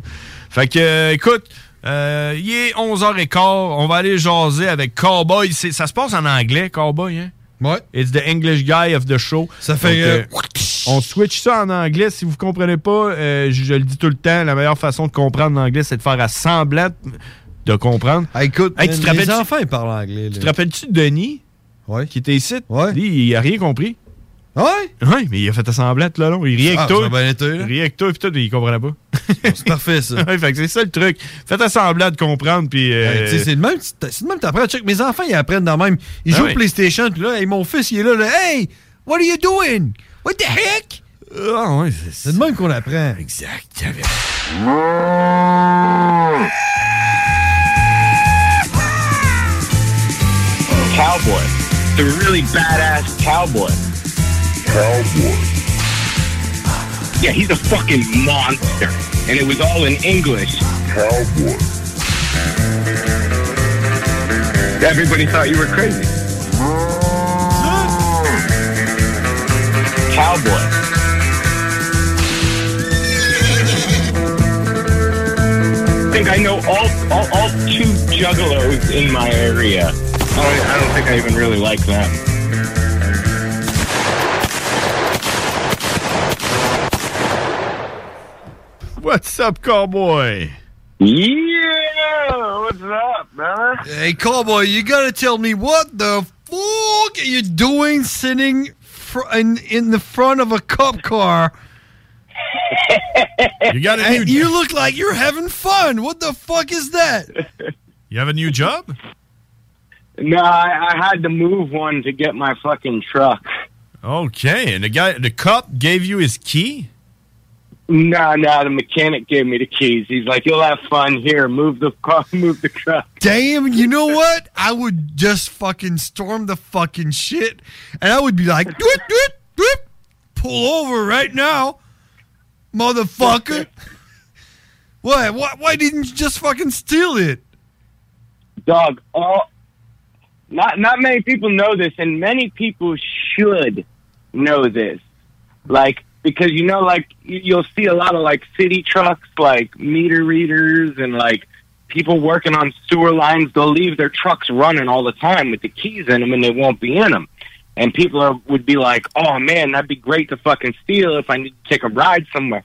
Speaker 6: Fait que, euh, écoute, euh, il est 11h15. On va aller jaser avec Cowboy. C'est- Ça se passe en anglais, Cowboy, hein?
Speaker 7: Ouais.
Speaker 6: It's the English guy of the show. Ça
Speaker 7: fait, euh,
Speaker 6: on switch ça en anglais. Si vous comprenez pas, euh, je, je le dis tout le temps, la meilleure façon de comprendre l'anglais, c'est de faire à semblant de comprendre.
Speaker 7: Ah, écoute,
Speaker 6: tu te
Speaker 7: les
Speaker 6: rappelles-tu
Speaker 7: enfants, ils parlent anglais.
Speaker 6: tu te rappelles-tu de Denis? Qui était ici? Lui, il a rien compris.
Speaker 7: Ouais?
Speaker 6: Ouais, mais il a fait un semblant tout le long. Il riait
Speaker 7: Ah,
Speaker 6: avec toi.
Speaker 7: ça a bien été,
Speaker 6: il riait avec toi, puis tout, il comprenait pas.
Speaker 7: C'est parfait, ça.
Speaker 6: ouais, fait que c'est ça le truc. Faites un semblant de comprendre, puis... euh,
Speaker 7: Hey, Ben, tu sais, c'est le même, c'est c'est le même t'apprends. Check, mes enfants, ils apprennent dans le même. Ils
Speaker 6: Ah
Speaker 7: jouent au
Speaker 6: oui.
Speaker 7: PlayStation, puis là, hey, mon fils, il est là, là, Hey, what are you doing? What the heck?
Speaker 6: Ah, ouais, c'est
Speaker 7: le même qu'on apprend.
Speaker 6: Exact.
Speaker 25: Cowboy. The really badass cowboy. Cowboy. Yeah, he's a fucking monster. And it was all in English. Cowboy. Everybody thought you were crazy. Cowboy. I think I know all, all, all two juggalos in my area. I don't, I don't think I even really like them.
Speaker 6: What's up, Cowboy?
Speaker 25: Yeah! What's up, man?
Speaker 7: Hey, cowboy, you gotta tell me what the fuck are you doing sitting fr- in, in the front of a cop car?
Speaker 6: you got a
Speaker 7: new You look like you're having fun. What the fuck is that?
Speaker 6: You have a new job?
Speaker 25: No, I, I had to move one to get my fucking truck.
Speaker 6: Okay, and the guy, the cop gave you his key?
Speaker 25: No, no, the mechanic gave me the keys. He's like, "You'll have fun here. Move the car, move the truck."
Speaker 7: Damn, you know what? I would just fucking storm the fucking shit. And I would be like, doot, doot, doot, pull over right now, motherfucker. Why, why, why didn't you just fucking steal it?
Speaker 25: Dog, all not not many people know this, and many people should know this. Like because you know, like y- you'll see a lot of like city trucks, like meter readers, and like people working on sewer lines. They'll leave their trucks running all the time with the keys in them, and they won't be in them. And people are, would be like, "Oh man, that'd be great to fucking steal if I need to take a ride somewhere."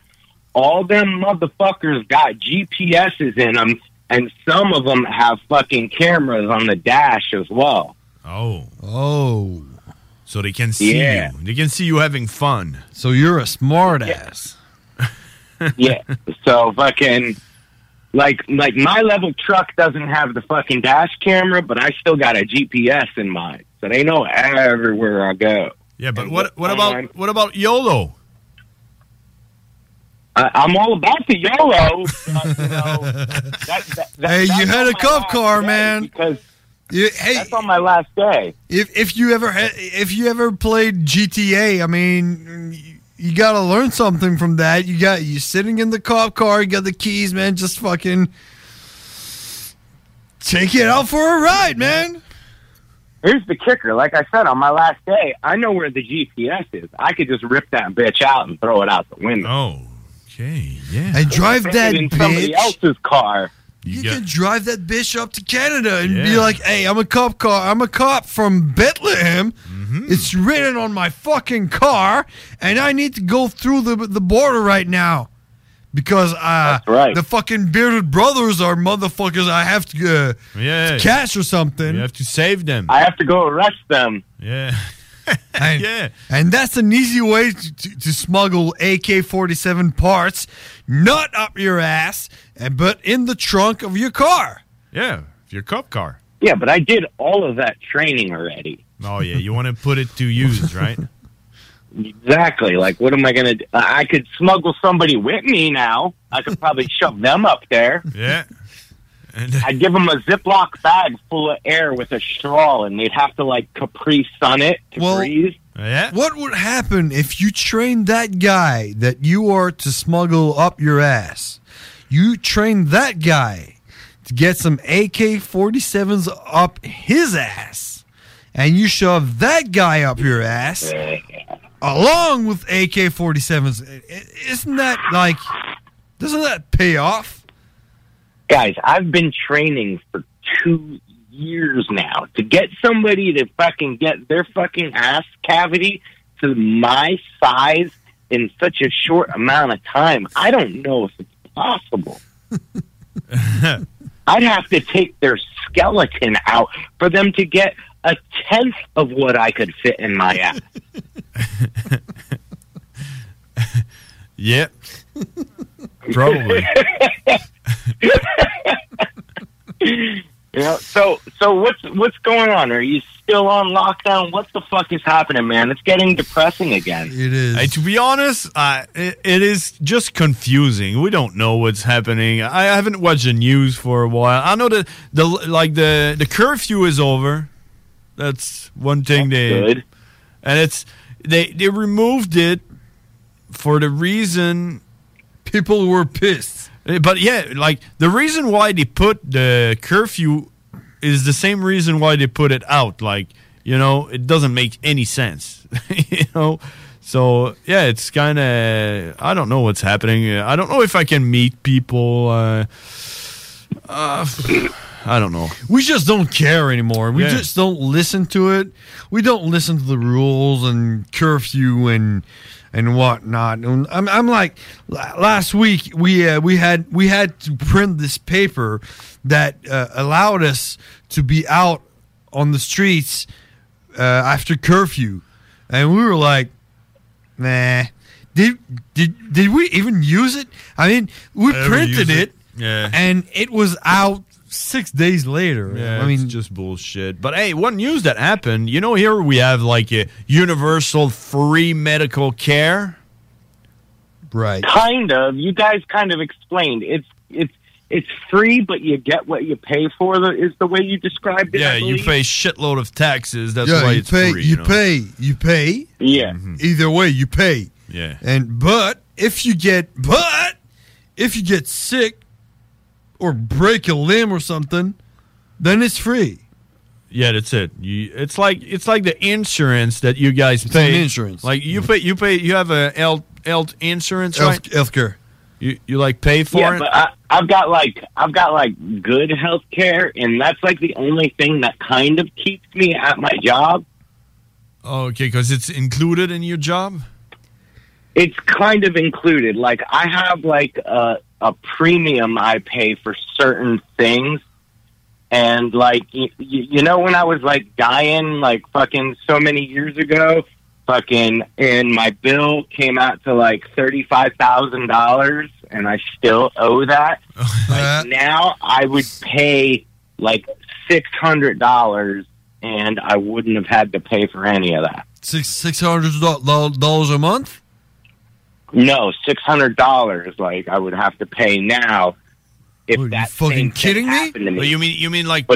Speaker 25: all them motherfuckers got GPSs in them, and some of them have fucking cameras on the dash as well.
Speaker 6: Oh.
Speaker 7: Oh.
Speaker 6: So they can see
Speaker 25: Yeah.
Speaker 6: you. They can see you having fun.
Speaker 7: So you're a smart ass.
Speaker 25: yeah. So fucking like like my level truck doesn't have the fucking dash camera, but I still got a GPS in mine, so they know everywhere I go.
Speaker 6: Yeah, but what what about what about YOLO?
Speaker 25: I, I'm all about the YOLO. but, you know, that, that, that,
Speaker 7: Hey, you
Speaker 25: that's
Speaker 7: had
Speaker 25: on
Speaker 7: a
Speaker 25: my
Speaker 7: cop
Speaker 25: last
Speaker 7: car,
Speaker 25: day
Speaker 7: man.
Speaker 25: Because
Speaker 7: that's
Speaker 25: on my last day.
Speaker 7: If if you ever had- if you ever played GTA, I mean, you got to learn something from that. You got you sitting in the cop car, you got the keys, man. Just fucking take it out for a ride, man.
Speaker 25: Here's the kicker. Like I said, on my last day, I know where the GPS is. I could just rip that bitch out and throw it out the window.
Speaker 6: Oh, okay, yeah.
Speaker 7: And drive that
Speaker 25: in somebody
Speaker 7: bitch.
Speaker 25: else's car.
Speaker 7: You, can drive that bitch up to Canada and be like, "Hey, I'm a cop car. I'm a cop from Bethlehem.
Speaker 6: Mm-hmm.
Speaker 7: It's written on my fucking car, and I need to go through the the border right now because uh, the fucking bearded brothers are motherfuckers. I have to, uh,
Speaker 6: Yeah.
Speaker 7: to catch or something. You
Speaker 6: have to save them.
Speaker 25: I have to go arrest them.
Speaker 6: Yeah.
Speaker 7: And,
Speaker 6: yeah.
Speaker 7: and that's an easy way to, to, to smuggle AK-47 parts, not up your ass, and but in the trunk of your car.
Speaker 6: Yeah, your cop car.
Speaker 25: Yeah, but I did all of that training already.
Speaker 6: Oh yeah, you want to put it to use, right?
Speaker 25: Exactly. Like, what am I going to do? I I could smuggle somebody with me now. I could probably shove them up there.
Speaker 6: Yeah.
Speaker 25: I'd give them a Ziploc bag full of air with a straw, and they'd have to, like, Capri Sun it to breathe.
Speaker 7: What would happen if you trained that guy that you are to smuggle up your ass? You trained that guy to get some AK 47s up his ass, and you shove that guy up your ass along with AK 47s. Isn't that like, doesn't that pay off?
Speaker 25: Guys, I've been training for two years now to get somebody to fucking get their fucking ass cavity to my size in such a short amount of time. I don't know if it's possible. I'd have to take their skeleton out for them to get a tenth of what I could fit in my ass.
Speaker 6: Yeah. Probably.
Speaker 25: you know, so so what's what's going on? Are you still on lockdown? What the fuck is happening, man? It's getting depressing again.
Speaker 7: It is.
Speaker 6: to be honest, uh, it, it is just confusing. We don't know what's happening. I haven't watched the news for a while. I know that the like the the curfew is over. That's one thing they
Speaker 25: good.
Speaker 6: and it's they they removed it for the reason Eh,
Speaker 7: people were pissed.
Speaker 6: But yeah, like the reason why they put the curfew is the same reason why they put it out. Like you know, it doesn't make any sense. you know, so yeah, it's kind of I don't know what's happening. I don't know if I can meet people. Uh, uh, I don't know.
Speaker 7: We just don't care anymore. We
Speaker 6: Yeah.
Speaker 7: just don't listen to it. We don't listen to the rules and curfew and and whatnot. And I'm, I'm like la- last week we uh, we had we had to print this paper that uh, allowed us to be out on the streets uh, after curfew, and we were like, nah. Did, did did we even use it? I mean, we
Speaker 6: Ever
Speaker 7: printed
Speaker 6: use
Speaker 7: it,
Speaker 6: it? Yeah.
Speaker 7: and it was out six days later.
Speaker 6: Yeah,
Speaker 7: I mean,
Speaker 6: it's just bullshit. But hey, one news that happened. You know, here we have like a universal free medical care.
Speaker 7: Right.
Speaker 25: Kind of. You guys kind of explained. It's it's it's free, but you get what you pay for. The, is the way you described it. I
Speaker 6: Yeah, you
Speaker 25: believe.
Speaker 6: pay shitload of taxes. That's why
Speaker 7: you
Speaker 6: it's
Speaker 7: pay,
Speaker 6: free.
Speaker 7: You,
Speaker 6: You, know? Mm-hmm.
Speaker 7: pay. You pay.
Speaker 25: Yeah.
Speaker 6: Hmm.
Speaker 7: Either way, you pay.
Speaker 6: Yeah.
Speaker 7: And but if you get but if you get sick or break a limb or something, then it's free.
Speaker 6: Yeah, that's it. You, it's like it's like the insurance that you guys pay.
Speaker 7: an insurance. Mm-hmm.
Speaker 6: Like you pay you pay you have a health health insurance,
Speaker 7: Health-
Speaker 6: right?
Speaker 7: Healthcare.
Speaker 6: You you like pay for
Speaker 25: Yeah,
Speaker 6: it?
Speaker 25: but I, I've got like I've got like good health care, and that's like the only thing that kind of keeps me at my job.
Speaker 6: oh, okay, because it's included in your job.
Speaker 25: It's kind of included. Like I have like a a premium I pay for certain things, and like you, you know when I was like dying, like fucking so many years ago, fucking, and my bill came out to like thirty five thousand dollars, and I still owe that. like now I would pay like six hundred dollars, and I wouldn't have had to pay for any of that.
Speaker 8: Six six hundred dollars a month.
Speaker 25: No, six hundred dollars. Like I would have to pay now. If that fucking kidding me?
Speaker 6: But Oh, you mean you mean like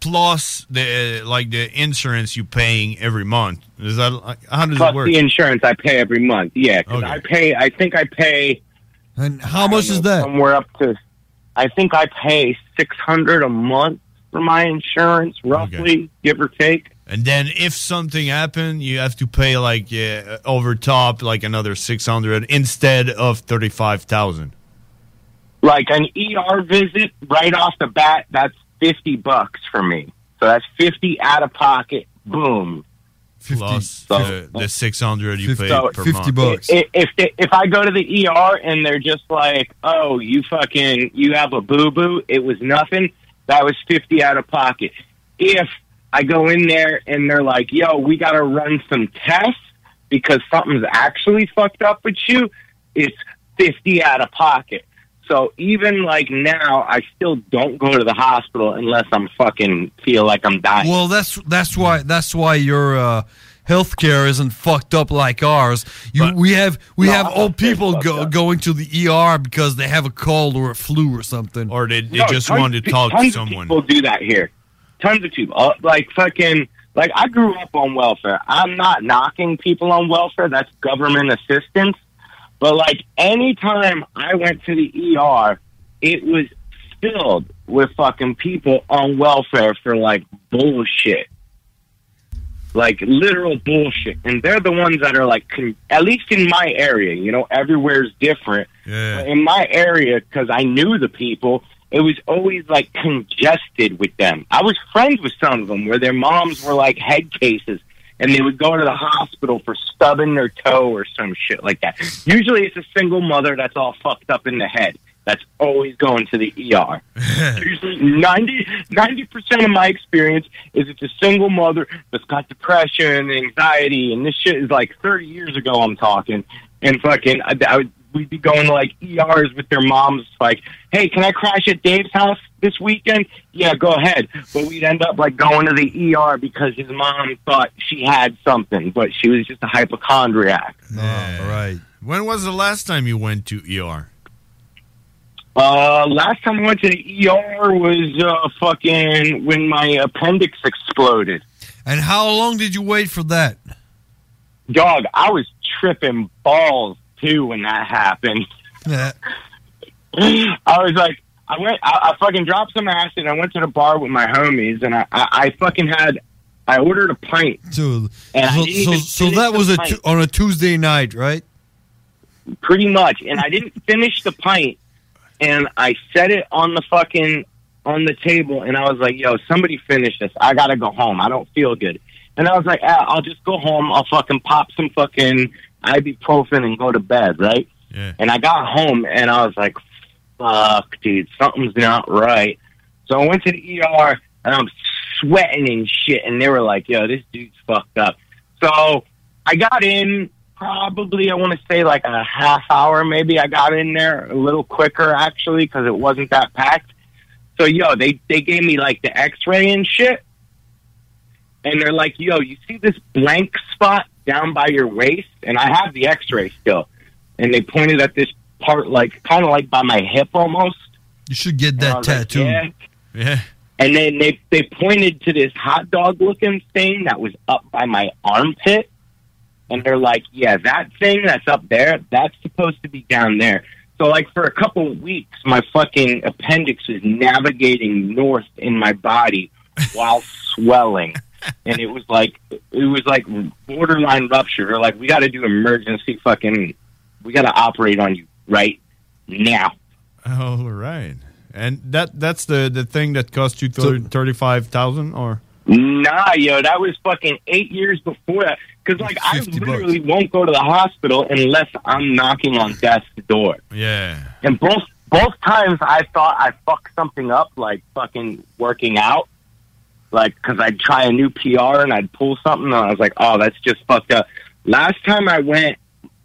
Speaker 6: plus the uh, like the insurance you paying every month? Is that like, how does
Speaker 25: plus
Speaker 6: it work?
Speaker 25: the insurance I pay every month? Yeah, 'cause I pay. I think I pay.
Speaker 8: And how much is that?
Speaker 25: Somewhere up to. I think I pay six hundred a month for my insurance, roughly, give or take.
Speaker 6: And then if something happened, you have to pay like uh, over top like another six hundred instead of thirty five thousand.
Speaker 25: Like an ER visit right off the bat, that's fifty bucks for me. So that's fifty out of pocket. Boom.
Speaker 6: Plus the, the six hundred you pay
Speaker 25: So-
Speaker 6: per month.
Speaker 25: i- If they, if I go to the ER and they're just like, "Oh, you fucking you have a boo boo," it was nothing. That was fifty out of pocket. If I go in there and they're like, "Yo, we got to run some tests because something's actually fucked up with you," it's fifty out of pocket. So even like now, I still don't go to the hospital unless I'm fucking feel like I'm dying.
Speaker 8: Well, that's that's why that's why your uh, healthcare isn't fucked up like ours. You, we have we have old people go, going to the ER because they have a cold or a flu or something,
Speaker 6: or they,
Speaker 25: No, tons of pe- tons of people do that here. Tons of people, Uh, like fucking, like I grew up on welfare. I'm not knocking people on welfare. That's government assistance. But like any time I went to the ER, it was filled with fucking people on welfare for like bullshit. Like literal bullshit. And they're the ones that are like, con- at least in my area, you know, everywhere's different. But in my area, because I knew the people, it was always like congested with them. I was friends with some of them where their moms were like head cases and they would go to the hospital for stubbing their toe or some shit like that. Usually it's a single mother that's all fucked up in the head. That's always going to the ER. Usually 90, 90% of my experience is it's a single mother that's got depression and anxiety, and this shit is like 30 years ago I'm talking. And fucking, I, I would, we'd be going to like ERs with their moms, like, hey, can I crash at Dave's house this weekend? Yeah, go ahead. But we'd end up like going to the ER because his mom thought she had something, but she was just a hypochondriac.
Speaker 6: All right. When was the last time you went to ER?
Speaker 25: Uh, last time I went to the ER was uh, fucking when my appendix exploded.
Speaker 8: And how long did you wait for that?
Speaker 25: Dog, I was tripping balls too when that happened.
Speaker 8: Yeah.
Speaker 25: I was like, I went, I, I fucking dropped some acid. and I went to the bar with my homies, and I, I, I fucking had, I ordered a pint.
Speaker 8: So,
Speaker 25: And I
Speaker 8: so,
Speaker 25: didn't
Speaker 8: so,
Speaker 25: even
Speaker 8: so
Speaker 25: finish
Speaker 8: that
Speaker 25: the
Speaker 8: was a
Speaker 25: pint.
Speaker 8: tu- on a Tuesday night, right?
Speaker 25: pretty much. And I didn't finish the pint, and I set it on the fucking on the table, and I was like, "Yo, somebody finish this. I gotta go home. I don't feel good." And I was like, ah, "I'll just go home. I'll fucking pop some fucking ibuprofen and go to bed, right?"
Speaker 6: Yeah.
Speaker 25: And I got home, and I was like, "Fuck, dude, something's not right." So I went to the ER, and I'm sweating and shit, and they were like, "Yo, this dude's fucked up." So I got in probably, I want to say like a half hour maybe. I got in there a little quicker actually because it wasn't that packed. So, yo, they, they gave me like the x ray and shit. And they're like, yo, you see this blank spot down by your waist? And I have the x ray still. And they pointed at this part, like kind of like by my hip almost.
Speaker 8: You should get that
Speaker 25: And I was like,
Speaker 8: tattoo.
Speaker 25: "Yeah."
Speaker 6: Yeah.
Speaker 25: And then they they pointed to this hot dog looking thing that was up by my armpit, and they're like, "Yeah, that thing that's up there, that's supposed to be down there." So like for a couple of weeks, my fucking appendix was navigating north in my body while swelling, and it was like it was like borderline rupture. They're like, "We got to do emergency fucking, we got to operate on you right now."
Speaker 6: All right. And that that's the, the thing that cost you thir- 35000 or
Speaker 25: Nah, yo, that was fucking eight years before that. Because like I literally won't go to the hospital unless I'm knocking on death's door.
Speaker 6: Yeah.
Speaker 25: And both both times I thought I fucked something up, like fucking working out, like because I'd try a new PR and I'd pull something, and I was like, oh, that's just fucked up. Last time I went,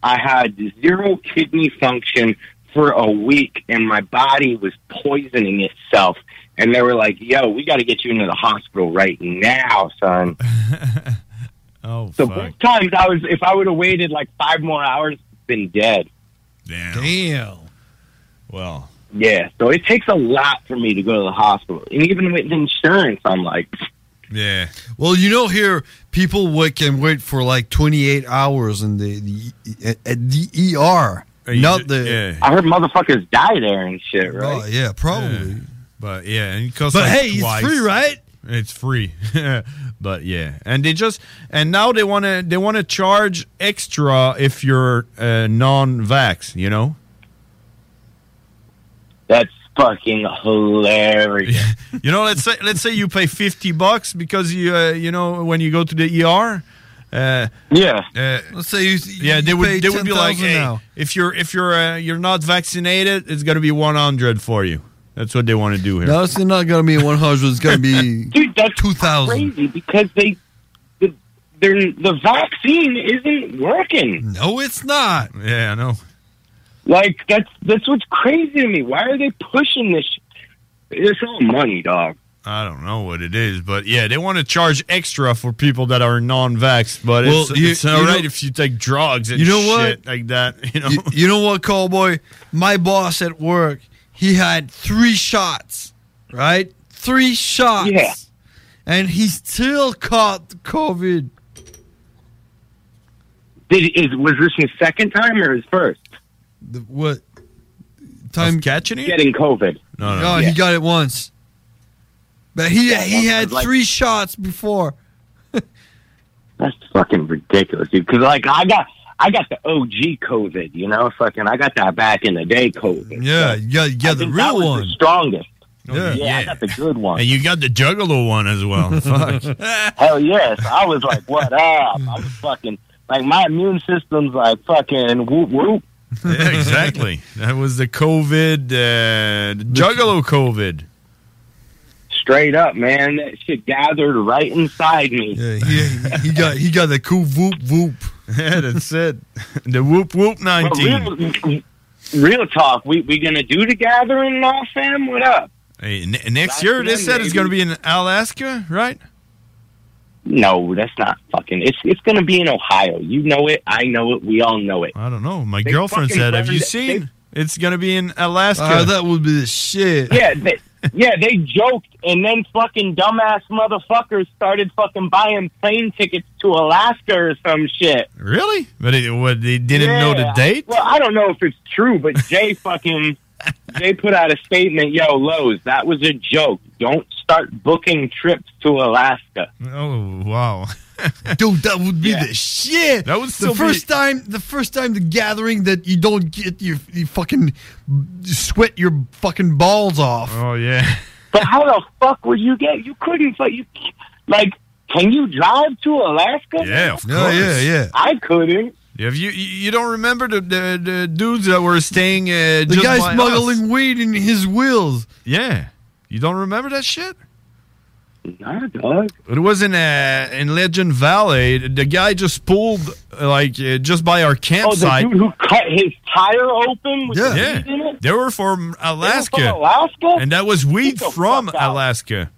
Speaker 25: I had zero kidney function for a week, and my body was poisoning itself. And they were like, "Yo, we got to get you into the hospital right now, son."
Speaker 6: Oh,
Speaker 25: so both times I was, if I would have waited like five more hours, been dead.
Speaker 6: Damn. Well,
Speaker 25: Yeah. So it takes a lot for me to go to the hospital, and even with insurance, I'm like,
Speaker 6: yeah.
Speaker 7: Well, you know, here people wait, can wait for like 28 hours in the, the at, at
Speaker 8: E
Speaker 7: the ER, not the.
Speaker 25: I heard motherfuckers die there and shit, right?
Speaker 7: Oh, yeah, probably.
Speaker 6: But yeah, and it costs
Speaker 7: But
Speaker 6: like
Speaker 7: hey, it's
Speaker 6: twice.
Speaker 7: free, right?
Speaker 6: It's free, but yeah, and they just and now they want to they want to charge extra if you're uh, non-vax, you know.
Speaker 25: That's fucking hilarious.
Speaker 6: you know, let's say let's say you pay fifty bucks because you uh, you know when you go to the ER. Uh,
Speaker 25: yeah.
Speaker 6: let's say you, yeah, they
Speaker 7: you
Speaker 6: would
Speaker 7: pay
Speaker 6: they would be like,
Speaker 7: 10,000
Speaker 6: hey,
Speaker 7: now.
Speaker 6: if you're if you're uh, you're not vaccinated, it's gonna be one hundred for you. That's what they want to do here.
Speaker 7: No, it's not going to be 100. It's going to be
Speaker 25: Dude, that's
Speaker 7: 2,000.
Speaker 25: crazy because they, the, they're, the vaccine isn't working.
Speaker 7: No, it's not.
Speaker 6: Yeah, I know.
Speaker 25: Like that's that's what's crazy to me. Why are they pushing this? sh- It's all money, dog.
Speaker 6: I don't know what it is, but yeah, they want to charge extra for people that are non-vax. But
Speaker 7: Well,
Speaker 6: it's,
Speaker 7: you-
Speaker 6: it's all
Speaker 7: you
Speaker 6: right
Speaker 7: know-
Speaker 6: if you take drugs and
Speaker 7: You know
Speaker 6: shit
Speaker 7: what?
Speaker 6: like that. You know,
Speaker 7: You, you know what, Cowboy? My boss at work, he had three shots, right? Three shots.
Speaker 25: Yeah.
Speaker 7: And he still caught COVID.
Speaker 25: Did is was this his second time or his first?
Speaker 7: The, what? Time
Speaker 6: catching
Speaker 7: it?
Speaker 25: Getting COVID.
Speaker 6: No,
Speaker 7: No, he got it once. But he he had three shots before.
Speaker 25: That's fucking ridiculous, dude. Because like I got, I got the OG COVID. You know, fucking, I got that back in the day COVID.
Speaker 7: Yeah, yeah, yeah. The
Speaker 25: That was
Speaker 7: real one.
Speaker 25: the strongest.
Speaker 7: Oh,
Speaker 6: Yeah.
Speaker 25: I got the good one.
Speaker 6: and you got the juggalo one as well. Fuck.
Speaker 25: Hell yes, I was like, what up? I'm fucking like my immune system's like fucking whoop whoop.
Speaker 6: yeah, exactly. That was the COVID, uh, the Juggalo COVID.
Speaker 25: Straight up, man. That shit gathered right inside me.
Speaker 7: Yeah, he, he got he got the cool whoop whoop.
Speaker 6: Yeah, that's it. The whoop whoop
Speaker 25: real, real talk, we we gonna do the gathering and all, fam? What up?
Speaker 6: Hey, n- next
Speaker 25: Back
Speaker 6: year, they
Speaker 25: then,
Speaker 6: said it's
Speaker 25: maybe.
Speaker 6: going to be in Alaska, right?
Speaker 25: No, that's not fucking. It's it's gonna be in Ohio. You know it. I know it. We all know it.
Speaker 6: I don't know. My
Speaker 25: They
Speaker 6: girlfriend
Speaker 25: fucking
Speaker 6: said, "Have you
Speaker 25: burned-
Speaker 6: seen? it's going to be in Alaska."
Speaker 7: Ah, that would be the shit.
Speaker 25: Yeah, they, yeah, they joked, and then fucking dumbass motherfuckers started fucking buying plane tickets to Alaska or some shit.
Speaker 6: really? But it, what, they didn't know the
Speaker 25: Yeah.
Speaker 6: date.
Speaker 25: Well, I don't know if it's true, but Jay fucking Jay put out a statement. Yo, Lowe's, that was a joke. Don't start booking trips to Alaska.
Speaker 6: Oh wow,
Speaker 7: dude, that would be the shit.
Speaker 6: That was
Speaker 7: the first time. The first time the gathering that you don't get you, you fucking sweat your fucking balls off.
Speaker 6: Oh yeah.
Speaker 25: But how the fuck would you get? You couldn't. But you like, can you drive to Alaska?
Speaker 6: Yeah, of course.
Speaker 25: I couldn't.
Speaker 6: Have you you you don't remember the the, the dudes that were staying? Uh,
Speaker 7: The
Speaker 6: just
Speaker 7: guy
Speaker 6: by
Speaker 7: smuggling
Speaker 6: us?
Speaker 7: weed in his wheels.
Speaker 6: Yeah, you don't remember that shit?
Speaker 25: Nah, dog.
Speaker 6: It was in uh, in Legend Valley. The guy just pulled uh, like uh, just by our
Speaker 25: Oh, the
Speaker 6: campsite.
Speaker 25: dude who cut his tire open with the
Speaker 6: yeah.
Speaker 25: weed in it.
Speaker 6: They were from Alaska.
Speaker 25: They were from Alaska?
Speaker 6: And that was weed
Speaker 25: Get the
Speaker 6: from
Speaker 25: fuck out.
Speaker 6: Alaska.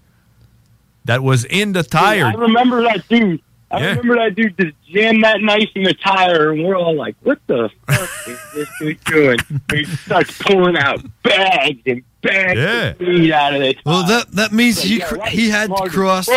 Speaker 6: That was in the
Speaker 25: Dude,
Speaker 6: tire.
Speaker 25: I remember that dude. I
Speaker 6: Yeah.
Speaker 25: remember that dude just jammed that knife in the tire, and we're all like, "What the fuck is this dude doing?" He starts pulling out bags and bags
Speaker 7: Yeah.
Speaker 25: of weed out of it.
Speaker 7: Well, that that means he cr- he had to cross.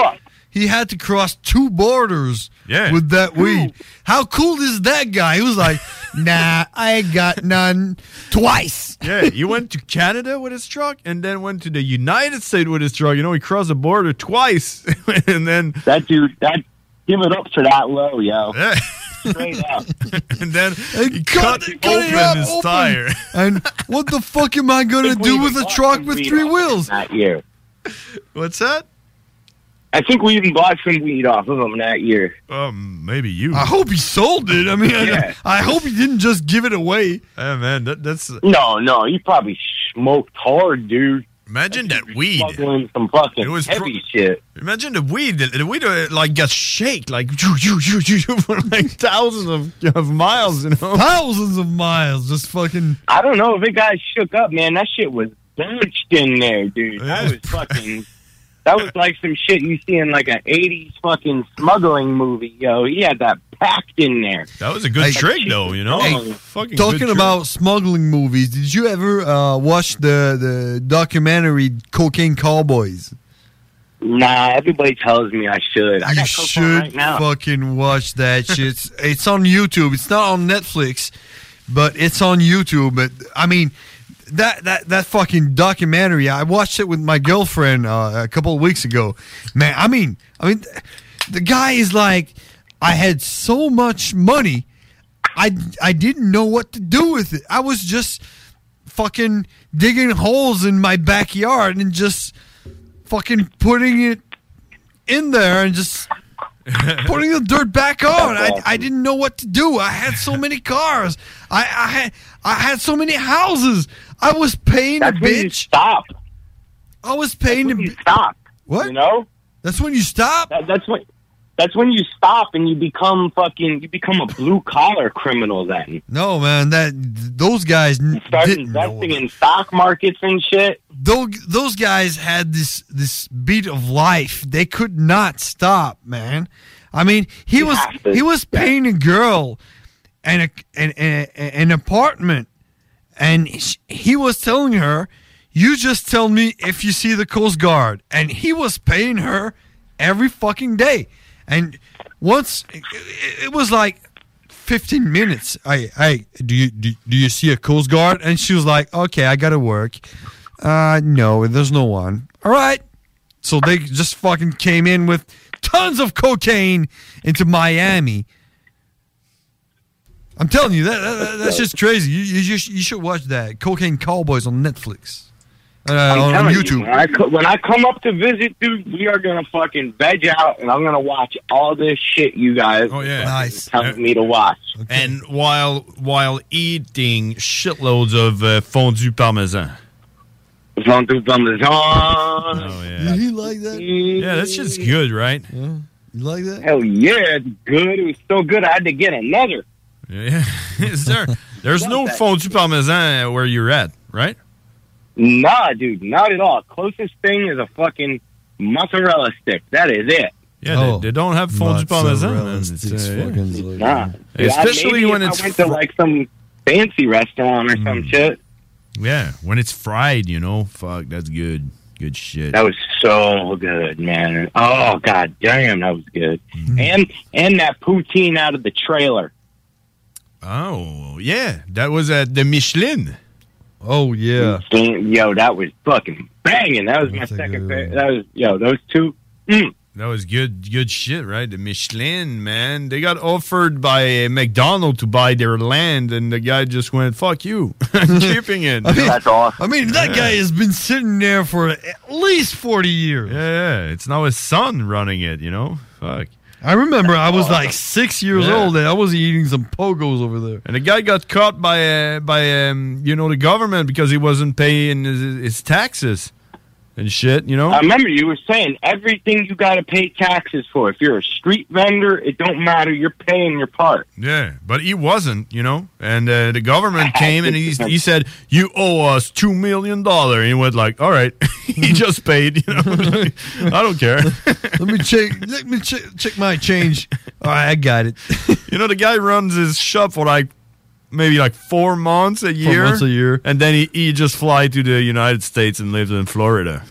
Speaker 7: He had to cross two borders
Speaker 6: yeah.
Speaker 7: with that weed. How cool is that guy? He was like, "Nah, I ain't got none." Twice.
Speaker 6: yeah, he went to Canada with his truck and then went to the United States with his truck. You know, he crossed the border twice. and then.
Speaker 25: That dude, that. Give it up for that low, yo.
Speaker 6: Yeah.
Speaker 25: Straight up.
Speaker 6: and then he
Speaker 7: cut,
Speaker 6: cut,
Speaker 7: cut it
Speaker 6: open
Speaker 7: up,
Speaker 6: his
Speaker 7: open.
Speaker 6: tire.
Speaker 7: And what the fuck am I gonna do with a truck with three wheels?
Speaker 25: That year.
Speaker 6: What's that?
Speaker 25: I think we even bought some weed off of him that year.
Speaker 6: Um, maybe you.
Speaker 7: I hope he sold it. I mean, I-
Speaker 25: Yeah.
Speaker 7: I, hope he didn't just give it away.
Speaker 6: Yeah, man, that, that's.
Speaker 25: No, no, he probably smoked hard, dude.
Speaker 6: Imagine that weed.
Speaker 25: Smuggling some fucking
Speaker 6: It was
Speaker 25: heavy shit.
Speaker 6: Imagine the weed. The, the weed uh, like got shake like for like thousands of, of miles. You know,
Speaker 7: thousands of miles. Just fucking.
Speaker 25: I don't know if it got shook up, man. That shit was bunched in there, dude. I was fucking That was like some shit you see in like an '80s fucking smuggling movie. Yo, he had that packed in there.
Speaker 6: That was a good trick, though. You know, fucking good
Speaker 7: Talking
Speaker 6: trick.
Speaker 7: about smuggling movies, did you ever uh, watch the, the documentary Cocaine Cowboys?
Speaker 25: Nah, everybody tells me I should. I
Speaker 7: you
Speaker 25: got Coke on
Speaker 7: should
Speaker 25: right now.
Speaker 7: fucking watch that shit. It's, it's on YouTube. It's not on Netflix, but it's on YouTube. But I mean, that that that fucking documentary. I watched it with my girlfriend uh, a couple of weeks ago. Man, I mean, I mean, the guy is like, I had so much money, I I didn't know what to do with it. I was just fucking digging holes in my backyard and just fucking putting it in there and just putting the dirt back on. I, I didn't know what to do. I had so many cars. I, I had I had so many houses. I was paying a
Speaker 25: when you
Speaker 7: bitch. stop. I was paying a bitch.
Speaker 25: Stop.
Speaker 7: What?
Speaker 25: You know?
Speaker 7: That's when you stop.
Speaker 25: that's when. That's when you stop and you become fucking. You become a blue collar criminal. Then
Speaker 7: No man, that those guys n-
Speaker 25: start
Speaker 7: didn't know.
Speaker 25: investing in stock markets and shit.
Speaker 7: Those, those guys had this this beat of life. They could not stop, man. I mean, he was he was paying a girl and a and, and, and an apartment, and sh- he was telling her, "You just tell me if you see the Coast Guard," and he was paying her every fucking day. And once it, it- it was like 15 minutes. Hey, hey, do you do, do you see a Coast Guard? And she was like, okay, I gotta work. Uh, no, there's no one. All right. So they just fucking came in with tons of cocaine into Miami. I'm telling you, that, that- that- that's just crazy. You, you, you, sh- you should watch that Cocaine Cowboys on Netflix, uh,
Speaker 25: I'm
Speaker 7: on,
Speaker 25: telling you,
Speaker 7: YouTube.
Speaker 25: when, I, co- when I come up to visit, dude, we are gonna fucking veg out, and I'm gonna watch all this shit you guys. Oh yeah, nice. Telling me to watch.
Speaker 6: And while while eating shitloads of uh, fondue parmesan.
Speaker 25: Fondue parmesan.
Speaker 6: Oh yeah.
Speaker 7: you like that?
Speaker 6: Yeah, that shit's good, right?
Speaker 7: You like that?
Speaker 25: Hell yeah, it's good. It was so good, I had to get another.
Speaker 6: Yeah. Is there, there's no fondue parmesan where you're at, right?
Speaker 25: Nah, dude, not at all. Closest thing is a fucking mozzarella stick. That is it.
Speaker 6: Yeah, they, they don't have fondue parmesan. man. It's, uh, yeah.
Speaker 25: Nah, Dude, I-
Speaker 6: Especially
Speaker 25: maybe
Speaker 6: when
Speaker 25: if
Speaker 6: it's Mm.
Speaker 25: I went to like some fancy restaurant or some shit.
Speaker 6: yeah, when it's fried, you know. Fuck, that's good. Good shit.
Speaker 25: That was so good, man. Oh god damn, that was good.
Speaker 6: Mm.
Speaker 25: And and that poutine out of the trailer.
Speaker 6: Oh, yeah. That was at the Michelin.
Speaker 7: Oh yeah.
Speaker 25: Yo, that was fucking banging. That was my second favorite. That was yo, those two. Mm.
Speaker 6: That was good, good shit, right? The Michelin, man. They got offered by uh, McDonald to buy their land, and the guy just went, "Fuck you, I'm keeping it."
Speaker 7: I mean- That's
Speaker 6: awesome.
Speaker 7: I mean, that guy has been sitting there for at least forty years.
Speaker 6: Yeah, yeah. It's now his son running it. You know, fuck.
Speaker 7: I remember I was like six years
Speaker 6: Yeah.
Speaker 7: old and I was eating some pogos over there.
Speaker 6: And the guy got caught by uh, by um, you know the government because he wasn't paying his, his taxes and shit. You know.
Speaker 25: I remember you were saying everything you got to pay taxes for. If you're a street vendor, it don't matter. You're paying your part.
Speaker 6: Yeah, but he wasn't, you know. And uh, the government came and he, he said, "You owe us two million dollar." And he went like, "All right," he just paid. You know, I don't care.
Speaker 7: let me check. Let me check, check my change. All right, I got it.
Speaker 6: you know, the guy runs his shop for like maybe like four months a year.
Speaker 7: months a
Speaker 6: year, and then he, he just fly to the United States and lives in Florida.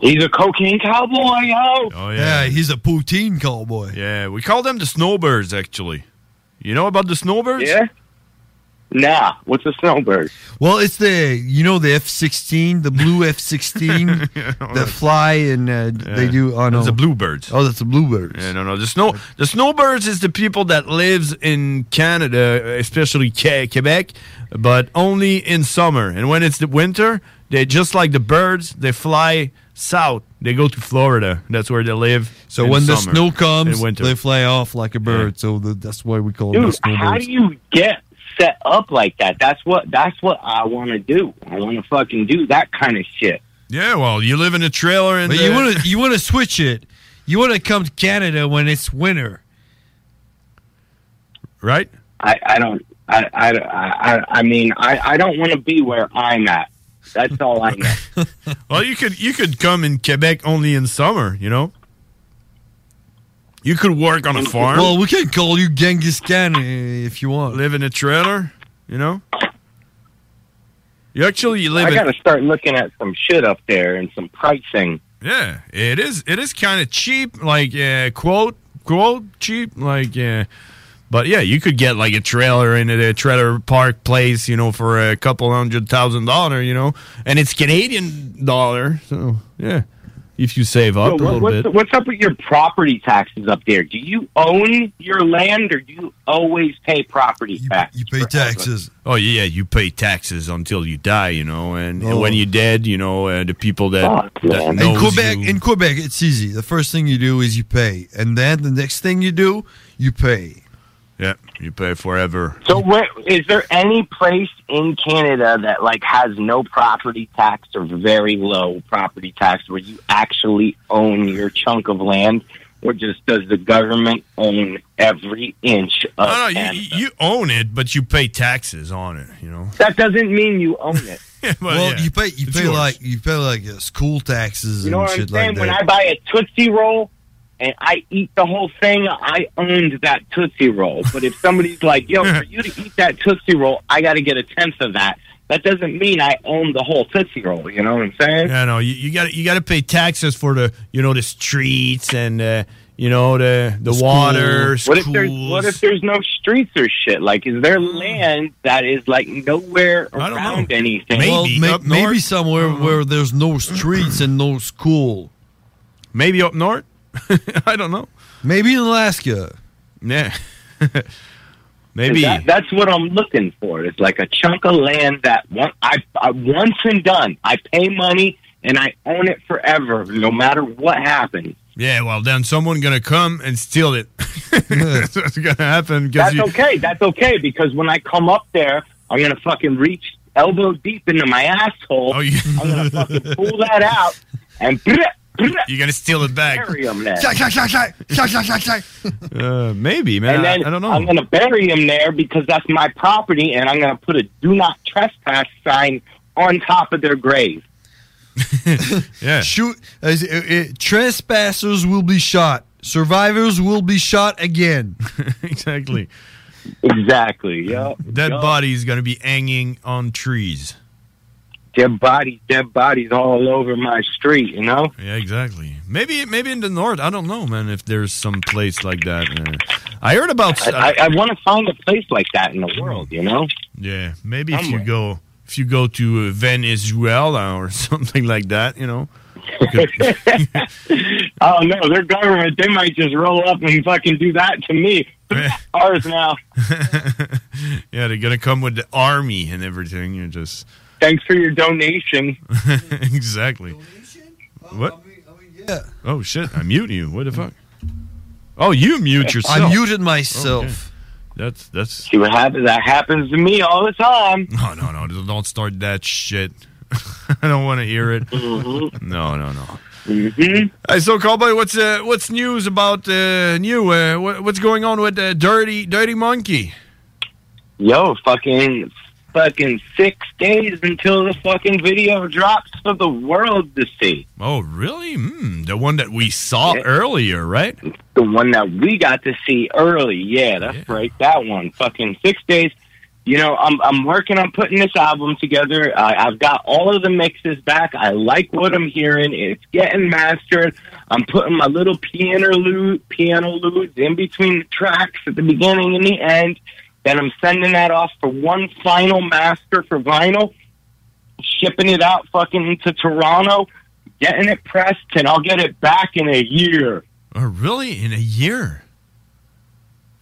Speaker 25: He's a cocaine cowboy, yo.
Speaker 6: Oh yeah,
Speaker 7: he's a poutine cowboy.
Speaker 6: Yeah, we call them the snowbirds actually. You know about the snowbirds?
Speaker 25: Yeah. Nah, what's a snowbird?
Speaker 7: Well, it's the you know the F sixteen, the blue F sixteen that fly and uh, they do. Oh no,
Speaker 6: That's a bluebird.
Speaker 7: Oh, that's a bluebird.
Speaker 6: Yeah, no, no. The snow, the snowbirds is the people that lives in Canada, especially Ke- Quebec, but only in summer. And when it's the winter, they just like the birds, they fly south. They go to Florida. That's where they live.
Speaker 7: So
Speaker 6: in
Speaker 7: when the
Speaker 6: summer,
Speaker 7: snow
Speaker 6: in
Speaker 7: comes,
Speaker 6: winter.
Speaker 7: they fly off like a bird. So the, that's why we call them
Speaker 25: Dude, how
Speaker 7: snowbirds.
Speaker 25: do you get set up like that? That's what that's what I want to do. I want to fucking do that kind of shit.
Speaker 6: yeah, well, you live in a trailer, and
Speaker 7: But you want to you want to switch it. You want to come to Canada when it's winter.
Speaker 6: right?
Speaker 25: I, I don't. I, I, I, I- I mean, I, I don't want to be where I'm at. That's all I know.
Speaker 6: well, you could you could come in Quebec only in summer, you know. You could work on a farm.
Speaker 8: Well, we can call you Genghis Khan uh, if you want.
Speaker 6: Live in a trailer, you know. You actually you live
Speaker 25: I
Speaker 6: in.
Speaker 25: gotta start looking at some shit up there and some pricing.
Speaker 6: Yeah, it is. It is kind of cheap, like uh, quote quote cheap, like yeah. But yeah, you could get like a trailer in a trailer park place, you know, for a couple hundred thousand dollar, you know, and it's Canadian dollar, so yeah. If you save
Speaker 25: So
Speaker 6: up a
Speaker 25: what-
Speaker 6: little
Speaker 25: what's,
Speaker 6: bit,
Speaker 25: what's up with your property taxes up there? Do you own your land or do you always pay property tax? You pay
Speaker 6: taxes. Oh yeah, you pay taxes until you die, you know, and
Speaker 8: Oh.
Speaker 6: when you're dead, you know, uh, the people that, that
Speaker 8: in
Speaker 6: knows
Speaker 8: Quebec,
Speaker 6: you-
Speaker 8: in Quebec, it's easy. The first thing you do is you pay, and then the next thing you do, you pay.
Speaker 6: yeah, you pay forever.
Speaker 25: So, where, is there any place in Canada that like has no property tax or very low property tax where you actually own your chunk of land, or just does the government own every inch of
Speaker 6: No, no,
Speaker 25: Canada?
Speaker 6: you, you own it, but you pay taxes on it, you know.
Speaker 25: That doesn't mean you own it.
Speaker 8: well, you pay, you
Speaker 6: It's
Speaker 8: pay
Speaker 6: yours.
Speaker 8: like you pay like uh, school taxes
Speaker 25: You know
Speaker 8: and
Speaker 25: what I'm
Speaker 8: shit
Speaker 25: saying?
Speaker 8: like
Speaker 25: when
Speaker 8: that.
Speaker 25: I buy a Tootsie Roll and I eat the whole thing, I owned that Tootsie Roll. But if somebody's like, yo, for you to eat that Tootsie Roll, I got to get a tenth of that. That doesn't mean I own the whole Tootsie Roll. You know what I'm saying?
Speaker 6: Yeah, no, you, you got you got to pay taxes for the you know the streets and uh, you know the the water.
Speaker 25: What if there's what if there's no streets or shit? Like, is there land that is like nowhere around anything?
Speaker 8: well, may- maybe somewhere
Speaker 6: Uh-huh.
Speaker 8: where there's no streets and no school.
Speaker 6: Maybe up north. I don't know.
Speaker 8: Maybe in Alaska.
Speaker 6: Yeah. Maybe.
Speaker 25: That- that's what I'm looking for. It's like a chunk of land that one, I, I once and done. I pay money and I own it forever, no matter what happens.
Speaker 6: Yeah, well then someone gonna come and steal it. that's what's gonna happen. 'cause
Speaker 25: That's
Speaker 6: you-
Speaker 25: okay. That's okay because when I come up there, I'm gonna fucking reach elbow deep into my asshole.
Speaker 6: Oh,
Speaker 25: I'm gonna fucking pull that out and you're
Speaker 6: gonna steal it back.
Speaker 25: Bury 'em there.
Speaker 8: Shak, shak, shak, shak. Shak, shak, shak, shak.
Speaker 6: Uh, maybe, man.
Speaker 25: and
Speaker 6: I-
Speaker 25: then
Speaker 6: I, don't know.
Speaker 25: am going to bury him there because that's my property, and I'm going to put a "Do Not Trespass" sign on top of their grave.
Speaker 6: Yeah.
Speaker 8: Shoot. as- uh, uh, trespassers will be shot. Survivors will be shot again.
Speaker 6: exactly.
Speaker 25: Exactly. Yeah.
Speaker 6: Dead body's gonna be hanging on trees.
Speaker 25: Dead bodies, dead bodies all over my street. You know.
Speaker 6: Yeah, exactly. Maybe maybe in the north. I don't know, man. If there's some place like that, uh, I heard about.
Speaker 25: I, I, I want to find a place like that in the world. You know.
Speaker 6: Yeah, maybe if
Speaker 25: Somewhere.
Speaker 6: you go if you go to uh, Venezuela or something like that, you know. you could-
Speaker 25: Oh no, their government. They might just roll up and fucking do that to me. Ours now.
Speaker 6: yeah, they're gonna come with the army and everything. You just
Speaker 25: Thanks for your donation.
Speaker 6: exactly. What? Oh shit! I mute you. What the fuck? Oh, you mute yourself.
Speaker 8: I muted myself.
Speaker 6: That's that's.
Speaker 25: See what happens? That happens to me all the time.
Speaker 6: No, no, no! Don't start that shit. I don't want to hear it.
Speaker 25: Mm-hmm.
Speaker 6: No, no, no. Hey, so cowboy, what's uh, what's news about uh, new? Uh, what, what's going on with uh, dirty dirty monkey?
Speaker 25: Yo, fucking, fucking six days until the fucking video drops for the world to see.
Speaker 6: Oh, really? Hmm, the one that we saw earlier, right?
Speaker 25: The one that we got to see early. Yeah, that's right. That one. Fucking six days. You know, I'm I'm working on putting this album together. I, I've got all of the mixes back. I like what I'm hearing. It's getting mastered. I'm putting my little piano loop, piano loops in between the tracks at the beginning and the end. Then I'm sending that off for one final master for vinyl. shipping it out fucking to Toronto, getting it pressed, and I'll get it back in a year.
Speaker 6: Oh, really? In a year?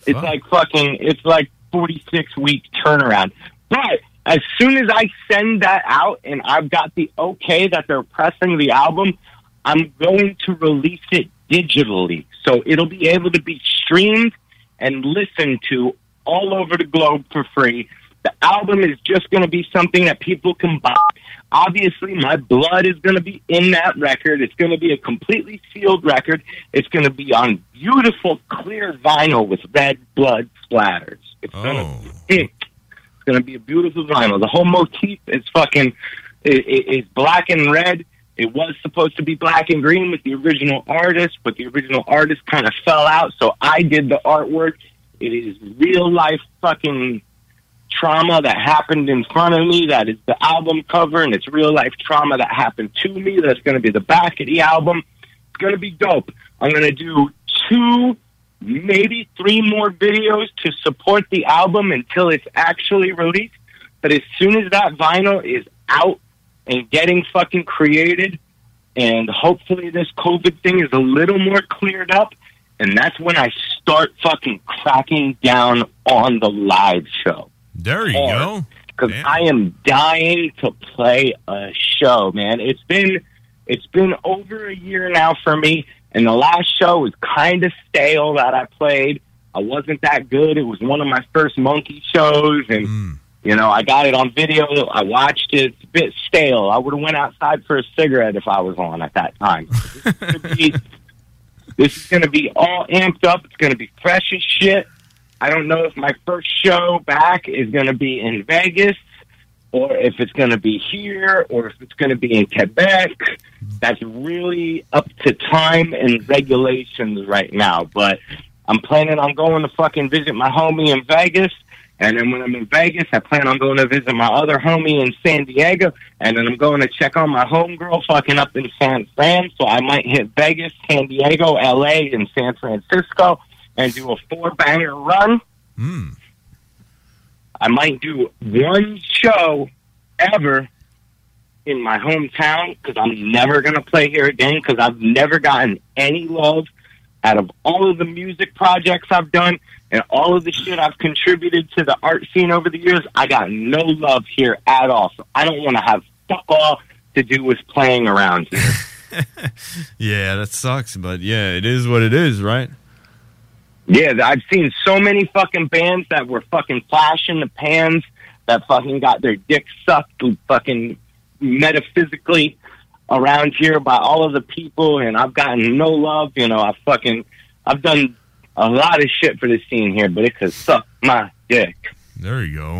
Speaker 25: It's like fucking, it's like 46 week turnaround. But as soon as I send that out and I've got the okay that they're pressing the album, I'm going to release it digitally. So it'll be able to be streamed and listened to all over the globe for free. The album is just going to be something that people can buy. Obviously, my blood is going to be in that record. It's going to be a completely sealed record. It's going to be on beautiful, clear vinyl with red blood splatters. It's going to be, it's going to be a beautiful vinyl. The whole motif is fucking It, it, it's black and red. It was supposed to be black and green with the original artist, but the original artist kind of fell out. So I did the artwork. It is real life fucking trauma that happened in front of me. That is the album cover, and it's real life trauma that happened to me. That's going to be the back of the album. It's going to be dope. I'm going to do two, maybe three more videos to support the album until it's actually released. But as soon as that vinyl is out and getting fucking created, and hopefully this COVID thing is a little more cleared up, and that's when I start fucking cracking down on the live show.
Speaker 6: There you go.
Speaker 25: Because I am dying to play a show, man. It's been it's been over a year now for me, and the last show was kind of stale that I played. I wasn't that good. It was one of my first monkey shows, and
Speaker 6: Hmm.
Speaker 25: you know I got it on video. I watched it. It's a bit stale. I would have went outside for a cigarette if I was on at that time. This is going to be all amped up. It's going to be fresh as shit. I don't know if my first show back is going to be in Vegas or if it's going to be here or if it's going to be in Quebec. That's really up to time and regulations right now. But I'm planning on going to fucking visit my homie in Vegas. And then when I'm in Vegas, I plan on going to visit my other homie in San Diego. And then I'm going to check on my homegirl fucking up in San Fran. So I might hit Vegas, San Diego, LA, and San Francisco and do a four banger run. I might do one show ever in my hometown because I'm never going to play here again because I've never gotten any love out of all of the music projects I've done and all of the shit I've contributed to the art scene over the years. I got no love here at all. So I don't want to have fuck all to do with playing around here.
Speaker 6: Yeah, that sucks, but yeah, it is what it is, right?
Speaker 25: Yeah, th- I've seen so many fucking bands that were fucking flashing the pans that fucking got their dick sucked fucking metaphysically around here by all of the people and I've gotten no love, you know, I fucking I've done a lot of shit for the scene here, but it could suck my dick.
Speaker 6: There you go.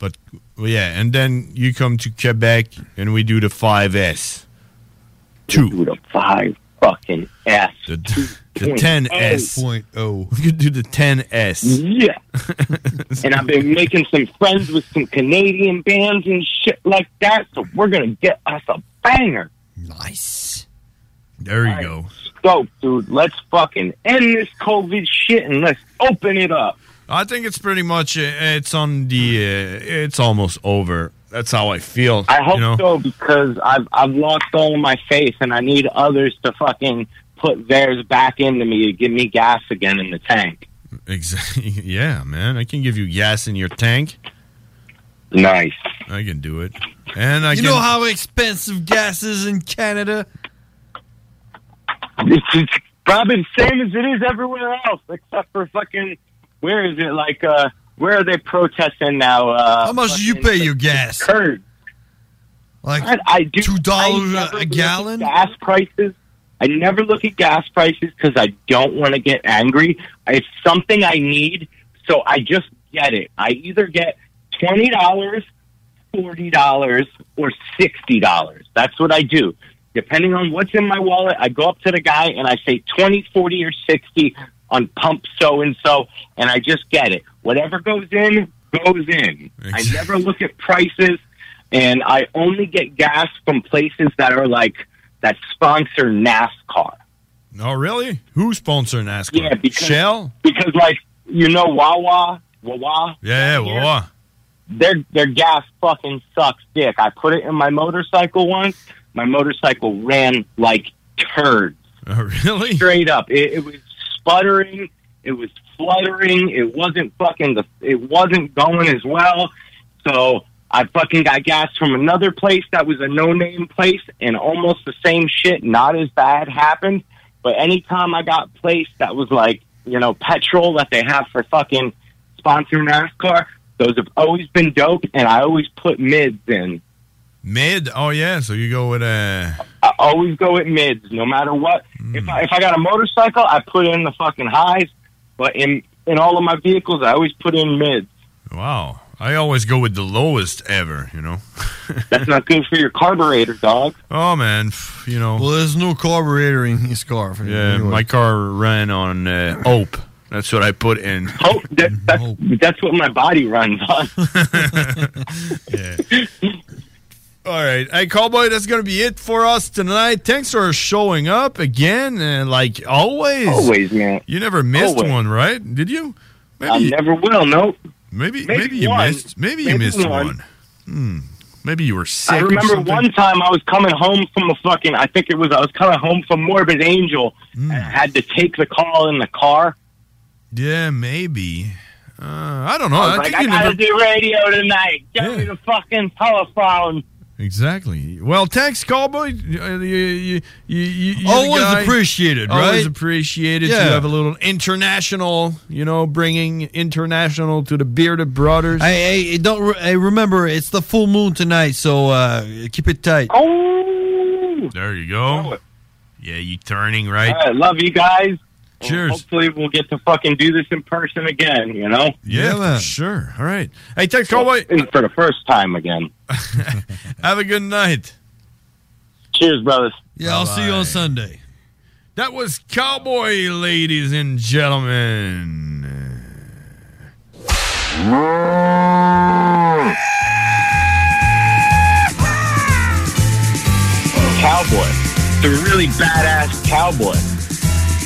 Speaker 6: But well, yeah, and then you come to Quebec and we do the 5S. Two.
Speaker 25: do the 5 fucking S.
Speaker 6: The, the 10S.
Speaker 25: Point
Speaker 6: oh. Mm-hmm. We could do the 10S.
Speaker 25: Yeah. and I've been making some friends with some Canadian bands and shit like that, so we're gonna get us a banger.
Speaker 6: Nice. There you go.
Speaker 25: Go, dude. Let's fucking end this COVID shit and let's open it up.
Speaker 6: I think it's pretty much uh, it's on the uh, it's almost over. That's how I feel.
Speaker 25: I hope
Speaker 6: you know?
Speaker 25: so because I've I've lost all my faith and I need others to fucking put theirs back into me to give me gas again in the tank.
Speaker 6: Exactly. Yeah, man. I can give you gas in your tank.
Speaker 25: Nice.
Speaker 6: I can do it. And I
Speaker 7: you
Speaker 6: can,
Speaker 7: know how expensive gas is in Canada?
Speaker 25: It's, it's probably the same as it is everywhere else, except for fucking where is it? Like uh where are they protesting now? Uh,
Speaker 8: How much do you
Speaker 25: fucking
Speaker 8: pay your gas?
Speaker 25: Kurds.
Speaker 8: Like
Speaker 25: I, I do two dollars a gallon. Gas prices. I never look at gas prices because I don't want to get angry. It's something I need, so I just get it. I either get twenty dollars, forty dollars, or sixty dollars. That's what I do. Depending on what's in my wallet, I go up to the guy and I say twenty, forty, or sixty on pump so and so, and I just get it. Whatever goes in goes in. I never look at prices and I only get gas from places that are like that sponsor NASCAR.
Speaker 6: Oh, really? Who sponsored NASCAR?
Speaker 25: Yeah, because
Speaker 6: Shell.
Speaker 25: because like you know Wawa, Wawa,
Speaker 6: Yeah, well, uh,
Speaker 25: their their gas fucking sucks dick. I put it in my motorcycle once. My motorcycle ran like turds.
Speaker 6: really?
Speaker 25: Straight up, it, it was sputtering. It was fluttering. It wasn't fucking the. It wasn't going as well. So I fucking got gas from another place that was a no name place, and almost the same shit, not as bad, happened. But anytime I got place that was like, you know, petrol that they have for fucking sponsor NASCAR, those have always been dope, and I always put mids in.
Speaker 6: mid. Oh yeah, so you go with uh, a.
Speaker 25: I always go with mids, no matter what.
Speaker 6: Hmm.
Speaker 25: If I, if I got a motorcycle, I put in the fucking highs. But in in all of my vehicles, I always put in mids.
Speaker 6: Wow, I always go with the lowest ever, you know?
Speaker 25: That's not good for your carburetor, dog.
Speaker 6: Oh, man, pff, you know.
Speaker 8: Well, there's no carburetor in his car.
Speaker 6: Yeah,
Speaker 8: Anyway.
Speaker 6: my car ran on uh, Ope. That's what I put in.
Speaker 25: Oh, that, that's, that's what my body runs on.
Speaker 6: All right. Hey, Cowboy, that's going to be it for us tonight. Thanks for showing up again, and like always.
Speaker 25: Always, man.
Speaker 6: You never missed
Speaker 25: Always.
Speaker 6: one, right? Did you?
Speaker 25: I never will, nope.
Speaker 6: Maybe,
Speaker 25: Maybe
Speaker 6: maybe, you
Speaker 25: one.
Speaker 6: missed. Maybe, you
Speaker 25: Maybe
Speaker 6: missed
Speaker 25: one.
Speaker 6: one. Hmm. Maybe you were sick.
Speaker 25: I
Speaker 6: or
Speaker 25: remember
Speaker 6: something.
Speaker 25: one time I was coming home from a fucking. I think it was I was coming home from Morbid Angel.
Speaker 6: Hmm.
Speaker 25: and I had to take the call in the car.
Speaker 6: Yeah, maybe. Uh, I don't know.
Speaker 25: I
Speaker 6: I,
Speaker 25: was like,
Speaker 6: think
Speaker 25: I
Speaker 6: you
Speaker 25: gotta
Speaker 6: never.
Speaker 25: do radio tonight. Get me the fucking telephone.
Speaker 6: Exactly. Well, thanks, Cowboy. You, you, you, you, you
Speaker 8: Always appreciated,
Speaker 6: Always
Speaker 8: right?
Speaker 6: appreciated.
Speaker 8: Yeah.
Speaker 6: You have a little international, you know, bringing international to the Bearded Brothers.
Speaker 8: Hey, hey, don't re- hey, remember it's the full moon tonight, so uh, keep it tight.
Speaker 25: Oh,
Speaker 6: There you go. Yeah, you turning right.
Speaker 25: I love you guys.
Speaker 6: Cheers.
Speaker 25: Hopefully, we'll get to fucking do this in person again. You know?
Speaker 6: Yeah, for sure. All right. Hey, thanks, Cowboy.
Speaker 25: For the first time again.
Speaker 6: Have a good night.
Speaker 25: Cheers, brothers.
Speaker 8: Yeah, I'll see you on Sunday.
Speaker 6: That was Cowboy, ladies and gentlemen.
Speaker 25: Cowboy. The really badass cowboy.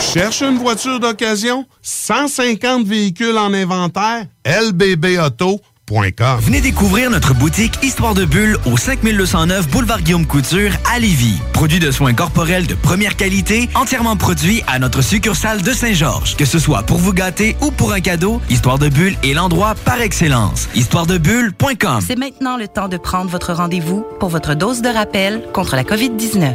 Speaker 9: Cherche une voiture d'occasion? 150 véhicules en inventaire? lbbauto.com.
Speaker 11: Venez découvrir notre boutique Histoire de Bulle au 5209 Boulevard Guillaume Couture à Lévis. Produit de soins corporels de première qualité, entièrement produit à notre succursale de Saint-Georges. Que ce soit pour vous gâter ou pour un cadeau, Histoire de Bulle est l'endroit par excellence. Histoiredebulle.com
Speaker 1: C'est maintenant le temps de prendre votre rendez-vous pour votre dose de rappel contre la COVID-19.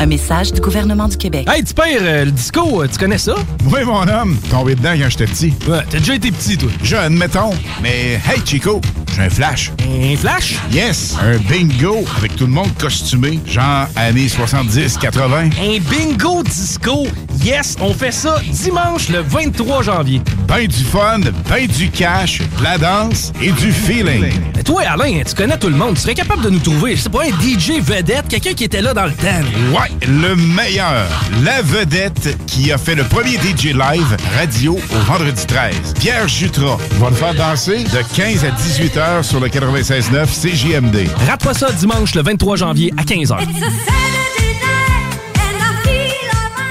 Speaker 1: Un message du gouvernement du Québec.
Speaker 12: Hey, tu perds le disco, euh, tu connais ça?
Speaker 13: Oui, mon homme, tombé dedans quand j'étais petit.
Speaker 12: Ouais, t'as déjà été petit, toi.
Speaker 13: Jeune, mettons. Mais hey, Chico, j'ai un flash.
Speaker 12: Un flash?
Speaker 13: Yes, un bingo avec tout le monde costumé, genre années 70-80.
Speaker 12: Un bingo disco. Yes, on fait ça dimanche le 23 janvier.
Speaker 13: Ben du fun, ben du cash, de la danse et du feeling.
Speaker 12: Mais toi, Alain, tu connais tout le monde. Tu serais capable de nous trouver, je sais pas, un DJ vedette, quelqu'un qui était là dans le temps.
Speaker 13: Ouais, le meilleur. La vedette qui a fait le premier DJ live radio au vendredi 13. Pierre Jutras va le faire danser de 15 à 18 heures sur le 96.9 CJMD.
Speaker 12: Rate pas ça dimanche le 23 janvier à 15h.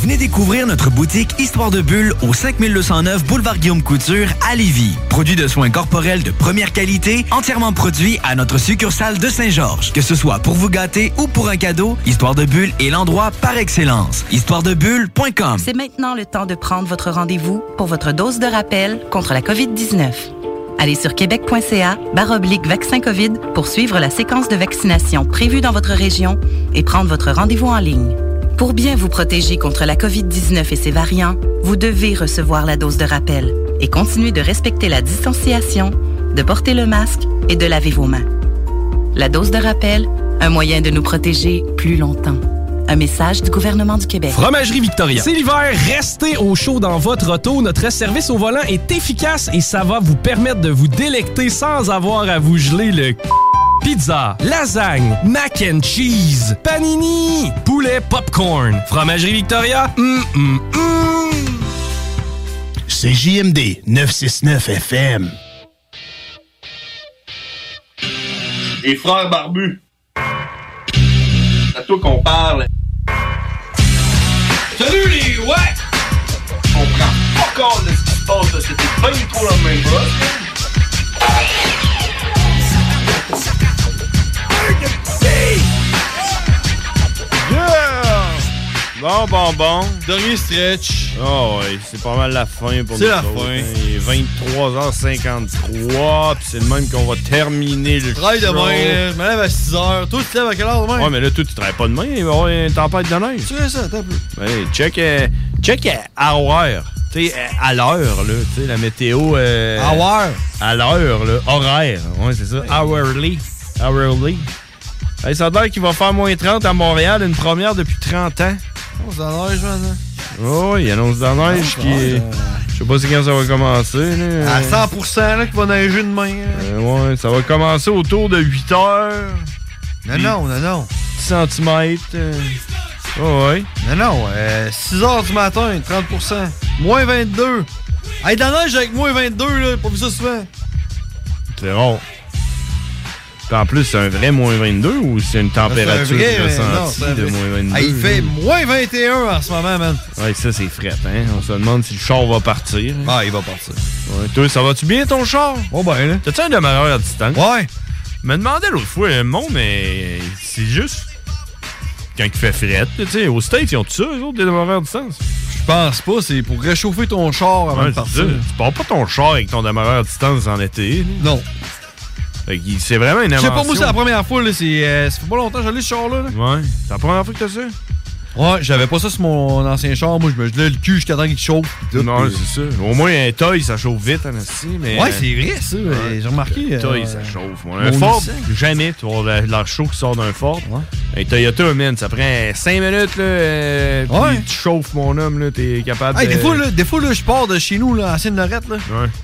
Speaker 11: Venez découvrir notre boutique Histoire de Bulle au 5209 Boulevard Guillaume Couture à Lévis. Produit de soins corporels de première qualité, entièrement produit à notre succursale de Saint-Georges. Que ce soit pour vous gâter ou pour un cadeau, Histoire de Bulle est l'endroit par excellence. Histoiredebulle.com
Speaker 1: C'est maintenant le temps de prendre votre rendez-vous pour votre dose de rappel contre la COVID-19. Allez sur québec.ca baroblique vaccin COVID pour suivre la séquence de vaccination prévue dans votre région et prendre votre rendez-vous en ligne. Pour bien vous protéger contre la COVID-19 et ses variants, vous devez recevoir la dose de rappel et continuer de respecter la distanciation, de porter le masque et de laver vos mains. La dose de rappel, Un moyen de nous protéger plus longtemps. Un message du gouvernement du Québec.
Speaker 12: Fromagerie Victoria. C'est l'hiver, restez au chaud dans votre auto. Notre service au volant est efficace et ça va vous permettre de vous délecter sans avoir à vous geler le c- pizza, lasagne, mac and cheese, panini, poulet popcorn. Fromagerie Victoria, hum, hum, hum.
Speaker 14: C'est JMD 969 FM.
Speaker 6: Les frères barbus. C'est à toi qu'on parle.
Speaker 26: Salut les ouais! On prend pas compte de ce qui se passe, là. c'était pas du tout la même
Speaker 6: Yeah! Bon, bon, bon. Dernier stretch. Oh, ouais, c'est pas mal la fin pour
Speaker 27: C'est
Speaker 6: nous
Speaker 27: la
Speaker 6: autres,
Speaker 27: fin.
Speaker 6: hein. Il est 23h53, puis c'est le même qu'on va terminer le
Speaker 27: Travaille demain,
Speaker 8: uh,
Speaker 27: là.
Speaker 6: je me lève à 6h. Toi, tu te lèves à quelle heure demain? Ouais, mais là, toi, tu travailles pas demain. Il va y avoir une tempête de neige.
Speaker 7: C'est ça, attends un peu.
Speaker 6: Ouais, check, euh, check euh, à horaire. Tu sais, euh, à l'heure, là. Tu sais, la météo. euh,
Speaker 7: Hour.
Speaker 6: À l'heure, là. Horaire. Ouais, c'est ça. Hourly. Hourly. Hey, ça a l'air qu'il va faire moins 30 à Montréal, une première depuis 30 ans.
Speaker 7: On s'en lève, man.
Speaker 6: Oh, il annonce de la neige qui est. Je sais pas si quand ça va commencer. Là.
Speaker 7: À 100% là, qu'il va neiger demain. hein.
Speaker 6: Euh, ouais, ça va commencer autour de 8 heures.
Speaker 7: Non, non, non, non.
Speaker 6: 10 cm.
Speaker 7: euh.
Speaker 6: ouais.
Speaker 7: Non, non. euh, 6 heures du matin, 30 Moins 22. Hey, dans la neige avec moins 22, là. Pas vu ça souvent.
Speaker 6: C'est rare. Puis en plus, c'est un vrai moins 22 ou c'est une température
Speaker 7: vrai, mais non,
Speaker 6: ressentie
Speaker 7: c'est un
Speaker 6: de
Speaker 7: vrai.
Speaker 6: moins 22?
Speaker 7: Hey, il fait
Speaker 6: là?
Speaker 7: moins 21 en ce moment, man.
Speaker 6: Ouais, ça, c'est frette, hein? On se demande si le char va partir. Ah, il va partir. Ouais. Toi, ça va-tu bien, ton char? Oh, ben, là. T'as-tu un demeureur à distance? Ouais. Je me demandais l'autre fois, le monde, mais c'est juste quand il fait frette. Tu sais, aux States, ils ont tout ça, eux autres, des demeureurs à distance. Je pense pas, c'est pour réchauffer ton char
Speaker 7: avant de partir.
Speaker 6: Tu pars pas ton char avec ton demeureur à distance en été. Non. C'est vraiment une
Speaker 7: Je sais pas,
Speaker 6: invention.
Speaker 7: moi, c'est la première fois, là. C'est. euh, ça fait pas longtemps que j'allais ce char-là. là.
Speaker 6: Ouais. C'est la première fois que t'as ça?
Speaker 7: Ouais, j'avais pas ça sur mon ancien char. Moi, je me gelais le cul jusqu'à temps qu'il chauffe. pis tout,
Speaker 6: Non,
Speaker 7: pis-
Speaker 6: c'est ça. Au moins, un toy, ça chauffe vite, en esti, mais.
Speaker 7: Ouais, c'est vrai, ça. mais J'ai remarqué.
Speaker 6: Un toy,
Speaker 7: euh,
Speaker 6: ça chauffe. moi.
Speaker 7: mon
Speaker 6: Un Ford,
Speaker 7: Nissan.
Speaker 6: jamais. Tu vois, la- l'air chaud qui sort d'un Ford. Un Toyota, man, ça prend 5 minutes, là. euh, puis
Speaker 7: Ouais.
Speaker 6: tu chauffes, mon homme, là. T'es capable
Speaker 7: Hey,
Speaker 6: de.
Speaker 7: des fois, là, des fois, là, je pars de chez nous, là, à Seine-Lorette, là.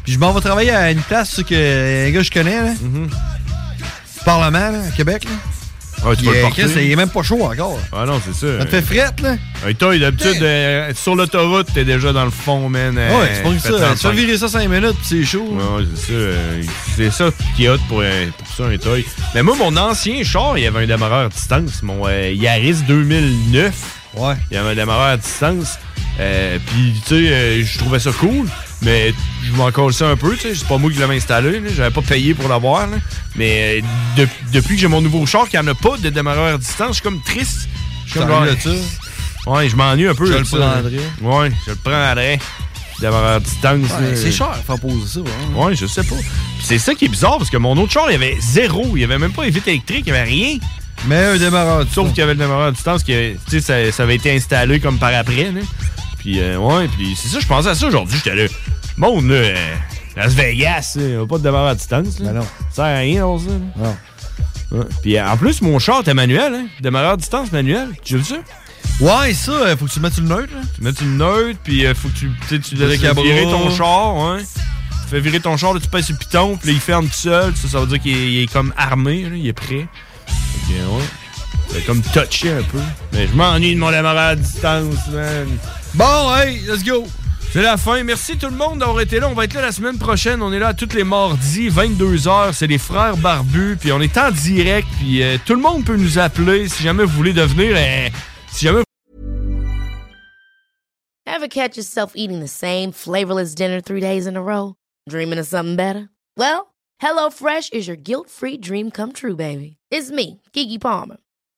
Speaker 7: Puis je m'en vais travailler à une place, ça, que euh, un gars que je connais, là.
Speaker 6: Mm-hmm.
Speaker 7: Parlement, là, à Québec, là.
Speaker 6: Ouais, tu
Speaker 7: Il
Speaker 6: peux le
Speaker 7: est-
Speaker 6: porter.
Speaker 7: Chris, il est même pas chaud encore.
Speaker 6: Ah non, c'est ça.
Speaker 7: Ça te fait frette, là.
Speaker 6: Un toy, d'habitude, euh, sur l'autoroute, t'es déjà dans le fond, man. euh,
Speaker 7: ouais, c'est pas que
Speaker 6: fait
Speaker 7: ça. Tu fais
Speaker 6: 35.
Speaker 7: virer ça 5 minutes, puis c'est chaud.
Speaker 6: Ouais, c'est ça. euh, C'est ça qui est hot pour, un- pour ça, un toy. Mais moi, mon ancien char, il avait un démarreur à distance. Mon euh, Yaris 2009. Ouais. Il avait un démarreur à distance. Euh, Puis, tu sais, euh, je trouvais ça cool. Mais je m'en ça un peu, tu sais. C'est pas moi qui l'avais installé. là, J'avais pas payé pour l'avoir. là. Mais euh, de- depuis que j'ai mon nouveau char qui en a pas de démarreur à distance, je suis comme triste. Je suis comme genre,
Speaker 7: T'ennuies de ça?
Speaker 6: Ouais, je m'ennuie un peu.
Speaker 7: Je
Speaker 6: de
Speaker 7: le
Speaker 6: ça, là.
Speaker 7: prendrais.
Speaker 6: Ouais, je le prendrais. Démarreur à distance.
Speaker 7: Ouais,
Speaker 6: là.
Speaker 7: c'est cher, faire poser ça. hein.
Speaker 6: Ouais, je sais pas. Puis c'est ça qui est bizarre parce que mon autre char, il y avait zéro. Il y avait même pas les vitres électriques, il y avait rien. Mais un démarreur Sauf qu'il y avait le démarreur à distance, qui avait- tu sais, ça, ça avait été installé comme par après. Là. Puis euh, ouais, puis c'est ça, je pensais à ça aujourd'hui. J'étais là, mon là, euh, Las Vegas, il a pas de démarreur à distance. Là. Ben non. Ça sert à rien dans ça. Non. Puis euh, en plus, mon char était manuel. Hein. Démarreur à distance manuel. Tu as vu ça? Ouais, ça, euh, faut que tu le mettes sur le neutre. Tu mets sur le neutre, puis euh, faut que tu, tu sais, tu
Speaker 27: Le
Speaker 6: laisses
Speaker 27: cabras.
Speaker 6: virer ton char. Hein. Tu fais virer ton char, là, tu passes sur le piton, puis là, il ferme tout seul. Ça, ça veut dire qu'il est, il est comme armé, là, il est prêt. Ok, ouais. C'est comme touché un peu. Mais je m'ennuie de mon démarreur à distance, man. Bon, hey, let's go. C'est la fin. Merci tout le monde d'avoir été là. On va être là la semaine prochaine. On est là tous les mardis, 22h. C'est les frères barbus. Puis on est en direct. Puis euh, tout le monde peut nous appeler si jamais vous voulez devenir. euh, si jamais
Speaker 19: Ever catch yourself eating the same flavorless dinner three days in a row? Dreaming of something better? Well, HelloFresh is your guilt free dream come true, baby. It's me, Gigi Palmer.